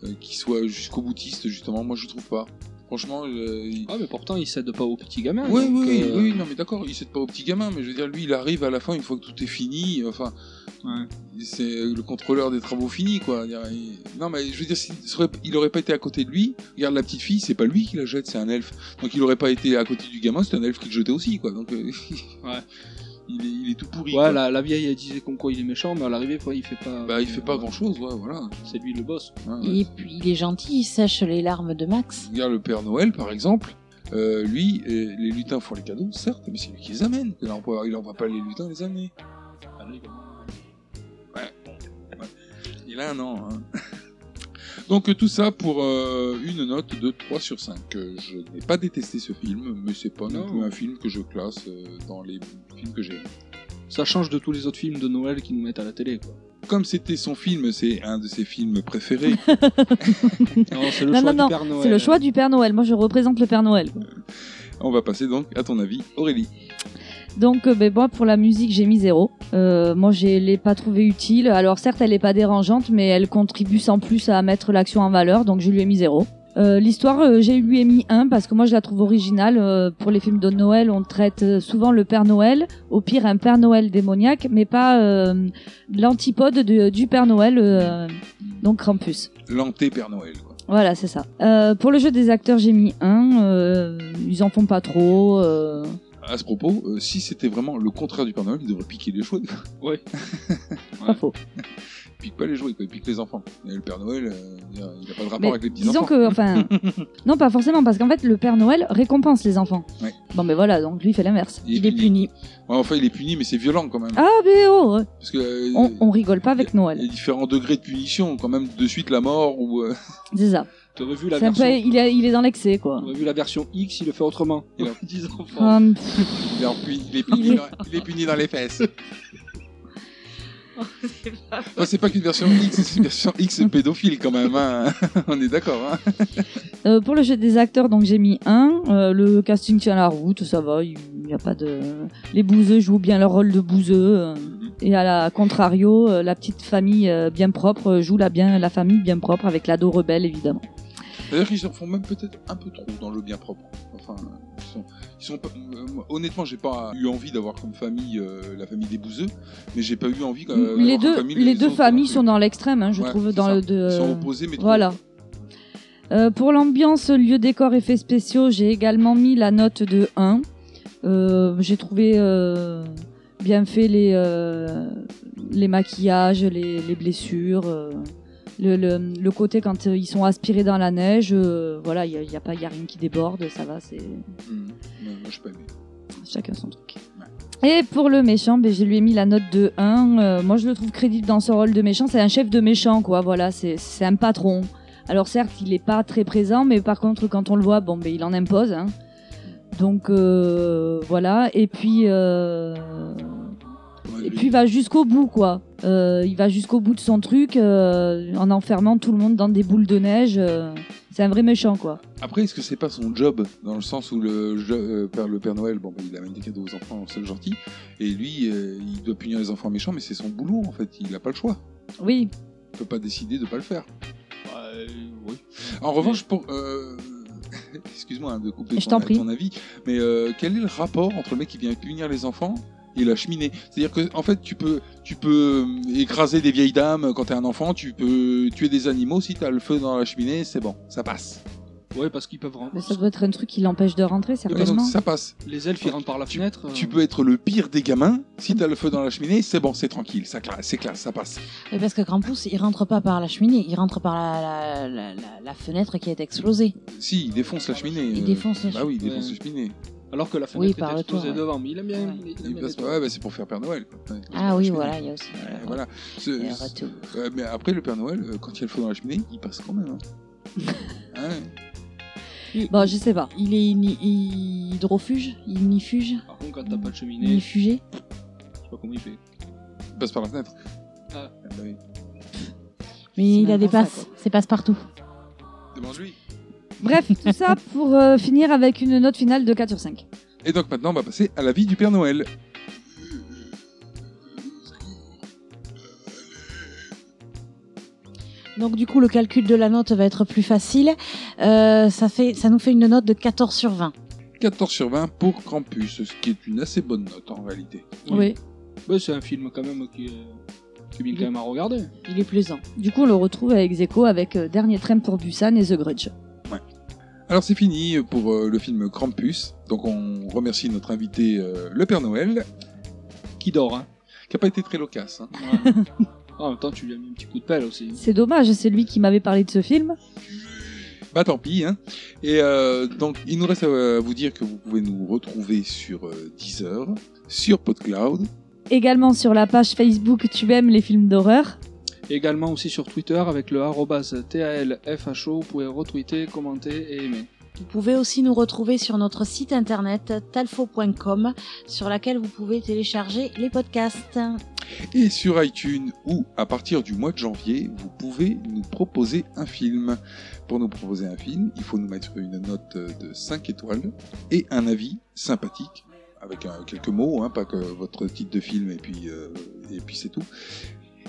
Speaker 9: euh, qu'il soit jusqu'au boutiste, justement. Moi, je trouve pas. Franchement, euh,
Speaker 10: Ah, mais pourtant, il cède pas aux petits gamins.
Speaker 9: Oui,
Speaker 10: donc,
Speaker 9: oui, oui,
Speaker 10: euh,
Speaker 9: oui, non, mais d'accord, il cède pas au petit gamin, mais je veux dire, lui, il arrive à la fin une fois que tout est fini, enfin, c'est le contrôleur des travaux finis, quoi. Je veux dire, il- Non, mais je veux dire, s'il serait- il aurait pas été à côté de lui, regarde la petite fille, c'est pas lui qui la jette, c'est un elfe. Donc il aurait pas été à côté du gamin, c'est un elfe qui le jetait aussi, quoi. Donc, euh,
Speaker 10: Ouais.
Speaker 9: Il est, il est tout pourri.
Speaker 10: Ouais,
Speaker 9: quoi.
Speaker 10: la, la vieille elle disait comme quoi il est méchant, mais à l'arrivée, quoi, il fait pas.
Speaker 9: Bah, il fait pas grand chose, ouais, voilà. Hein,
Speaker 10: C'est lui le boss.
Speaker 8: Et puis il est gentil, il sèche les larmes de Max.
Speaker 9: Regarde le Père Noël, par exemple. euh, lui, euh, les lutins font les cadeaux, certes, mais c'est lui qui les amène. Il envoie, il envoie pas les lutins les amener. Ouais, bon, ouais. Il a un an. hein. Donc euh, tout ça pour euh, une note de 3 sur 5. Euh, Je n'ai pas détesté ce film, mais c'est pas non,
Speaker 10: Non.
Speaker 9: plus un film que je classe euh, dans les films que j'ai aimés.
Speaker 10: Ça change de tous les autres films de Noël qui nous mettent à la télé, quoi.
Speaker 9: Comme c'était son film, c'est un de ses films préférés.
Speaker 10: non, c'est
Speaker 2: non, non, non, c'est le choix du Père Noël. Moi, je représente le Père Noël. quoi.
Speaker 9: On va passer donc à ton avis, Aurélie.
Speaker 2: Donc, euh, ben, moi, pour la musique, j'ai mis zéro. Euh, moi, je l'ai pas trouvée utile. Alors, certes, elle est pas dérangeante, mais elle contribue sans plus à mettre l'action en valeur, donc je lui ai mis zéro. Euh, L'histoire, euh, j'ai lui ai mis un parce que moi je la trouve originale. Euh, pour les films de Noël, on traite euh, souvent le Père Noël, au pire un Père Noël démoniaque, mais pas euh, l'antipode de- du Père Noël, euh, donc Krampus.
Speaker 9: L'anté Père Noël. quoi.
Speaker 2: Voilà, c'est ça. Euh, pour le jeu des acteurs, j'ai mis un. Euh, ils en font pas trop. euh.
Speaker 9: À ce propos, euh, si c'était vraiment le contraire du Père Noël, il devrait piquer les jouets.
Speaker 10: Ouais.
Speaker 2: Ah,
Speaker 9: Pas faux. Il pique pas les jouets, quoi, il pique les enfants. Et le Père Noël, euh, il a pas de rapport
Speaker 2: Mais
Speaker 9: avec les petits
Speaker 2: disons
Speaker 9: enfants.
Speaker 2: que, enfin, non, pas forcément, parce qu'en fait, le Père Noël récompense les enfants.
Speaker 9: Ouais.
Speaker 2: Bon, mais voilà, donc lui il fait l'inverse.
Speaker 9: Il est puni. Ouais, enfin, il est puni, mais c'est violent quand même.
Speaker 2: Ah, mais oh ouais.
Speaker 9: Parce que euh,
Speaker 2: on, on rigole pas avec Noël.
Speaker 9: il y a différents degrés de punition, quand même, de suite la mort ou. euh,
Speaker 2: C'est ça.
Speaker 10: T'aurais vu la
Speaker 2: C'est un
Speaker 10: version.
Speaker 2: peu, il, est, il est dans l'excès, quoi.
Speaker 10: T'aurais vu la version X, il le fait autrement.
Speaker 9: Il a-
Speaker 10: Dix enfants.
Speaker 8: Ah.
Speaker 2: Hum,
Speaker 9: il, est en puni- il est puni dans, il est puni dans les fesses. Enfin, c'est pas qu'une version X, c'est une version X pédophile quand même. hein. on est d'accord. Hein.
Speaker 2: euh, pour le jeu des acteurs, donc j'ai mis un. Euh, le casting tient la route, ça va. Il n'y a pas de. Les bouseux jouent bien leur rôle de bouseux. euh. Et à la contrario, euh, la petite famille euh, bien propre euh, joue la bien la famille bien propre avec l'ado rebelle évidemment.
Speaker 9: D'ailleurs, ils en font même peut-être un peu trop dans le bien propre. Enfin, ils sont, ils sont pas- euh, moi, honnêtement, j'ai pas eu envie d'avoir comme famille euh, la famille des bouseux, mais j'ai pas eu envie. euh, quand
Speaker 2: Mais Mm, les deux, les deux familles sont dans l'extrême, hein, je
Speaker 9: euh, Ouais,
Speaker 2: trouve.
Speaker 9: c'est
Speaker 2: Dans
Speaker 9: ça.
Speaker 2: le, de,
Speaker 9: Ils sont opposés, mais trop.
Speaker 2: Voilà. Euh, pour l'ambiance, lieu, décor, effets spéciaux, j'ai également mis la note de 1. Euh, j'ai trouvé euh, bien fait les, euh, les maquillages, les, les blessures, euh, le, le- le côté quand euh, ils sont aspirés dans la neige. euh, voilà, il n'y a, il y a, pas- il y a rien qui déborde, ça va, c'est
Speaker 9: euh, mm, Moi, je pas aimé.
Speaker 2: chacun son truc. Et pour le méchant, ben, je lui ai mis la note de 1. Euh, moi, je le trouve crédible dans ce rôle de méchant. C'est un chef de méchant, quoi. Voilà, c'est c'est un patron. Alors, certes, il n'est pas très présent, mais par contre, quand on le voit, bon, ben, il en impose. hein. Donc euh, voilà, et puis euh, et puis il va jusqu'au bout quoi. Euh, il va jusqu'au bout de son truc euh, en enfermant tout le monde dans des boules de neige. euh. c'est un vrai méchant quoi.
Speaker 9: Après, est-ce que c'est pas son job dans le sens où le, je- euh, père, le Père Noël, bon, bah, il amène des cadeaux aux enfants, c'est le gentil, et lui, euh, il doit punir les enfants méchants, mais c'est son boulot en fait, il n'a pas le choix.
Speaker 2: Oui.
Speaker 9: Il peut pas décider de pas le faire. En revanche, pour euh, excuse-moi hein, de couper
Speaker 2: Je
Speaker 9: ton,
Speaker 2: t'en prie.
Speaker 9: ton avis, mais euh, quel est le rapport entre le mec qui vient punir les enfants et la cheminée C'est-à-dire que en fait, tu peux, tu peux euh, écraser des vieilles dames quand t'es un enfant, tu peux tuer des animaux si t'as le feu dans la cheminée, c'est bon, ça passe.
Speaker 10: Ouais, parce qu'ils peuvent rentrer.
Speaker 2: Mais ça doit être un truc qui l'empêche de rentrer
Speaker 9: Ouais, donc
Speaker 2: certainement.
Speaker 9: ça passe.
Speaker 10: Les elfes, ils rentrent par la fenêtre. euh,
Speaker 9: Tu peux être le pire des gamins, si t'as le feu dans la cheminée, c'est bon, c'est tranquille, ça classe, c'est classe, ça passe.
Speaker 8: Oui, parce que Krampus, il rentre pas par la cheminée, il rentre par la, la, la- la- la fenêtre qui est explosée.
Speaker 9: Si, il défonce la cheminée.
Speaker 8: Il
Speaker 9: euh,
Speaker 8: défonce la
Speaker 9: Bah oui, il
Speaker 10: cheminée.
Speaker 9: défonce la cheminée.
Speaker 10: Alors que la
Speaker 8: Oui,
Speaker 10: fenêtre
Speaker 8: par
Speaker 10: est
Speaker 8: le toit,
Speaker 10: explosée
Speaker 8: ouais.
Speaker 10: devant, mais il aime bien. il- il aime
Speaker 9: Il
Speaker 10: bien
Speaker 9: passe
Speaker 10: les
Speaker 9: pas-
Speaker 10: toits.
Speaker 9: ouais, bah, c'est pour faire Père Noël. quoi. Ouais,
Speaker 8: Ah
Speaker 9: la
Speaker 8: oui,
Speaker 9: cheminée.
Speaker 8: voilà, il y a aussi.
Speaker 9: Ouais, voilà. Ce-
Speaker 8: Et
Speaker 9: ce-
Speaker 8: retour.
Speaker 9: Ouais, mais après, le Père Noël, euh, quand il y a le feu dans la cheminée, il passe quand même. hein. Ouais.
Speaker 2: Bon, je sais pas.
Speaker 8: Il est ni- il- hydrofuge Il nifuge
Speaker 10: Par contre, quand t'as pas de cheminée, je
Speaker 8: Nifugé
Speaker 10: sais pas comment il fait.
Speaker 9: Il passe par la fenêtre.
Speaker 10: Ah.
Speaker 9: Ah, bah oui.
Speaker 8: Mais il a
Speaker 2: même
Speaker 8: des
Speaker 2: pas ça,
Speaker 8: passes, c'est passe-partout.
Speaker 9: Demande-lui.
Speaker 2: Bref, tout ça pour euh, finir avec une note finale de 4 sur 5.
Speaker 9: Et donc maintenant, on va passer à la vie du Père Noël.
Speaker 8: Donc du coup, le calcul de la note va être plus facile. Euh, ça, fait, ça nous fait une note de 14 sur 20.
Speaker 9: 14 sur 20 pour Krampus, ce qui est une assez bonne note en réalité.
Speaker 2: Oui.
Speaker 10: Ouais, c'est un film quand même qui est, qui est bien quand même à regarder.
Speaker 8: Il est plaisant.
Speaker 2: Du coup, on le retrouve à Execo avec euh, Dernier Train pour Busan et The Grudge.
Speaker 9: Alors c'est fini pour euh, le film Krampus. Donc on remercie notre invité, euh, le Père Noël,
Speaker 10: Qui dort, hein.
Speaker 9: qui n'a pas été très loquace. hein.
Speaker 10: Ouais. en même temps, tu lui as mis un petit coup de pelle aussi.
Speaker 2: C'est dommage, c'est lui qui m'avait parlé de ce film.
Speaker 9: Bah tant pis. Hein. Et euh, donc il nous reste à vous dire que vous pouvez nous retrouver sur euh, Deezer, sur PodCloud,
Speaker 2: Également sur la page Facebook Tu aimes les films d'horreur.
Speaker 10: Également aussi sur Twitter avec le arrobas TALFHO, vous pouvez retweeter, commenter et aimer.
Speaker 8: Vous pouvez aussi nous retrouver sur notre site internet talfo.com sur laquelle vous pouvez télécharger les podcasts.
Speaker 9: Et sur iTunes, où à partir du mois de janvier, vous pouvez nous proposer un film. Pour nous proposer un film, il faut nous mettre une note de 5 étoiles et un avis sympathique, avec euh, quelques mots, hein, pas que votre titre de film et puis, euh, et puis c'est tout.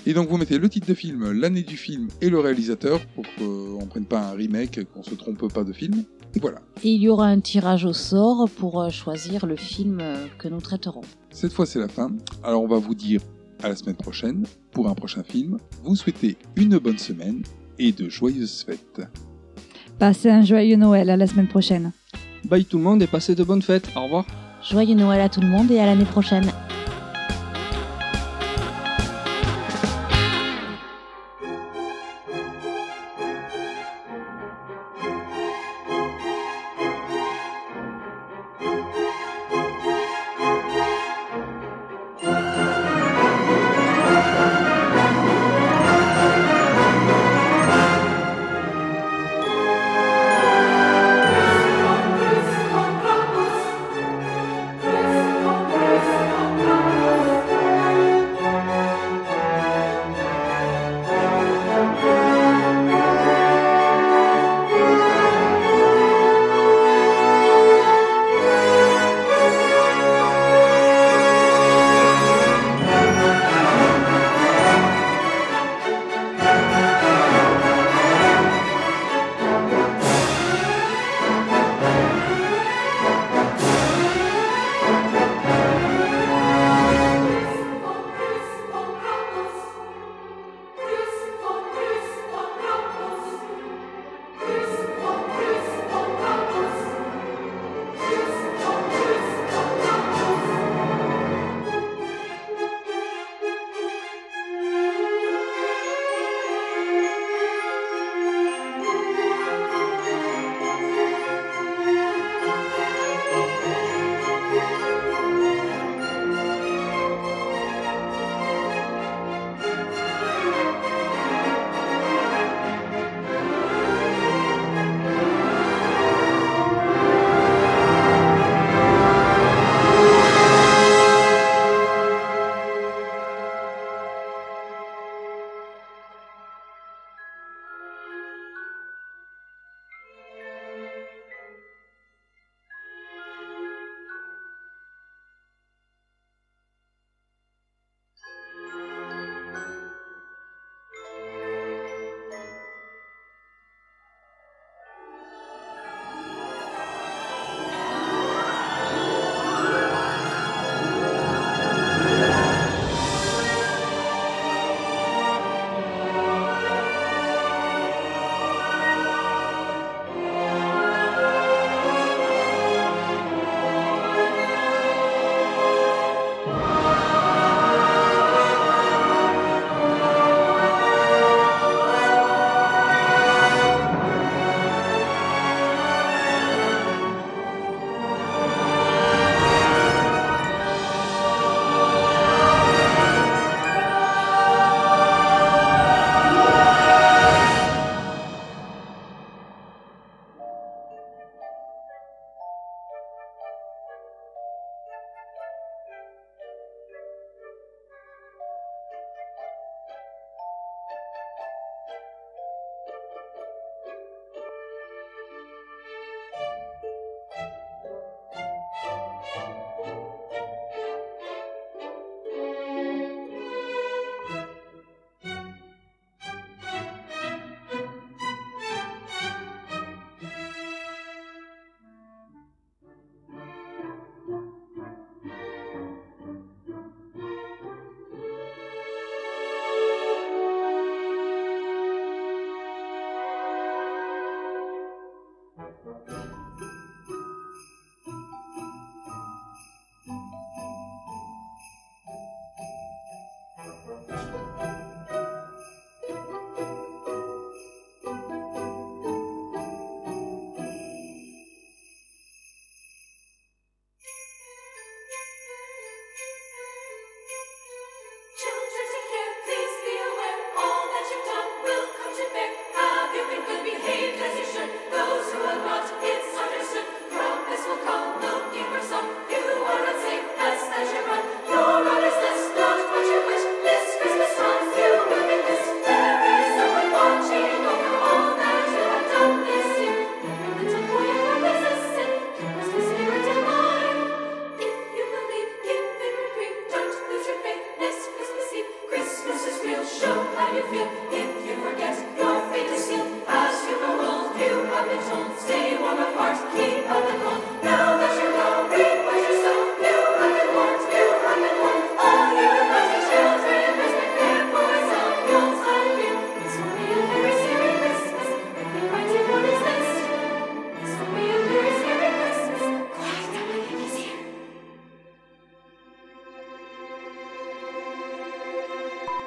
Speaker 9: Et donc vous mettez le titre de film, l'année du film et le réalisateur pour qu'on ne prenne pas un remake, qu'on se trompe pas de film. Et voilà.
Speaker 8: Et il y aura un tirage au sort pour euh, choisir le film euh, que nous traiterons.
Speaker 9: Cette fois, c'est la fin. Alors, on va vous dire à la semaine prochaine pour un prochain film. Vous souhaitez une bonne semaine et de joyeuses fêtes.
Speaker 2: Passez un joyeux Noël, à la semaine prochaine.
Speaker 10: Bye tout le monde et passez de bonnes fêtes. Au revoir.
Speaker 8: Joyeux Noël à tout le monde et à l'année prochaine.
Speaker 13: Christ, Christ, Christ, Christ,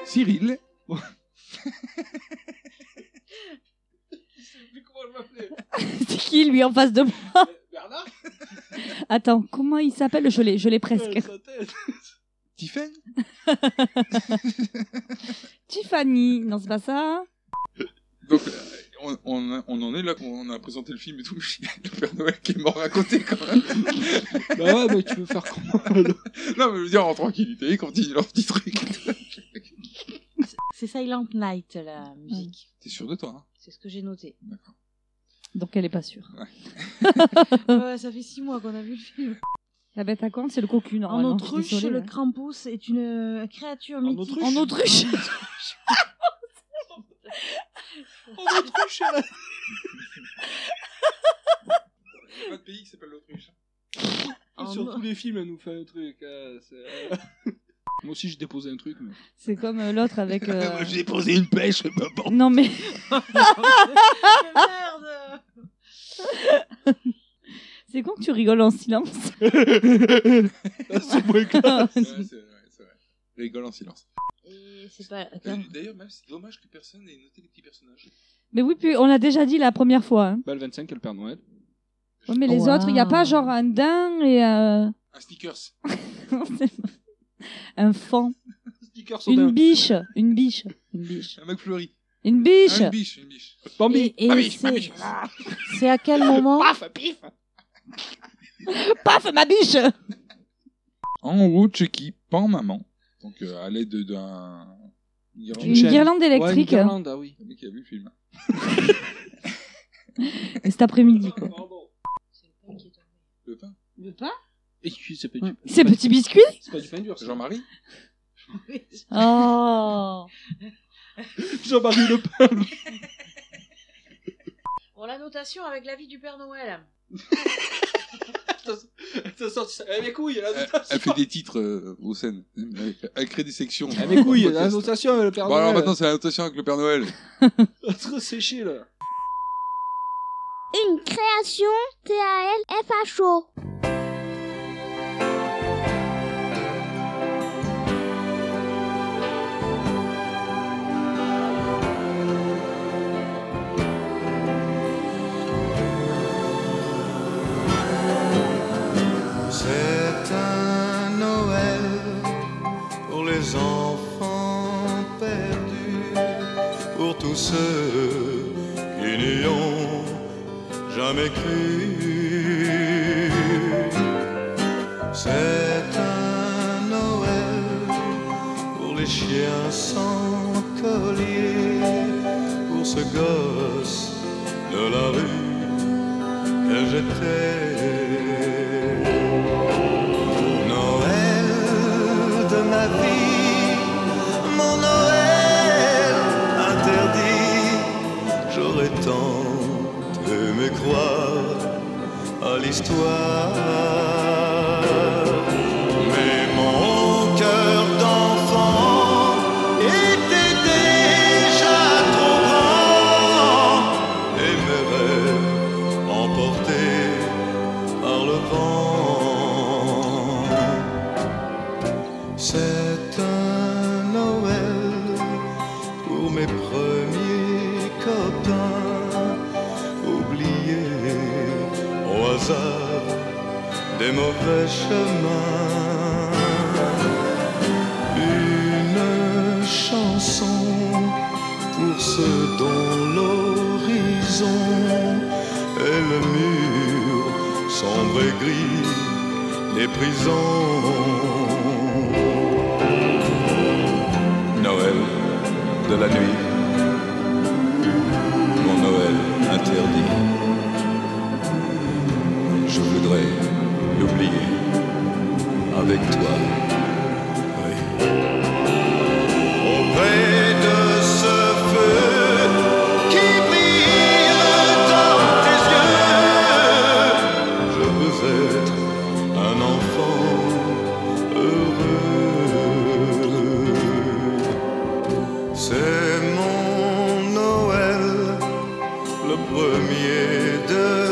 Speaker 9: Cyril.
Speaker 2: C'est qui lui en face de moi
Speaker 10: Bernard
Speaker 2: Attends, comment il s'appelle Je l'ai, je l'ai presque.
Speaker 9: Tiffany
Speaker 2: Tiffany, non c'est pas ça
Speaker 9: Donc, euh, on, on- on en est là, on a présenté le film et tout. Le Père Noël qui est mort à côté, quand même.
Speaker 10: Bah ouais, mais tu veux faire comment
Speaker 9: Non, mais je veux dire, en tranquillité, ils continuent leur petit truc.
Speaker 8: C'est Silent Night, la musique.
Speaker 9: T'es sûr de toi, hein
Speaker 8: C'est ce que j'ai noté.
Speaker 2: Donc elle est pas sûre. Ah.
Speaker 8: Ouais, ça fait six mois qu'on a vu le film.
Speaker 2: La bête à cornes, c'est le cocu
Speaker 8: En
Speaker 2: normalement. je suis
Speaker 8: autruche,
Speaker 2: désolée,
Speaker 8: le
Speaker 2: hein.
Speaker 8: Krampus est une euh, créature mythique.
Speaker 2: En autruche.
Speaker 8: En autruche,
Speaker 10: Il pas de pays qui s'appelle l'Autriche.
Speaker 2: Ah
Speaker 8: En
Speaker 10: Sur
Speaker 8: o-
Speaker 10: tous les films, elle nous fait un truc. hein, c'est- Moi aussi, j'ai déposé un truc. Mais...
Speaker 2: C'est comme euh, l'autre avec. euh,
Speaker 9: J'ai posé une pêche, maman.
Speaker 2: Non mais.
Speaker 8: Merde
Speaker 2: C'est con que tu rigoles en silence.
Speaker 10: c'est moins classe.
Speaker 9: Ouais, c'est vrai, c'est vrai. Rigole en silence.
Speaker 8: Et c'est pas...
Speaker 9: Euh,
Speaker 10: Ah.
Speaker 8: Attends.
Speaker 9: D'ailleurs, même, c'est dommage que personne n'ait noté les petits personnages.
Speaker 2: Mais oui, puis on l'a déjà dit la première fois. hein.
Speaker 10: Bah, le 25, elle perd Noël.
Speaker 2: Ouais, mais les
Speaker 8: Wow.
Speaker 2: autres, il n'y a pas genre un daim et euh,
Speaker 9: Un sneakers.
Speaker 2: un fan,
Speaker 10: Sticker sur
Speaker 2: une
Speaker 10: un.
Speaker 2: biche, une biche, une biche,
Speaker 9: Un mec fleuri. Ah,
Speaker 2: une biche.
Speaker 9: Une biche, une biche.
Speaker 10: Bambi.
Speaker 8: Et, et c'est... c'est à quel moment
Speaker 2: Paf, ma biche.
Speaker 9: En route, Chucky pend maman. Donc, euh, à l'aide d'un.
Speaker 2: Une
Speaker 9: Irlandais.
Speaker 10: chaîne.
Speaker 2: guirlande
Speaker 10: Ouais, une
Speaker 2: électrique
Speaker 10: guirlande, ah oui.
Speaker 9: Le mec qui a vu le film.
Speaker 2: Et cet après-midi. quoi.
Speaker 10: Pardon.
Speaker 9: Le pain.
Speaker 8: Le pain
Speaker 10: Et puis, c'est pas du
Speaker 2: Ces petits biscuits.
Speaker 10: C'est pas du pain dur. ça. Ah,
Speaker 9: Jean-Marie
Speaker 2: Oh.
Speaker 10: Jean-Marie Le Pen.
Speaker 8: Pour la notation avec l'avis du Père Noël.
Speaker 10: Ça sort, eh, mes couilles, la
Speaker 9: elle,
Speaker 10: notation.
Speaker 9: elle fait des titres euh, aux scènes. Elle, elle crée des sections.
Speaker 10: Eh, mes couilles, la
Speaker 9: Podcast.
Speaker 10: notation, le Père
Speaker 9: Bon, alors
Speaker 10: Noël.
Speaker 9: maintenant, c'est la notation avec le Père Noël.
Speaker 10: Trop séché, là.
Speaker 13: Une création T-A-L-F-H-O.
Speaker 14: C'est un Noël pour les enfants perdus, pour tous ceux qui n'y ont jamais cru. C'est un Noël pour les chiens sans collier, pour ce gosse de la rue que j'étais. Noël de ma vie, mon Noël interdit, j'aurais tant aimé croire à l'histoire. Mais mon cœur d'enfant était déjà trop grand et mes rêves emporté par le vent. C'est un Noël pour mes premiers copains, oubliés au hasard des mauvais chemins. Une chanson pour ceux dont l'horizon et le mur sombre et gris des prisons. Noël de la nuit, mon Noël interdit. Je voudrais l'oublier avec toi. Oui. Auprès de ce
Speaker 11: premier de